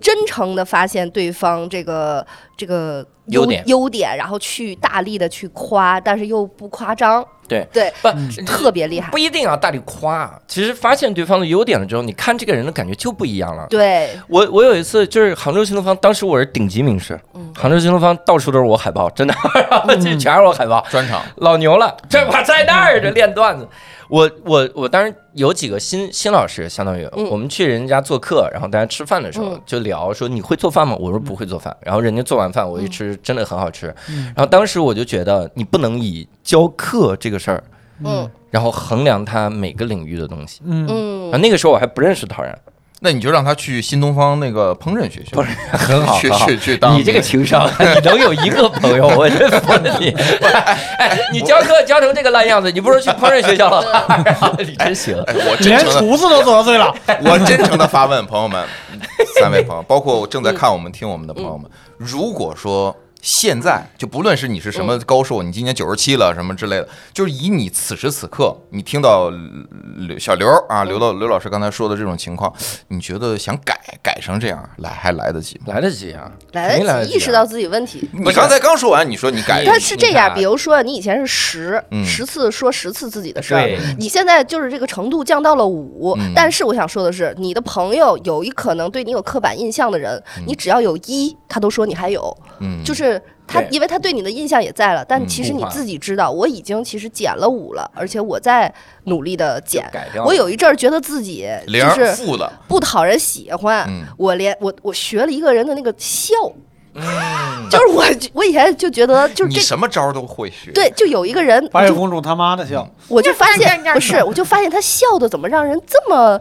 F: 真诚的发现对方这个这个
A: 优点
F: 优点，然后去大力的去夸，但是又不夸张，
A: 对
F: 对，
A: 不，
F: 特别厉害
A: 不，一定要啊大力夸。其实发现对方的优点了之后，你看这个人的感觉就不一样了。
F: 对，
A: 我我有一次就是杭州新东方，当时我是顶级名师，
F: 嗯
A: 杭州新东方到处都是我海报，真的， <laughs> 这全是我海报，
G: 专场
A: 老牛了，这我在那儿这练段子。嗯我我我当时有几个新新老师，相当于、
F: 嗯
A: 我们去人家做客，然后大家吃饭的时候
F: 嗯
A: 就聊说你会做饭吗？我说不会做饭，然后人家做完饭我一吃真的很好吃，然后当时我就觉得你不能以教课这个事儿，
F: 嗯
A: 然后衡量他每个领域的东西。
D: 嗯，
F: 嗯
A: 啊，那个时候我还不认识陶然，
G: 那你就让他去新东方那个烹饪学校，
A: 很好，
G: 去
A: 很好
G: 去去当
A: 你这个情商，你能有一个朋友，我真服 <laughs> 你。哎，你教课教成这个烂样子，你不如去烹饪学校 <laughs> 了吧？你真行。
G: 哎，我真
D: 连
G: 诚的，
D: 厨子都走到这里了，
G: <laughs> 我真诚的发问，朋友们，三位朋友，包括正在看我们、听我们的朋友们，
F: 嗯
G: 如果说现在就不论是你是什么高寿，你今年九十七了什么之类的，就是以你此时此刻，你听到刘小刘啊，刘老刘老师刚才说的这种情况，你觉得想改改成这样来还来得及吗？
A: 来得及啊，肯
F: 来
A: 定
F: 得
A: 得
F: 及
A: 及啊
F: 意识到自己问题。
G: 你刚才刚说完，你说你改
F: 它是这样，
A: 你看
F: 比如说你以前是十
G: 嗯
F: 十次说十次自己的事儿
A: 对，
F: 你现在就是这个程度降到了五
G: 嗯。
F: 但是我想说的是，你的朋友有一可能对你有刻板印象的人，
A: 嗯
F: 你只要有一，他都说你还有，
G: 嗯，
F: 就是他
A: 对
F: 因为他对你的印象也在了，但其实
A: 固
F: 你
A: 化
F: 自己知道，我已经其实减了五了，而且我在努力的减。
A: 改掉了
F: 我有一阵儿觉得自己
G: 零
F: 就是
G: 负的，
F: 不讨人喜欢，
G: 嗯
F: 我连我我学了一个人的那个笑， <laughs> 就是我我以前就觉得就是
G: 你
F: 这
G: 什么招儿都会学，
F: 对，就有一个人，
D: 白
F: 我
D: 雪
F: 就
D: 公主他妈的笑，
F: 我就发现不是，我就发现他笑的怎么让人这么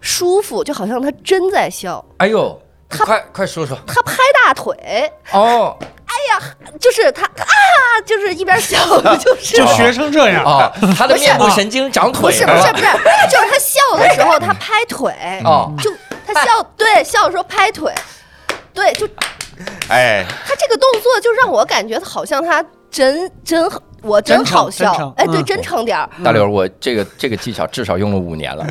F: 舒服，就好像他真在笑，
A: 哎呦，你快快说说
F: 他拍大腿，
A: 哦
F: 就是他啊，就是一边笑就是
D: <laughs>
A: 啊
D: 就学成这样，
A: 哦，他的面部神经长
F: 不
A: 腿
F: 是
A: 上
F: 不是
A: 了
F: 不是，就是他笑的时候他拍腿，
A: 哦，
F: 就他笑对笑的时候拍腿，对就
G: 哎，
F: 他这个动作就让我感觉好像他真真我真
D: 真诚
F: 好
D: 真诚
F: 笑，哎，对，
D: 嗯
F: 真诚点儿。
A: 大刘，我这个这个技巧至少用了五年了，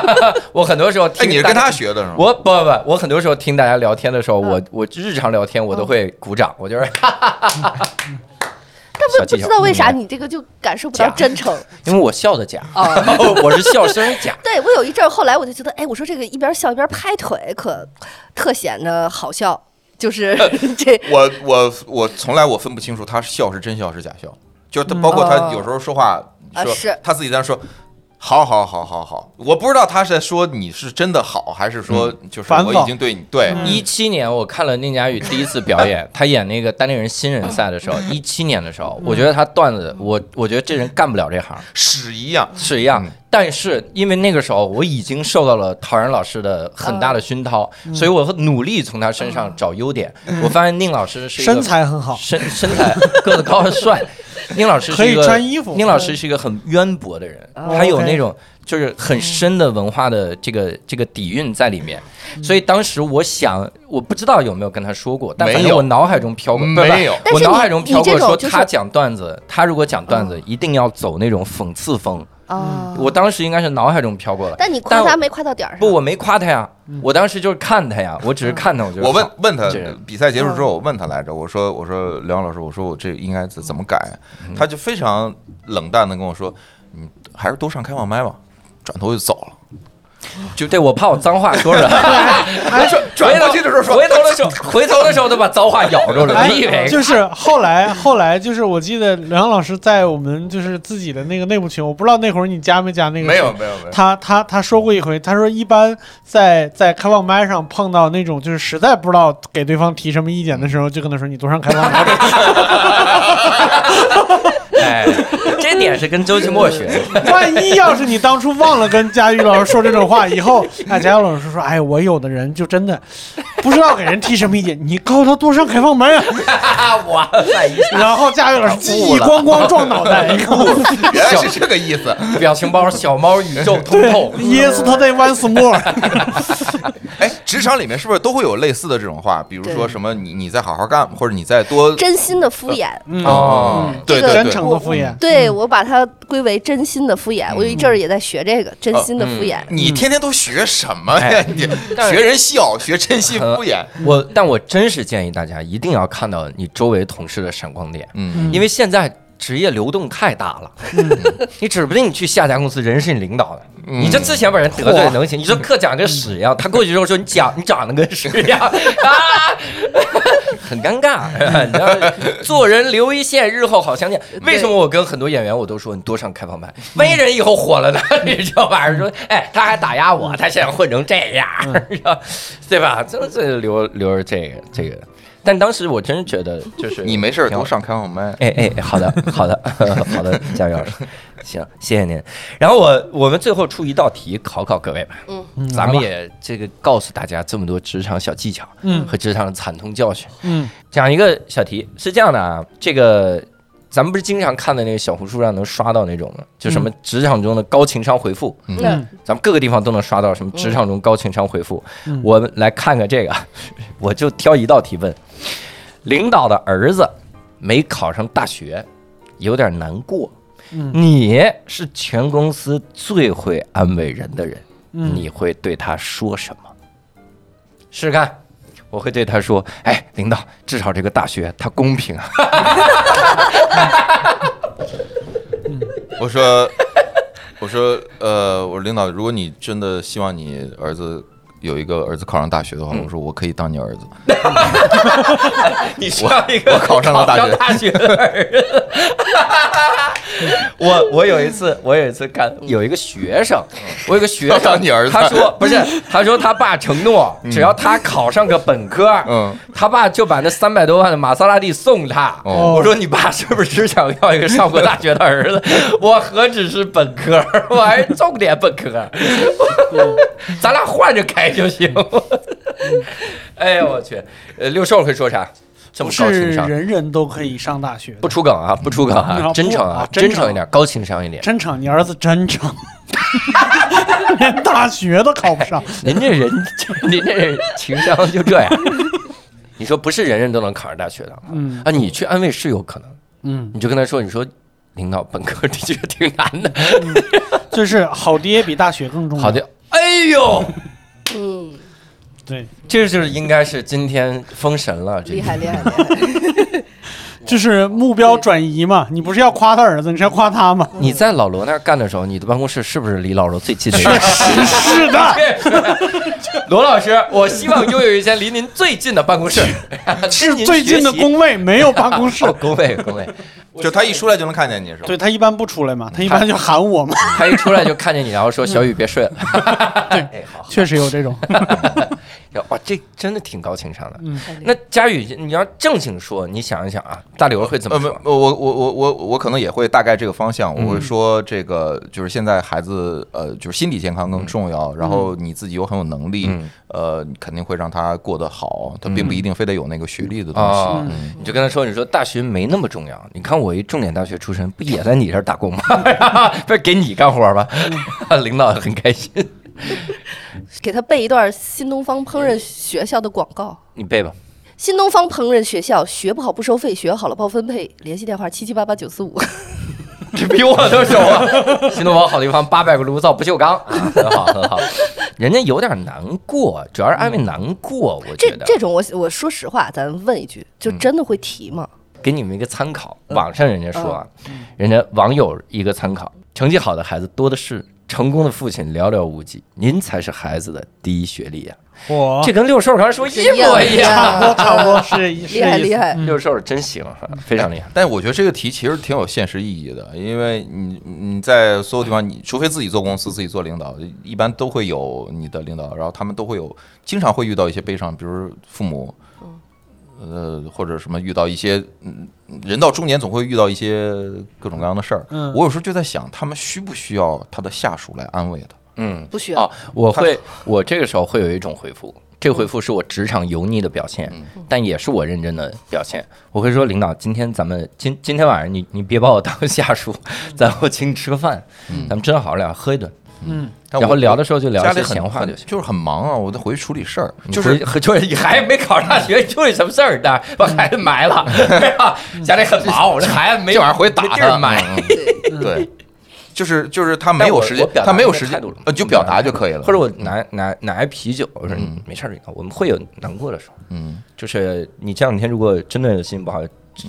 A: <laughs> 我很多时候听
G: 哎，你是
A: 大
G: 跟
A: 家
G: 他学的是吗？
A: 我不不不，我很多时候听大家聊天的时候，我我日常聊天我都会鼓掌，我就是 <laughs>
F: 但
A: 小
F: 不
A: 技
F: 不
A: 巧
F: 知道为啥
A: 嗯
F: 你这个就感受不到
A: 假
F: 真诚
A: 因为我笑的假，
F: 啊。
A: <laughs> 我是笑声假。
F: 对我有一阵儿，后来我就觉得，哎，我说这个一边笑一边拍腿，可特显得好笑，就是
A: 呃
F: <laughs> 这。
G: 我我我从来我分不清楚他笑是真笑是假笑，就是他包括他有时候说话
F: 嗯哦啊
G: 说
F: 是
G: 他自己在那说。好好好好好，我不知道他是在说你是真的好，还是说
A: 嗯
G: 就是
D: 反
G: 我
D: 讽
G: 已经对你对
D: 嗯
A: 一七年我看了宁佳宇第一次表
D: <laughs>
A: 演，他演那个单立人新人赛的时候，一七年的时
D: 嗯
A: 候，我觉得他段子，我我觉得这人干不了这行
G: 屎一样。
A: 是一样
G: 嗯。
A: 但是因为那个时候我已经受到了陶然老师的很大的熏陶，
D: 嗯
A: 所以我会努力从他身上找优点。我发现宁老师是一个
D: 身材很好，
A: 身身材个子高帅，宁老师是一个
D: 可以穿衣服
A: 宁老师是一个很渊博的人，
F: 嗯哦
A: 他有
D: OK
A: 那种就是很深的文化的这个这个底蕴在里面。
F: 嗯
A: 所以当时我想，我不知道有没有跟他说过，但
G: 没有
A: 反正我脑海中飘过，
G: 没
A: 不是
G: 有
F: 但
A: 我
F: 是你
A: 脑海中飘
F: 你
A: 过
F: 这种
A: 说
F: 就是嗯
A: 他讲段子，他如果讲段子一定要走那种讽刺风。
D: 嗯
F: 啊、
A: 我当时应该是脑海中飘过了，
F: 但嗯你夸
A: 我
F: 他没夸到点儿上。
A: 不，我没夸他呀，我当时就是看他呀，我只是看他，我就
G: 我问问他
A: 这人
G: 比赛结束
F: 嗯
G: 之后，我问他来着，我说我说梁老师，我说我这应该怎怎么改？他就非常冷淡的跟我说，嗯，还是多上开放麦吧。转头就走了。
A: 就对我怕我脏话说出来，
G: 转 <laughs> 转过去的时候说，
A: 回头的时候，回头的时候都把脏话咬住了。
D: 哎
A: 你以为
D: 就是 <laughs> 后来后来就是我记得梁老师在我们就是自己的那个内部群，我不知道那会儿你加没加那个
G: 没有
D: 群
G: 没有没
A: <laughs>
G: 有，
D: 他他他说过一回，他说一般在在开放麦上碰到那种就是实在不知道给对方提什么意见的时候，就跟他说你多上开放
A: <laughs>
D: 麦。
A: 哎，这点是跟周奇墨学的。 <laughs>
D: 万一要是你当初忘了跟佳玉老师说这种话，以后哎，佳玉老师说哎，我有的人就真的不知道给人提什么意见，你告诉他多上开放麦啊。
A: 哇塞，一
D: <laughs> 然后佳玉老师记忆咣咣撞脑袋，你看我
G: 原来是这个意思。
A: 表情包，小猫宇宙通透。
D: Yes, today once more。
G: 哎，职场里面是不是都会有类似的这种话？比如说
F: 对
G: 什么你你再好好干，或者你再多嗯
F: 真心的
A: 呃
F: 敷衍。
D: 嗯
A: 哦，
G: 对
F: 这个
G: 对
D: 真
G: 对，
D: 诚的敷衍。
F: 对
A: 嗯
F: 我把它归为真心的敷衍，我有一阵儿也在学这个
A: 哦
F: 真心的敷衍。
G: 你天天都学什么呀？
A: 哎
G: <laughs> 你
A: 但是
G: 学人笑，学真心敷衍。
A: 我，但我真是建议大家一定要看到你周围同事的闪光点，
G: 嗯，
A: 因为现在职业流动太大了， <laughs> 你指不定你去下家公司人是你领导的，
G: 嗯
A: 你这之前把人得罪能行？你说课讲跟屎一样，他过去之后说你讲你长得跟屎一样啊， <laughs> 很尴尬。你知道做人留一线，日后好相见。为什么我跟很多演员我都说你多上开放麦，万一人以后火了呢？ <laughs> 你知道吧？说哎，他还打压我，他现在混成这样， <laughs> 你知道对吧？真是留留着这个这个。但当时我真觉得就是
G: 你没事儿
A: 挺好
G: 多上开放麦。
A: 哎哎，好的，好的， <laughs> 好的，佳宇老师，行，谢谢您。然后我我们最后出一道题考考各位吧，嗯，咱们也这个告诉大家这么多职场小技巧，
D: 嗯
A: 和职场的惨痛教训。
D: 嗯
A: 讲一个小题是这样的啊，这个咱们不是经常看的那个小红书上能刷到那种吗？就什么职场中的高情商回复，
F: 那
A: 咱们各个地方都能刷到什么职场中高情商回复。
D: 嗯
A: 我们来看看这个， <laughs> 我就挑一道题问：领导的儿子没考上大学，有点难过。
D: 嗯
A: 你是全公司最会安慰人的人，
D: 嗯
A: 你会对他说什么？试试看。我会对他说：“哎，领导，至少这个大学它公平啊。
G: 我说，我说，呃，我说领导，如果你真的希望你儿子有一个儿子考上大学的话，我说我可以当你儿子。
A: 你上一个
G: 我考上了大学
A: 大学的儿子。 <laughs> 我我有一次，我有一次看有一个学生，我有个学
G: 要
A: 生，
G: 当你儿子
A: 他说不
G: <laughs>
A: 是，他说他爸承诺，只要他考上个本科，
G: 嗯，
A: 他爸就把那三百多万的玛莎拉蒂送他。
G: 哦
A: 我说你爸是不是只想要一个上过大学的儿
D: <laughs>
A: 子？我何止是本科， <laughs> 我还是重点本科， <laughs> 咱俩换着开就行。 <laughs> 哎呦我去，呃，六兽会说啥？这么高
D: 是
A: 情商，
D: 人人都可以上大学的，
A: 不出梗啊，不出梗啊
D: 嗯，
A: 真诚啊
D: 啊，
A: 真
D: 真诚
A: 诚一点，高情商一点。
D: 真诚，你儿子真诚，连大学都考不上。
A: 人家人，人家人情商就这
D: <laughs>
A: 样。你说不是人人都能考上大学的
D: 嗯
A: 啊？你去安慰是有可能，
D: 嗯，
A: 你就跟他说，你说领导本科的确挺难的，
D: 就是好爹比大学更重要。
A: 好，的，哎呦，
F: 嗯，
D: 对，
A: 这就是应该是今天封神了，这
F: 厉害厉害厉害，
D: 就是目标转移嘛。你不是要夸他儿子，你是要夸他吗？
A: 你在老罗那儿干的时候，你的办公室是不是离老罗最近的一个？
D: 是的，
A: <laughs> 罗老师，我希望拥有一间离您最近的办公室，
D: <laughs> 是最近的
A: 公
D: 工位没有办公
A: <laughs>
D: 室。
A: 哦工位工位。
G: 就他一出来就能看见你是吧？
D: 对他一般不出来嘛，他一般就喊我嘛。
A: 他一出来就看见你，然后说：“小雨，别睡了。” <laughs> 哎，好，
D: 确实有这种，
A: 哇，这真的挺高情商的。
D: 嗯
F: 嗯
A: 那佳宇，你要正经说，你想一想啊，大刘会怎么
G: 呃，不
A: 说？，嗯
G: 我我我我我可能也会大概这个方向，我会说这个就是现在孩子呃，就是心理健康更重要，然后你自己又很有能力，
A: 嗯
G: 呃，你肯定会让他过得好，他并不一定非得有那个学历的东西。
A: 啊、你就跟他说，你说大学没那么重要。你看我一重点大学出身，不也在你这儿打工吗？ <laughs> 不是给你干活吗？<laughs>
D: 嗯
A: 领导很开心，
F: 给他背一段新东方烹饪学校的广告。
A: 你背 <laughs> 吧。
F: 新东方烹饪学校，学不好不收费，学好了报分配。联系电话七七八八九四五。
A: 这比我都熟啊！ <laughs> 新东方好地方，八百个炉灶不锈钢，啊很好很 <laughs> 好。人家有点难过，主要是安慰难过，我
F: 这
A: 觉得嗯
F: 这种我我说实话，咱问一句，就真的会提吗？
A: 给你们一个参嗯考。网上人家说啊，人家网友一个参考，成绩好的孩子多的是，成功的父亲寥寥无几，您才是孩子的第一学历呀、
D: 我
A: 这跟六兽刚才说一模一
F: 一样
A: 样。
D: 差不多差不 <laughs> 多是一
F: 厉害厉害，
A: 六兽真行，啊非常厉害。
G: 哎但我觉得这个题其实挺有现实意义的，因为你你在所有地方，你除非自己做公司、自己做领导，一般都会有你的领导，然后他们都会有，经常会遇到一些悲伤，比如父母，呃，或者什么遇到一些，嗯，人到中年总会遇到一些各种各样的事儿。
D: 嗯
G: 我有时候就在想，他们需不需要他的下属来安慰他？
A: 嗯，
F: 不需要
A: 哦，我会，我这个时候会有一种回复，这个回复是我职场油腻的表现，
G: 嗯
A: 嗯但也是我认真的表现。我会说，领导，今天咱们今今天晚上你你别把我当下属，<laughs>
G: 嗯
A: 咱们请你吃个饭，咱们真好好聊，喝一顿，
D: 嗯，
G: 但
A: 然后
G: 我
A: 聊的时候就聊
G: 家
A: 一
G: 里
A: 些
G: 很
A: 闲话
G: 很
A: 就行。
G: 就是很忙啊，我得回去处理事儿，
A: 你
G: 就是
A: 回就是 <laughs> 你还没考上大学，你处理什么事儿呢？把孩子埋了， <laughs> 对吧家里很忙，我这孩子没
G: 嗯这玩意儿会打
A: 没地
G: 他
A: 儿埋。
G: 嗯对，就是就是他没
A: 但
G: 有
A: 我
G: 时
A: 我
G: 间
A: 表，达
G: 他没有
A: 那个
G: 时
A: 态
G: 间
A: 度了，
G: 呃，就表达就可以了。
A: 或者我拿拿拿一啤酒，我说
G: 嗯
A: 没事儿，我们会有难过的时候。
G: 嗯，
A: 就是你这两天如果真的心情不好，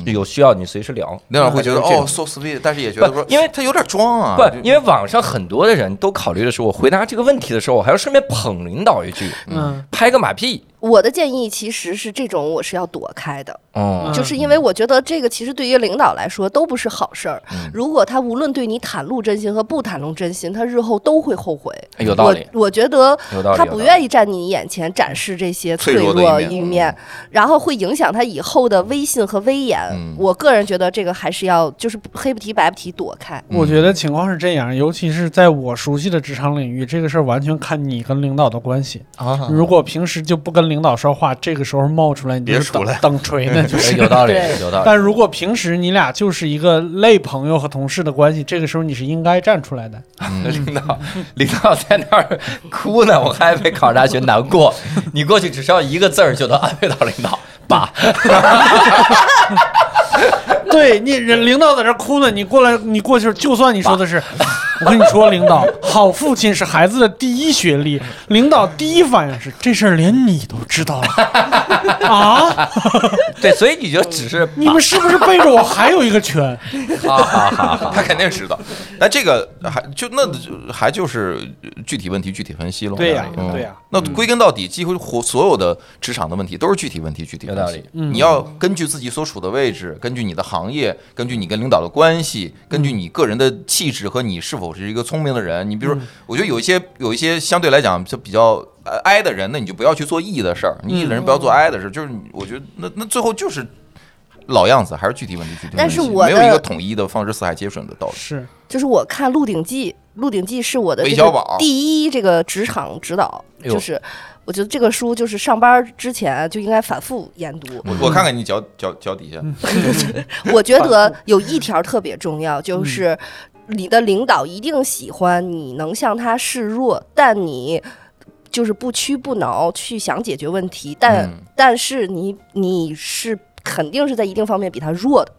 A: 有需要你随时聊。
G: 领导会觉得
A: 嗯就是这
G: 哦
A: 种
G: ，so sweet，但是也觉得
A: 不
G: 说，
A: 因为
G: 他有点装啊。
A: 不，因为网上很多的人都考虑的是，我回答这个问题的时候，我还要顺便捧领导一句，
D: 嗯，
A: 拍个马屁。
F: 我的建议其实是这种，我是要躲开的，
A: 哦
F: 就是因为我觉得这个其实对于领导来说都不是好事儿。
A: 嗯
F: 如果他无论对你袒露真心和不袒露真心，他日后都会后悔。
A: 哎有道理，
F: 我我觉得
A: 有道理
F: 他
A: 有
F: 不
A: 道
F: 愿意在你眼前展示这些脆
G: 脆弱的
F: 弱
G: 一面
A: 嗯
F: 一面，然后会影响他以后的威信和威严。
G: 嗯
F: 我个人觉得这个还是要就是黑不提白不提，躲开。
D: 我觉得情况是这样，尤其是在我熟悉的职场领域，这个事儿完全看你跟领导的关系。
G: 啊，
D: 如果平时就不跟领导说话，这个时候冒出来，你就是
G: 别出
D: 等
G: 来
D: 等锤 <laughs> 呢，就是。
A: 哎有道理
F: 对，
A: 有道理。
D: 但如果平时你俩就是一个类朋友和同事的关系，这个时候你是应该站出来的。
A: 领导，领导在那儿哭呢，我还没考上大学，难过。你过去只需要一个字儿就能安慰到领导，爸，
D: <laughs> 对你人领导在这儿哭呢，你过来，你过去，就算你说的 <laughs> 是，我跟你说，领导，好父亲是孩子的第一学历。领导第一反应是这事儿连你都知道 <laughs> 了啊？
A: 对，所以你就只是
D: 你们是不是背着我还有一个圈？
A: 好好好好，
G: <laughs> 他肯定知道。那这个还就那还就是具体问题具体分析了。
D: 对呀
G: 嗯
D: 对呀。
G: 那归根到底，几乎活所有的职场的问题都是具体问题具体分析。
A: 有道理
D: 嗯
G: 你要根据自己所处的位置，根据你的行业，根据你跟领导的关系，根
D: 嗯
G: 据你个人的气质和你是否是一个聪明的人。你比如
D: 嗯
G: 说，我觉得有一些有一些相对来讲就比较。呃 I 的人，那你就不要去做 E 的事儿，你 E 的人不要
D: 嗯
G: 做 I 的事儿，就是你我觉得那那最后就是老样子，还是具体问题具体分析，
F: 但是我
G: 没
F: 的
G: 有一个统一的放之四海皆准的道理。
D: 是，
F: 就是我看《鹿鼎记》，《鹿鼎记》是我的
G: 韦
F: 这
G: 小
F: 个
G: 宝
F: 第一这个职场指导，
A: 哎呦
F: 就是我觉得这个书就是上班之前就应该反复研
A: 嗯
F: 读。
G: 我我看看你脚脚脚底下，
F: <laughs> 我觉得有一条特别重
G: 嗯
F: 要，就是你的领导一定喜欢你能向他示弱，但你。就是不屈不挠去想解决问题，但、
G: 嗯
F: 但是你你是肯定是在一定方面比他弱
G: 嗯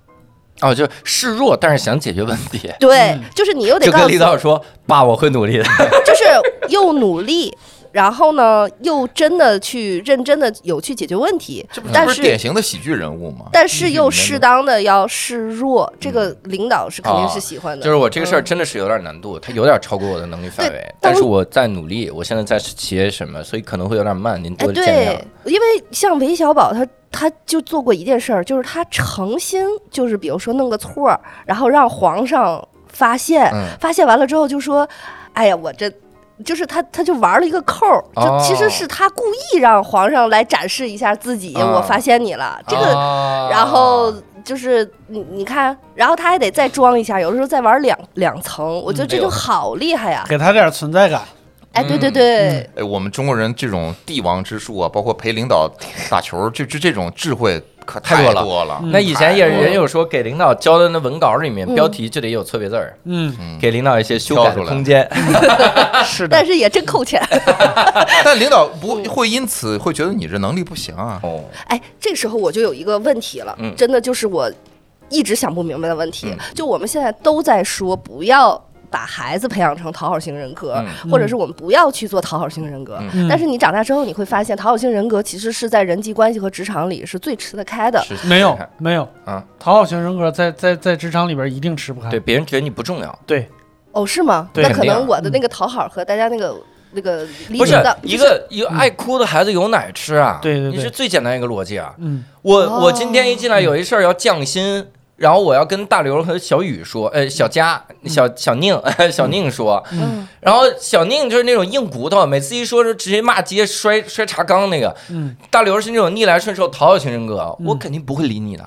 F: 的，
A: 哦，就是示弱，但是想解决问题，
F: 对，就是你又得
A: 就
F: 告诉
A: 跟领导说，爸，我会努
F: <laughs>
A: 力的。
F: 就是又努力， <laughs> 然后呢，又真的去认真的有去解决问题，
G: 这
F: 但
G: 不是典
F: 呃是
G: 型的喜剧人物吗？嗯
F: 但是又适当的要示弱，这个领导是肯定
G: 啊
F: 是喜欢的。
A: 就是我这个事儿真的是有点难度，它有点超过我的能力范围
F: 嗯对，
A: 但
F: 但
A: 是
F: 是
A: 我在努力，我现在在写什么，所以可能会有点慢，您
F: 哎，
A: 多见谅
F: 对。，因为像韦小宝他。他就做过一件事儿，就是他诚心，就是比如说弄个错儿，然后让皇上发现，
A: 嗯
F: 发现完了之后就说：“哎呀，我这就是他，他就玩了一个扣儿，
A: 哦
F: 就其实是他故意让皇上来展示一下自己，
A: 啊
F: 我发现你了。”这个
A: 啊
F: 然后就是你你看，然后他还得再装一下，有的时候再玩两两层，我觉得
A: 哎
F: 这
A: 呦嗯
F: 就好厉害呀！
D: 给他点存在感。
F: 哎，对对对，
G: 哎，我们中国人这种帝王之术啊，包括陪领导打球，就就这种智慧可
A: 太多
G: 多
A: 了
G: 了。
A: 嗯那以前也
D: 嗯
G: 太多了
A: 人有说给领导交的那文稿里面
F: 嗯
A: 标题就得有错别字儿，
D: 嗯，
A: 给领导一些修改的空间。
D: 是的
F: 但。是也真扣钱。
G: 但领导不会因此会觉得你这能力不行啊。
A: 哦，
F: 哎，这时候我就有一个问题了，
A: 嗯
F: 真的就是我一直想不明白的问题，就我们现在都在说不要。把孩子培养成讨好型人格，
A: 嗯
F: 或者是我们不要去做讨好型人格。
D: 嗯
F: 但是你长大之后，你会发现讨好型人格其实是在人际关系和职场里是最吃得开的。
A: 是是
D: <laughs> 没有
A: 是
D: 没有
A: 啊，
D: 讨好型人格在在在职场里边一定吃不开。
A: 对别人觉得你不重要，
D: 对，
F: 哦，是吗？
A: 对
F: 那
A: 肯
F: 可
A: 定啊
F: 能我的那个讨好和大家那个那个理
A: 不
F: 解
A: 是
F: 的
A: 一个一个爱哭的孩子有奶吃啊，
D: 对对对
A: 你是最简单一个逻辑啊。
D: 嗯，
A: 我
F: 哦
A: 我今天一进来有一事儿要降薪，然后我要跟大刘和小雨说，呃，小佳、小小宁、 <laughs> 小宁说，
F: 嗯
A: 然后小宁就是那种硬骨头，每次一说就直接骂街、摔摔茶缸那个。
D: <laughs> 嗯，
A: 大刘是那种逆来顺受、讨好型人格，
F: 嗯
A: 我肯定不会理你的，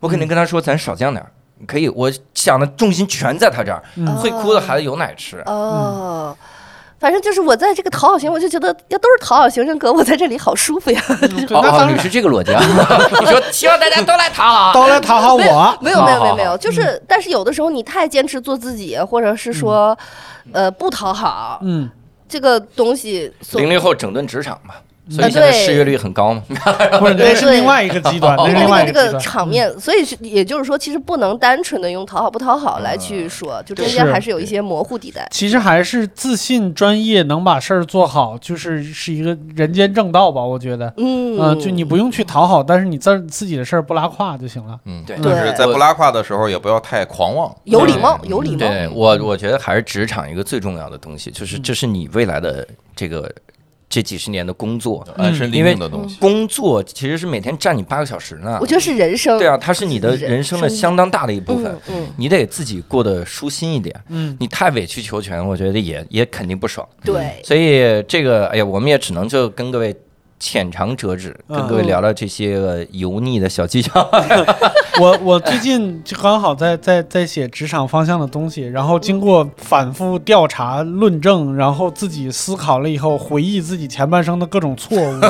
A: 我肯定跟他说咱少降点儿。可以，我想的重心全在他这儿。
D: 嗯
A: 会哭的孩子有奶吃，
F: 哦。反正就是我在这个讨好型，我就觉得要都是讨好型人格，我在这里好舒服呀。
D: 对，
A: 哦
D: 那当然
A: 是这个逻辑
F: <laughs>
A: 啊！你说希望大家都来讨好，
D: 都来讨好嗯
F: 没
D: <laughs>
F: 有
D: 我，
F: 没有没有没
A: 好好
F: 有没有，就是但是有的时候你太坚持做自己，或者是说，呃，不讨好
D: 嗯，
F: 这个东西所，
A: 零零后整顿职场嘛，所以
F: 呃
A: 现在
F: 对
A: 失业率很高嘛。
D: 不是，那是
F: 对
D: 另外一个极
A: 哦
D: 端，那是
F: 那
D: 另外
F: 个
D: 一
F: 这
D: 个极嗯
F: 个
D: 端。
F: 场面，所以是也就是说，其实不能单纯的用讨好不讨好来去说，就中间
D: 啊是
F: 还是有一些模糊地带。
D: 其实还是自信、专业，能把事儿做好，就是是一个人间正道吧，我觉得。
F: 嗯，
D: 嗯，就你不用去讨好，但是你自自己的事儿不拉胯就行了。
G: 嗯，
A: 对
G: 但是
F: 对
G: 在不拉胯的时候也不要太狂妄，
A: 嗯
F: 有礼貌，
G: 对
F: 有礼貌。
A: 对我，我觉得还是职场一个最重要的东西，就是这是你未来的这个这几十年的工作，
G: 安身立
A: 因为
G: 命嗯的东西。
A: 工作其实是每天占你八个小时呢
F: 我。觉得是人生。
A: 对啊，它是你的
F: 是
A: 人生的
F: 生意
A: 相当大的一部分
F: 嗯，嗯，
A: 你得自己过得舒心一点。
D: 嗯，
A: 你太委曲求全，我觉得也也肯定不爽。
F: 对，
A: 所以这个，哎呀，我们也只能就跟各位浅尝辄止，跟各位
F: 嗯
A: 聊聊这些个油腻的小技巧。
D: 我我最近就刚好在 <laughs> 在在写职场方向的东西，然后经过反复调查论证，然后自己思考了以后，回忆自己前半生的各种错误，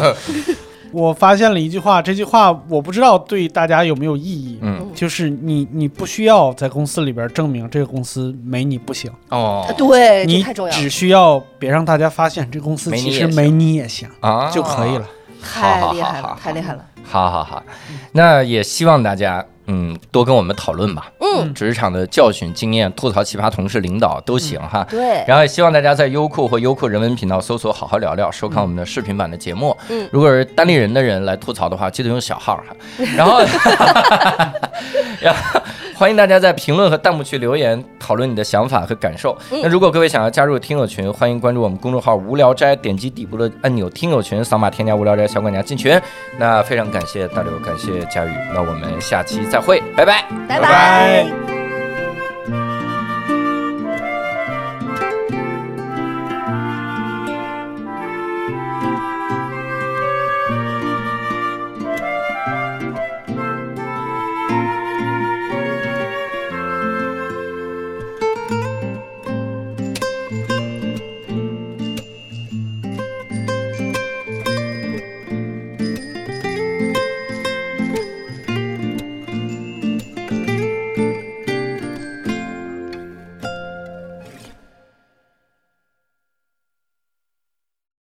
D: 我发现了一句话，这句话我不知道对大家有没有意义，
A: 嗯，
D: 就是你你不需要在公司里边证明这个公司没你不行，
A: 哦
F: 啊对，这
D: 你
F: 太重要了
D: 只。需要别让大家发现这公司
A: 没你
D: 其
A: 也
D: 实
A: 行
D: 没你也行
A: 啊
D: 就可以了。。
F: 太厉
A: 好
F: 害
A: 好好
F: 了，太厉害了。
A: 好好好，那也希望大家嗯多跟我们讨论吧，
F: 嗯，
A: 职场的教训、经验、吐槽奇葩同事、领导都行哈。
F: 对，
A: 然后也希望大家在优酷或优酷人文频道搜索“好好聊聊”，收看我们的视频版的节目。
F: 嗯
A: 如果是单立人的人来吐槽的话，记得用小号
F: <laughs>
A: 哈。然后， <laughs> 然后欢迎大家在评论和弹幕区留言讨论你的想法和感受。
F: 嗯
A: 那如果各位想要加入听友群，欢迎关注我们公众号“无聊斋”，点击底部的按钮“听友群”，扫码添加“无聊斋小管家”进群。那非常感谢大刘，感谢佳宇，那我们下期再会，拜拜。
F: 拜
G: 拜
F: 拜。